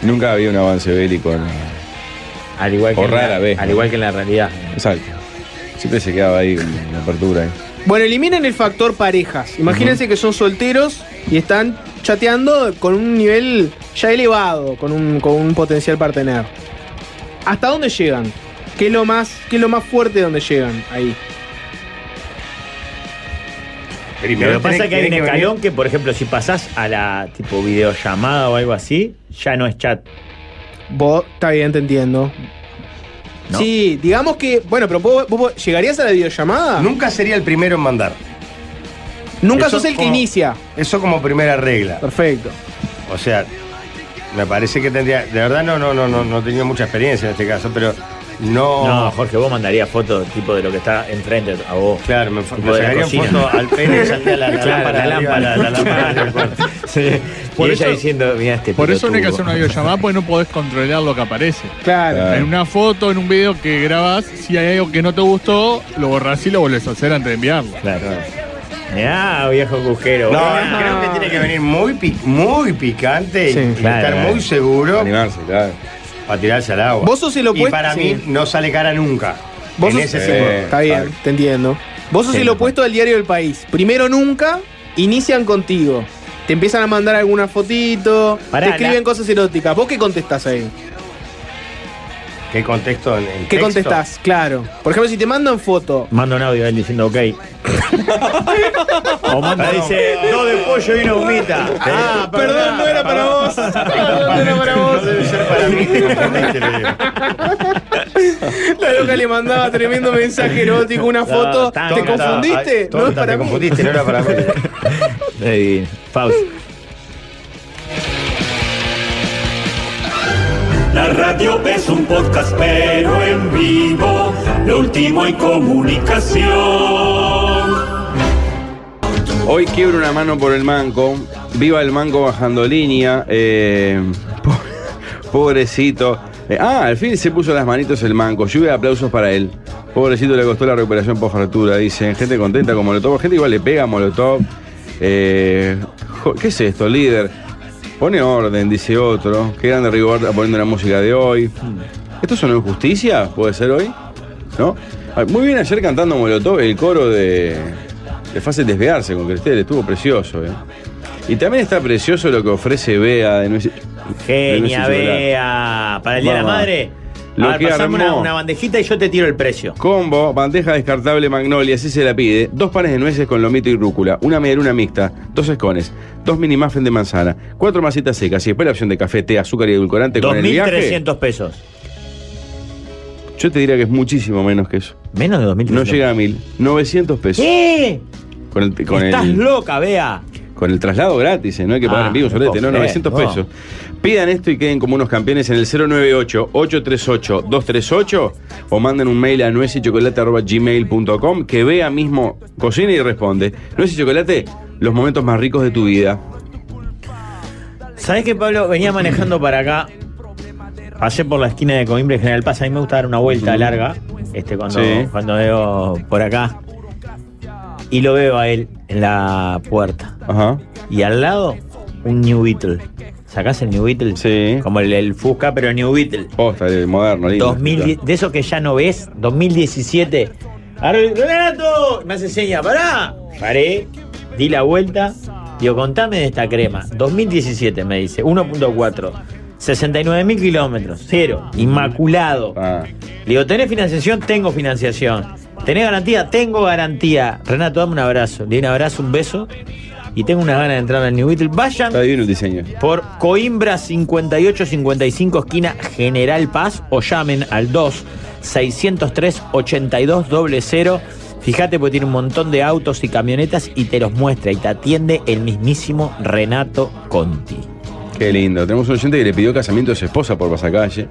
Nunca había un avance bélico. no.
Al igual que,
O
en la-
rara vez,
al
¿no?
igual que en la realidad.
Exacto. Siempre se quedaba ahí una apertura. ¿eh? ahí.
Bueno, eliminen el factor parejas. Imagínense que son solteros y están chateando con un nivel ya elevado, con un, con un potencial partener. ¿Hasta dónde llegan? ¿Qué es lo más, qué es lo más fuerte donde llegan ahí?
Pero lo que pasa
tiene-
es que hay un
tiene venir-
escalón que, por ejemplo, si pasás a la tipo videollamada o algo así, ya no es chat.
Vos, está bien, te entiendo.
No.
Sí, digamos que. Bueno, pero vos, vos- vos- llegarías a la videollamada.
Nunca sería el primero en mandar.
Ah. Nunca
Eso
sos el que
como-
inicia.
Eso como primera regla.
Perfecto.
O sea, me parece que tendría. De verdad no, no, no, no, no he tenido mucha experiencia en este caso, pero no.
No, Jorge, vos mandarías fotos tipo de lo que está enfrente a vos.
Claro, me, me
Tipo de la
sacaría un
cocina.
foto al pene y salía la, la
Claro,
lámpara.
la
arriba,
lámpara,
la- la lámpara, no importa.
Sí.
Por
y
eso-
ella diciendo, mira este
Por eso no hay que hacer
pelotudo".
una videollamada, porque no podés controlar lo que aparece.
Claro.
Claro.
En una foto, en un video que grabás, si hay algo que no te gustó, lo borrás y lo volvés a hacer antes de enviarlo.
Claro. Mirá, viejo cujero.
No,
Mirá.
creo que tiene que venir muy, pic- muy picante y-
Sí.
y
Claro,
estar
claro.
muy seguro
Animarse, claro.
para tirarse al agua.
Vos sos el
Y
opuesto-
para
sí.
mí no sale cara nunca.
Vos
en
sos-
ese
Sí.
sentido.
Está bien,
Claro.
te entiendo. Vos sos
Sí,
el
no.
opuesto del diario del país. Primero nunca, inician contigo. Te empiezan a mandar alguna fotito,
Pará,
te escriben
la-
cosas eróticas. ¿Vos qué contestás ahí?
¿Qué contexto? En, en
¿Qué
texto?
contestás? Claro. Por ejemplo, si te mandan foto.
Manda un audio a él diciendo ok. o manda, dice, dos de pollo y una humita. Ah,
Perdón, no era para vos. Perdón, no era para
Eh, No
vos.
debe ser para mí. te lo digo.
La loca le mandaba tremendo mensaje erótico, una
No,
foto.
tan-
¿Te
tonta,
confundiste?
Ay, tonta,
No es para
te
mí.
confundiste, no era para mí.
Ahí viene. Pausa.
radio es un podcast, pero en vivo, lo último en comunicación.
Hoy quiebro una mano por el manco. Viva el manco bajando línea. eh, po- pobrecito. Eh, ah, al fin se puso las manitos el manco. Lluvia de aplausos para él. Pobrecito le costó la recuperación post fractura. Dicen, gente contenta con Molotov. Gente igual le pega a Molotov. Eh, jo- ¿Qué es esto, líder? Pone orden, dice otro. Qué grande rigor poniendo la música de hoy. ¿Esto es una injusticia? ¿Puede ser hoy? ¿No? Ah, Muy bien ayer cantando Molotov el coro de le fácil desviarse con Cristel, estuvo precioso. ¿eh? Y también está precioso lo que ofrece Bea de Nuez- de Nueces
Genia,
Obreras.
vea. Para el Día de la
Mamá.
Madre.
Lo
a ver,
que
pasame una,
armó.
una bandejita y yo te tiro el precio.
Combo, bandeja descartable magnolia, así se la pide. Dos panes de nueces con lomito y rúcula. Una medialuna mixta. Dos escones. Dos mini muffin de manzana. Cuatro masitas secas. Y después la opción de café, té, azúcar y edulcorante con el viaje.
2.300 pesos.
Yo te diría que es muchísimo menos que eso.
Menos de 2.300.
No llega a mil. 900 pesos.
¿Qué?
Con el, con
Estás
el-
loca, vea.
Con el traslado gratis, ¿eh? no hay que pagar
Ah,
en vivo,
no
solete,
puedo
no,
creer,
900
no.
pesos. Pidan esto y queden como unos campeones en el 098-838-238 o manden un mail a nuezechocolate.gmail.com que vea mismo, cocina y responde. Nuez y chocolate, los momentos más ricos de tu vida.
¿Sabés que Pablo venía manejando para acá? Pasé por la esquina de Coimbra y General Paz. A mí me gusta dar una vuelta
Ujú.
larga. Este, cuando,
Sí.
cuando veo por acá. Y lo veo a él en la puerta.
Ajá.
Y al lado, un New Beetle. ¿Sacás el New Beetle?
Sí.
Como el, el Fusca, pero New Beetle.
Posta, eh, moderno, lindo.
2010 de eso que ya no ves, 2017. Arre- Renato, me hace seña, pará. Paré, di la vuelta. Digo, contame de esta crema. 2017 me dice, 1.4. 69 mil kilómetros, cero, inmaculado.
Ah,
Le digo, ¿tenés financiación? Tengo financiación. ¿Tenés garantía? Tengo garantía. Renato, dame un abrazo. Le di un abrazo, un beso. Y tengo una ganas de entrar al New Beetle. Vayan
está divino el diseño.
por Coimbra 5855 esquina General Paz o llamen al 2 603 8200. Fíjate porque tiene un montón de autos y camionetas y te los muestra y te atiende el mismísimo Renato Conti.
Qué lindo. Tenemos un oyente que le pidió casamiento a su esposa por pasacalle.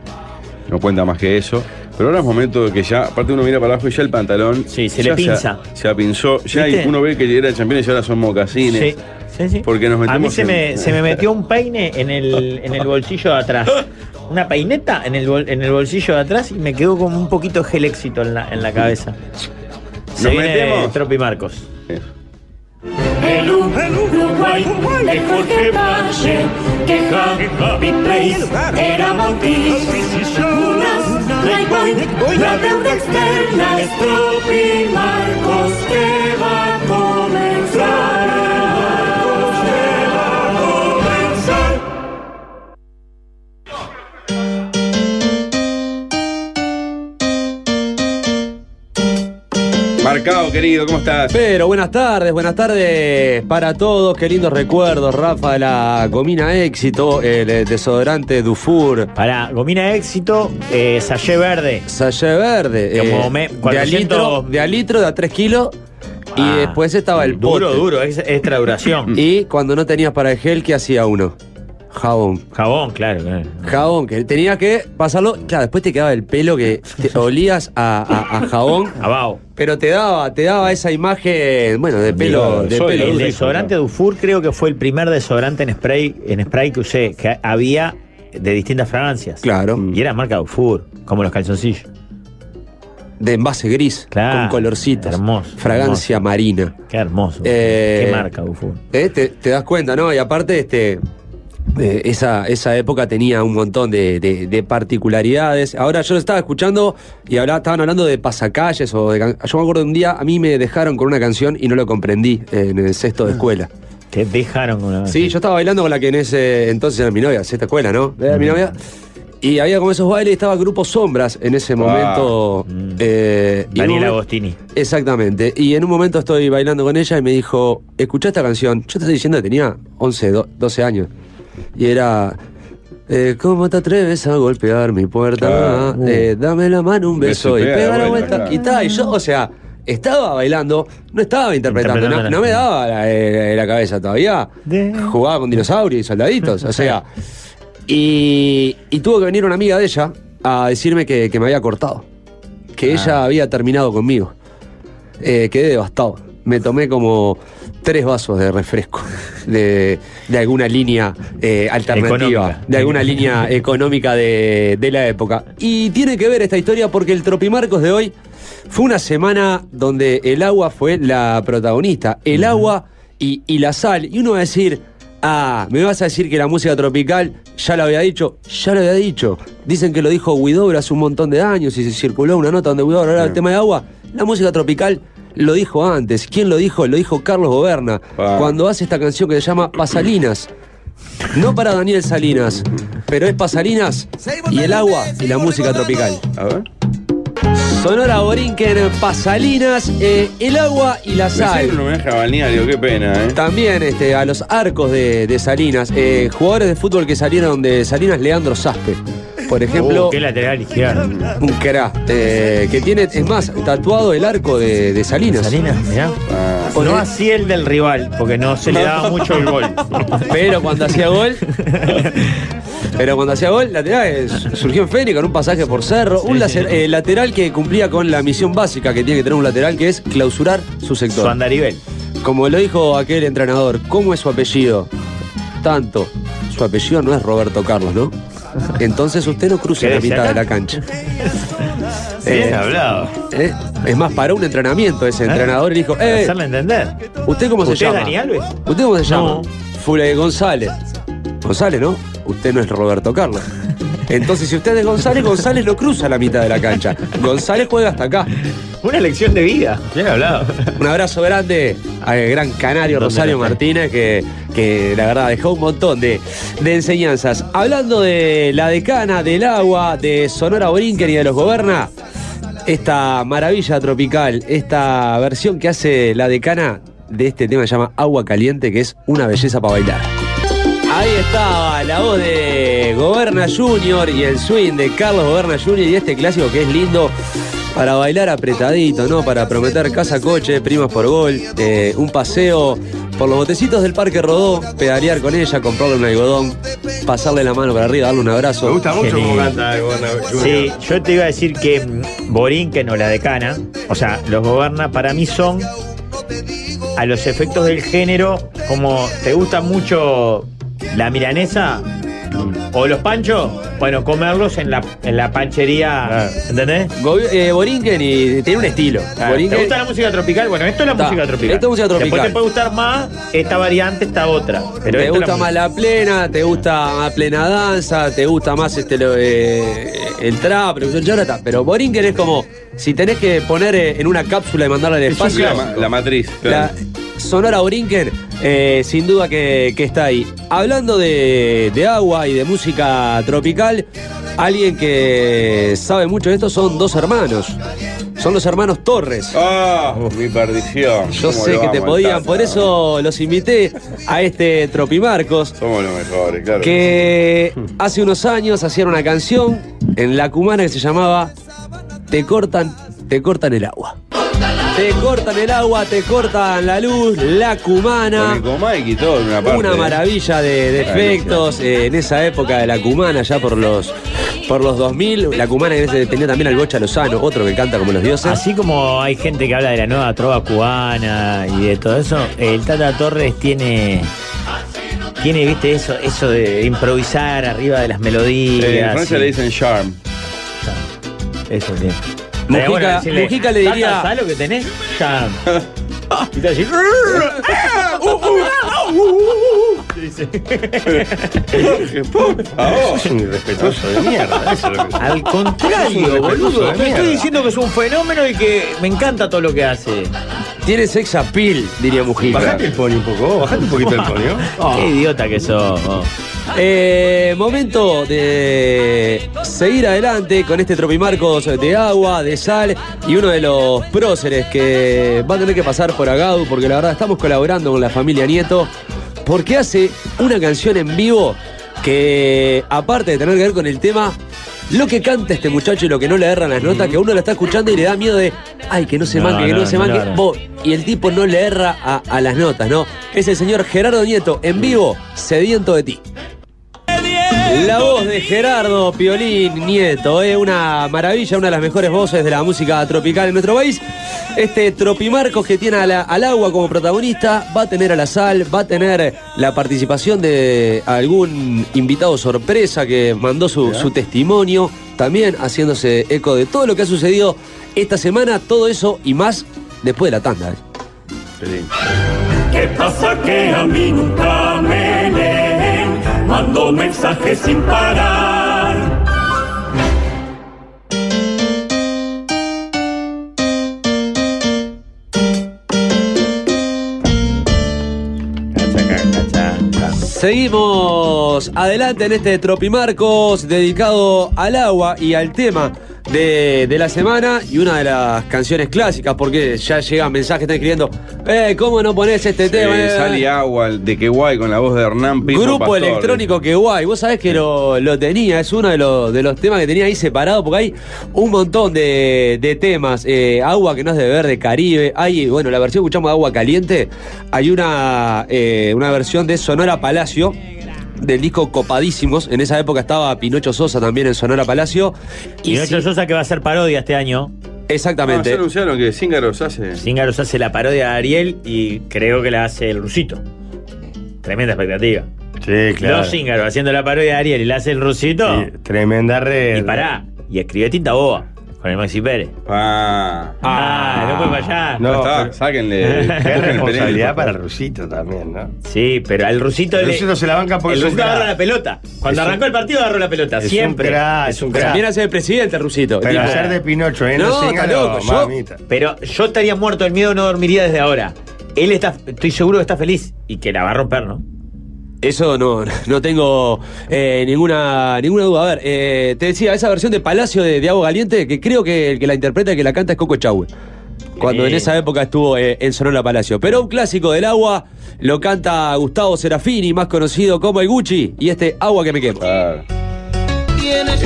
No cuenta más que eso. Pero ahora es momento de que ya, aparte uno mira para abajo y ya el pantalón.
Sí, se
ya
le pinza.
Se apinzó. Ya hay-
¿Viste?
uno ve que era champion y ahora son mocasines.
Sí, sí, sí.
Porque nos
A mí
metemos
se,
en-
me, se me metió un peine en el, en el bolsillo de atrás. Una peineta en el, bol- en el bolsillo de atrás y me quedó como un poquito de gel éxito en la, en la cabeza. Se
¿Nos
viene
metemos?
Tropi Marcos.
El Uruguay, de Jorge Valle, que Javi Place era Montiz. Unas Playboy, la deuda externa es Tropi Marcos, que va a comenzar. Marcos, que va a comenzar.
Marcado, querido, ¿cómo estás?
Pero buenas tardes, buenas tardes para todos. Qué lindos recuerdos, Rafa, de la gomina éxito, el eh, desodorante Dufour,
Para Gomina Éxito, eh, Sallé Verde.
Sallé Verde. eh,
Como me-
de, a
400
litro, de a litro, de a 3 kilos.
Ah,
y después estaba el
Duro,
pote.
duro, es extra duración.
Y cuando no tenías para el gel, ¿qué hacía uno? Jabón.
Jabón, claro. claro.
Jabón, que tenías que pasarlo. Claro, después te quedaba el pelo que te olías a, a- a jabón.
Abao.
Pero te daba, te daba esa imagen, bueno, de pelo, de
soy,
pelo
El
duro,
desodorante
claro.
Dufour creo que fue el primer desodorante en spray, en spray que usé, que había de distintas fragancias.
Claro.
Y era marca Dufour, como los calzoncillos.
de envase gris,
Claro,
con colorcitos.
hermoso,
Fragancia marina.
Qué hermoso.
Eh,
Qué marca Dufour.
Eh, Te, te das cuenta, ¿no? Y aparte, este. eh, esa, esa época tenía un montón de, de- de particularidades. Ahora yo lo estaba escuchando y hablaba- estaban hablando de pasacalles o de can- Yo me acuerdo de un día, a mí me dejaron con una canción y no lo comprendí eh, en el sexto de
Ah,
escuela.
Te dejaron con una.
Sí, yo estaba bailando con la que en ese entonces era mi novia, sexta escuela, ¿no? Era
Mm.
mi novia. Y había como esos bailes, estaba Grupo Sombras en ese momento. eh, y en un
Mm. Daniel
momento-
Agostini.
Exactamente. Y en un momento estoy bailando con ella y me dijo, escuchá esta canción. Yo te estoy diciendo que tenía 11, do- 12 años. Y era, eh, ¿cómo te atreves a golpear mi puerta?
Claro.
Eh, dame la mano, un
Beso y
beso y
pega
pega
de
la
vuelta,
vuelta. Y ta, y yo, o sea, estaba bailando, no estaba interpretando, no,
Interpretándola.
no me daba la, eh, la cabeza todavía.
De-
Jugaba con dinosaurios y soldaditos, o sea. Y, y tuvo que venir una amiga de ella a decirme que, que me había cortado. Que ella había terminado conmigo. Eh, quedé devastado. Me tomé como tres vasos de refresco de, de alguna línea eh, alternativa,
Económica.
de alguna línea económica de, de la época. Y tiene que ver esta historia porque el Tropimarcos de hoy fue una semana donde el agua fue la protagonista. El agua y, y la sal. Y uno va a decir, ah, me vas a decir que la música tropical ya lo había dicho, ya lo había dicho. Dicen que lo dijo Guidobra hace un montón de años y se circuló una nota donde Guidobra hablaba del tema de agua. La música tropical lo dijo antes. ¿Quién lo dijo? Lo dijo Carlos Goberna. Cuando hace esta canción que se llama Pasalinas. No para Daniel Salinas, pero es Pasalinas y el agua y la música tropical.
A ver.
Sonora Borinquen, Pasalinas, eh, el agua y la
Me
sal.
hicieron un homenaje a Balneario, qué pena, ¿eh?
También este, a los arcos de, de Salinas. eh, jugadores de fútbol que salieron de Salinas, Leandro Saspe. Por ejemplo,
Oh,
Uh, qué lateral izquierdo.
un crack, eh, que tiene, es más, tatuado el arco de, de Salinas.
Salinas, mirá.
Ah,
O no así el del rival, porque no se le daba mucho el gol.
Pero cuando hacía gol. Pero cuando hacía gol, lateral eh, surgió en Fénix con un pasaje por cerro. un lacer- eh, lateral que cumplía con la misión básica que tiene que tener un lateral, que es clausurar su sector.
Su andarivel.
Como lo dijo aquel entrenador, ¿cómo es su apellido? Tanto. Su apellido no es Roberto Carlos, ¿no? Entonces usted no cruza
¿Qué
la
dice
mitad
acá?
de la cancha.
Bien
Eh,
hablado.
eh, es más, para un entrenamiento ese entrenador y dijo,
Para
eh,
hacerle entender.
¿usted cómo se
¿Usted es
llama?
Dani Alves?
¿Usted cómo se llama?
No.
Fule González. González, ¿no? Usted no es Roberto Carlos. Entonces, si usted es González, González no cruza la mitad de la cancha. González juega hasta acá.
Una lección de vida.
Bien hablado.
Un abrazo grande al gran canario
¿Dónde
Rosario
lo está?
Martínez, que, que la verdad dejó un montón de, de enseñanzas. Hablando de la decana, del agua, de Sonora Borinquen y de los Goberna, esta maravilla tropical, esta versión que hace la decana de este tema que se llama Agua Caliente, que es una belleza para bailar. Ahí estaba la voz de Goberna Junior y el swing de Carlos Goberna Junior y este clásico que es lindo para bailar apretadito, ¿no? Para prometer casa, coche, primas por gol, eh, un paseo por los botecitos del Parque Rodó, pedalear con ella, comprarle un algodón, pasarle la mano para arriba, darle un abrazo.
Me gusta mucho cómo
Genial.
canta eh, Gorna Junior.
Sí, yo te iba a decir que mm, Borinquen o la decana, o sea, los goberna para mí son a los efectos del género, como te gusta mucho la milanesa o los panchos, bueno, comerlos en la, en la panchería, ¿entendés?
Go- eh, Borinquen y tiene un estilo.
¿Te
Ah,
Borinquen-
gusta la música tropical? Bueno, esto es la
Ta,
música tropical.
esto es música
Después
tropical.
te puede gustar más esta variante, esta otra. Pero esto
te
es
gusta
la
más
música.
la plena, te gusta más plena danza, te gusta más este lo- eh, el trap, pero yo ahora Pero Borinquen es como si tenés que poner eh, en una cápsula y mandarla al
Es un
espacio.
clásico. la, la matriz.
La
claro.
Sonora Borinquen, eh, sin duda que, que está ahí. Hablando de, de agua y de música tropical, alguien que sabe mucho de esto son dos hermanos. Son los hermanos Torres.
Ah, mi perdición.
Yo
¿Cómo
sé
lo
que
amo
te
al
podían,
Tata?
por eso los invité a este Tropimarcos.
Somos los mejores, claro.
que hace unos años hacían una canción en la cumana que se llamaba Te cortan, te cortan el agua. Te cortan el agua, te cortan la luz, la
Con
cumana.
el ¿eh? Comay y todo en una parte.
Una maravilla de, de efectos eh, en esa época de la cumana, ya por los por los 2000. La cumana en ese tenía también al Bocha Lozano, otro que canta como los
Ah,
dioses.
Así como hay gente que habla de la nueva trova cubana y de todo eso, el Tata Torres tiene. Tiene, viste, eso, eso de improvisar arriba de las
Eh,
melodías.
en Francia
y-
le dicen charm.
Eso tiene.
Eh,
Mujica-
Pero decirle,
Mujica le
"Tata,
diría-
¿Sabes lo que tenés? Ya. Y te decís,
A vos.
Es un irrespetuoso de mierda. Eso es lo que...
Al contrario, boludo.
de
Te
mierda.
estoy diciendo que es un fenómeno y que me encanta todo lo que hace.
Tiene sex appeal, diría Mujica.
Bajate el pony un poco, vos, bajate un poquito el pony. ¿no?
Qué idiota que sos. oh. vos.
Eh, momento de seguir adelante con este tropimarcos de agua, de sal y uno de los próceres que va a tener que pasar por Agadu porque la verdad estamos colaborando con la familia Nieto porque hace una canción en vivo que aparte de tener que ver con el tema lo que canta este muchacho y lo que no le erran las notas, que uno lo está escuchando y le da miedo de, ay, que no se
No,
manque, que no,
no,
se
no
manque.
lo hará.
Vos, y el tipo no le erra a, a
Mm.
las notas, ¿no? Es el señor Gerardo Nieto, en vivido, sediento de ti.
Sediento
La voz de Gerardo Piolín Nieto, es una maravilla, una de las mejores voces de la música tropical en nuestro país. Este Tropimarcos que tiene a la- al agua como protagonista va a tener a la sal, va a tener la participación de algún invitado sorpresa que mandó su, su testimonio, también haciéndose eco de todo lo que ha sucedido esta semana, todo eso y más después de la tanda. ¿eh?
¿Qué pasa que a mí nunca me leen? Mando mensajes sin parar.
Seguimos adelante en este Tropimarcos dedicado al agua y al tema de, de la semana y una de las canciones clásicas porque ya llegan mensajes, están escribiendo, eh, ¿cómo no pones este tema?
Eh,
Eh,
sal y agua de que guay con la voz de Hernán Ah, Pinto
Grupo
Pastor.
electrónico que guay, vos sabés que lo, lo tenía, es uno de los, de los temas que tenía ahí separado, porque hay un montón de, de temas, eh, agua que no es de verde Caribe, hay, bueno, la versión que escuchamos de agua caliente, hay una, eh, una versión de Sonora Palacio. Del disco Copadísimos, en esa época estaba Pinocho Sosa también en Sonora Palacio.
Pinocho
Sosa que va a ser parodia este año.
Ah,
Exactamente.
ya anunciaron que Cíngaros hace.
Cíngaros hace la parodia de Ariel y creo que la hace el rusito. Tremenda expectativa.
Sí, claro.
Los Cíngaros haciendo la parodia de Ariel y la hace el rusito.
Tremenda red.
Y pará, y escribió Tinta Boba con el Maxi Pérez.
Ah,
no fue para allá.
No, Está, pero-
sáquenle.
Qué responsabilidad para el rusito también, ¿no?
Sí, pero al rusito
El
le-
rusito se la banca porque
El
es un
rusito
crack.
agarra la pelota. Cuando
Es un-
arrancó el partido agarró la pelota.
es un
siempre.
crack, es un crack. También
hace el presidente, Rusito.
Pero hacer de Pinocho, ¿eh? No,
No, está
Cíngaro,
loco. Yo-
mamita.
pero yo estaría muerto del miedo, no dormiría desde ahora. Él está, estoy seguro que está feliz y que la va a romper, ¿no?
Eso no, no tengo eh, ninguna, ninguna duda. A ver, eh, te decía, esa versión de Palacio de, de Agua Caliente, que creo que el que la interpreta, el que la canta es Coco Chahue. Cuando en esa época estuvo eh, en Sonora Palacio. Pero un clásico del agua lo canta Gustavo Serafini, más conocido como el Gucci, y este Agua que me quema.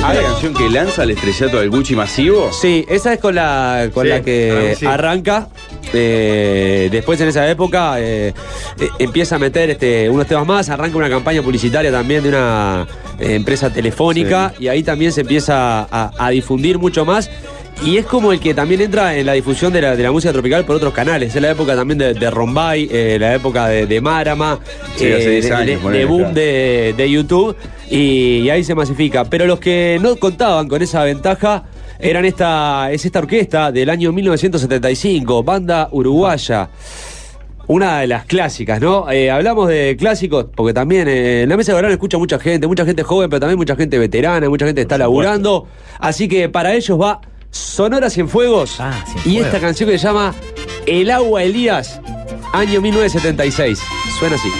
¿Hay una canción que lanza el estrellato del Gucci masivo?
Sí, esa es con la, con
Sí,
la que
ah, sí.
arranca. Eh, después en esa época eh, eh, empieza a meter este, unos temas más, arranca una campaña publicitaria también de una eh, empresa telefónica y ahí también se empieza a, a difundir mucho más. Y es como el que también entra en la difusión de la, de la música tropical por otros canales. Es la época también de, de Rombay, eh, la época de, de Marama,
Sí,
eh,
hace
de,
10 años,
de- de
ponele,
boom
claro.
de, de YouTube y, y ahí se masifica. Pero los que no contaban con esa ventaja eran esta, es esta orquesta del año 1975, banda uruguaya. Una de las clásicas, ¿no? Eh, hablamos de clásicos, porque también eh, en la mesa de verano escucha mucha gente, mucha gente joven, pero también mucha gente veterana, mucha gente está laburando. Así que para ellos va Sonoras en Fuegos y
Fuegos.
esta canción que se llama El Agua Elías, año 1976. Suena así.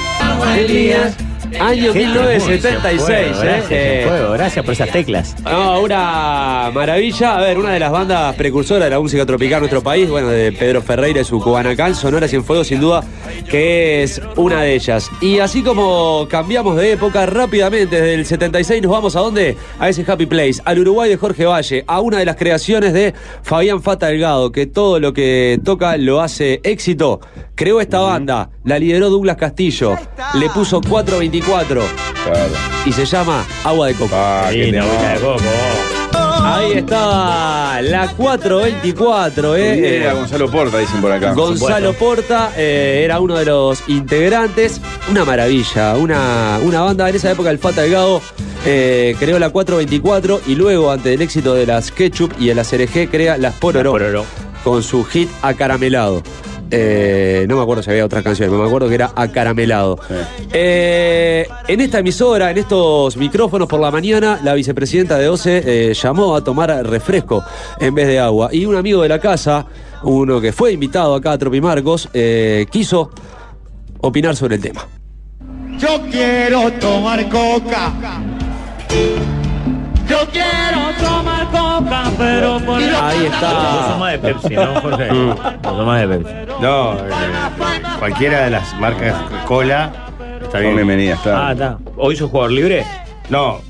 Elías, año 1976.
Gracias,
¿eh?
Cienfuegos, gracias por esas teclas.
No, una maravilla. A ver, una de las bandas precursoras de la música tropical en nuestro país, bueno, de Pedro Ferreira y su Cubanacán, Sonora Sin Fuego, sin duda, que es una de ellas. Y así como cambiamos de época rápidamente, desde el 76 nos vamos a dónde? A ese Happy Place, al Uruguay de Jorge Valle, a una de las creaciones de Fabián Fata Delgado, que todo lo que toca lo hace éxito. Creó esta banda, la lideró Douglas Castillo, le puso 424 y se llama Agua de Coco.
Ah,
Lindo, Agüita de Coco.
Ahí está la 424, ¿eh?
Era
Eh,
Gonzalo Porta, dicen por acá.
Gonzalo Porta eh, era uno de los integrantes. Una maravilla, una, una banda. En esa época el Fata Delgado eh, creó la 424 y luego, ante el éxito de las Ketchup y de las RG, crea las Pororo, con su hit Acaramelado. Eh, no me acuerdo si había otras canciones, pero me acuerdo que era Acaramelado. Eh, en esta emisora, en estos micrófonos por la mañana, la vicepresidenta de OCE eh, llamó a tomar refresco en vez de agua. Y un amigo de la casa, uno que fue invitado acá a Tropimarcos, eh, quiso opinar sobre el tema.
Yo quiero tomar coca. Yo quiero tomar coca, pero por
Ahí está.
Toma de Pepsi, ¿no, Jorge? Toma de Pepsi.
No, eh, cualquiera de las marcas cola está
Son
bien.
bienvenidas, claro.
Ah, está. ¿Hoy sos jugador libre?
No,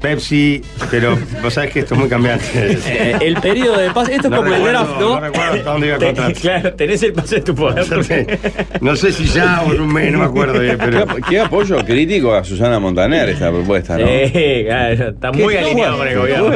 Pepsi, pero vos sabés que esto es muy cambiante.
Eh, el periodo de paz, esto es como el
recuerdo-
draft, ¿no?
No recuerdo hasta dónde iba a contar.
Claro, tenés el pase de tu poder.
No sé si ya o en un mes, no me acuerdo bien, pero.
¿Qué, qué apoyo crítico a Susana Montaner esta propuesta, ¿no?
Sí, claro, está
muy alineado con el gobierno.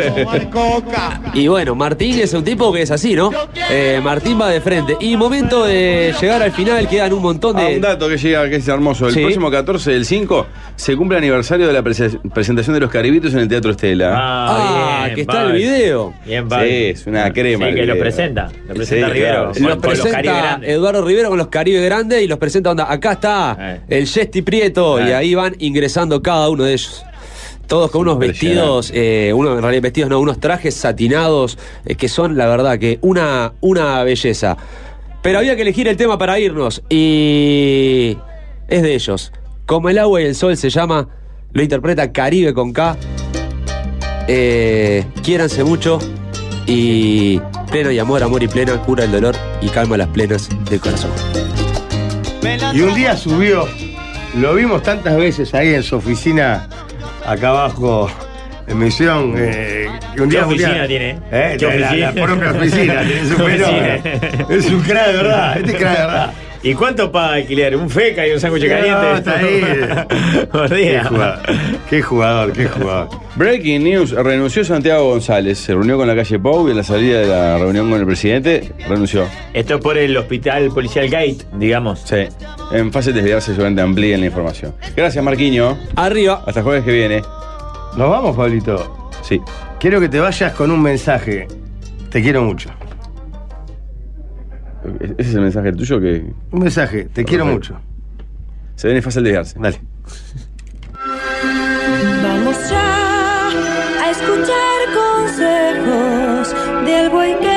Y bueno, Martín es un tipo que es así, ¿no? Eh, Martín va de frente. Y momento de llegar al final, quedan un montón
Ah, un
de.
dato que llega que es hermoso. El
Sí.
próximo 14 del 5 se cumple el aniversario de la prese- presentación de los caribitos en el Teatro Estela.
Ah,
Ah, bien, que está Pablo. el video.
Bien,
sí,
Pablo.
es una crema.
Sí,
el
que lo
video.
presenta. Lo presenta
Sí,
Rivero.
claro.
con- con
Los
los Caribe
presenta
Grandes.
Eduardo Rivero con los Caribe Grandes y los presenta onda. Acá está el Jesti Prieto y
Eh.
ahí van ingresando cada uno de ellos. Todos con unos
impresionante.
vestidos, eh, uno, en realidad vestidos no, unos trajes satinados eh, que son la verdad que una, una belleza. Pero había que elegir el tema para irnos y es de ellos. Como el agua y el sol se llama, lo interpreta Caribe con K. Eh, quiéranse mucho y pleno y amor, amor y pleno, cura el dolor y calma las plenas del corazón.
Y un día subió, lo vimos tantas veces ahí en su oficina, acá abajo, en Misión. eh, que un
¿Qué
día, un día-
oficina tiene?
Eh,
¿Qué
la- la-
oficina?
la propia oficina, tiene su pelo, eh. Es un crack de verdad, este es crack de verdad.
¿Y cuánto paga alquiler? ¿Un feca y un sándwich caliente?
No, está ahí.
Mordida.
Qué jugador, qué jugador, qué jugador.
Breaking news, renunció Santiago González. Se reunió con la calle Pau y en la salida de la reunión con el presidente, renunció.
Esto es por el hospital policial Gate, digamos.
Sí. En fase de desviarse seguramente amplíen la información. Gracias, Marquiño.
Arriba.
Hasta jueves que viene.
Nos vamos, Pablito.
Sí.
Quiero que te vayas con un mensaje. Te quiero mucho.
E-, ¿Ese es el mensaje tuyo que
Un mensaje, te quiero mucho.
se viene fácil desviarse?
Dale.
Vamos ya a escuchar consejos del buen que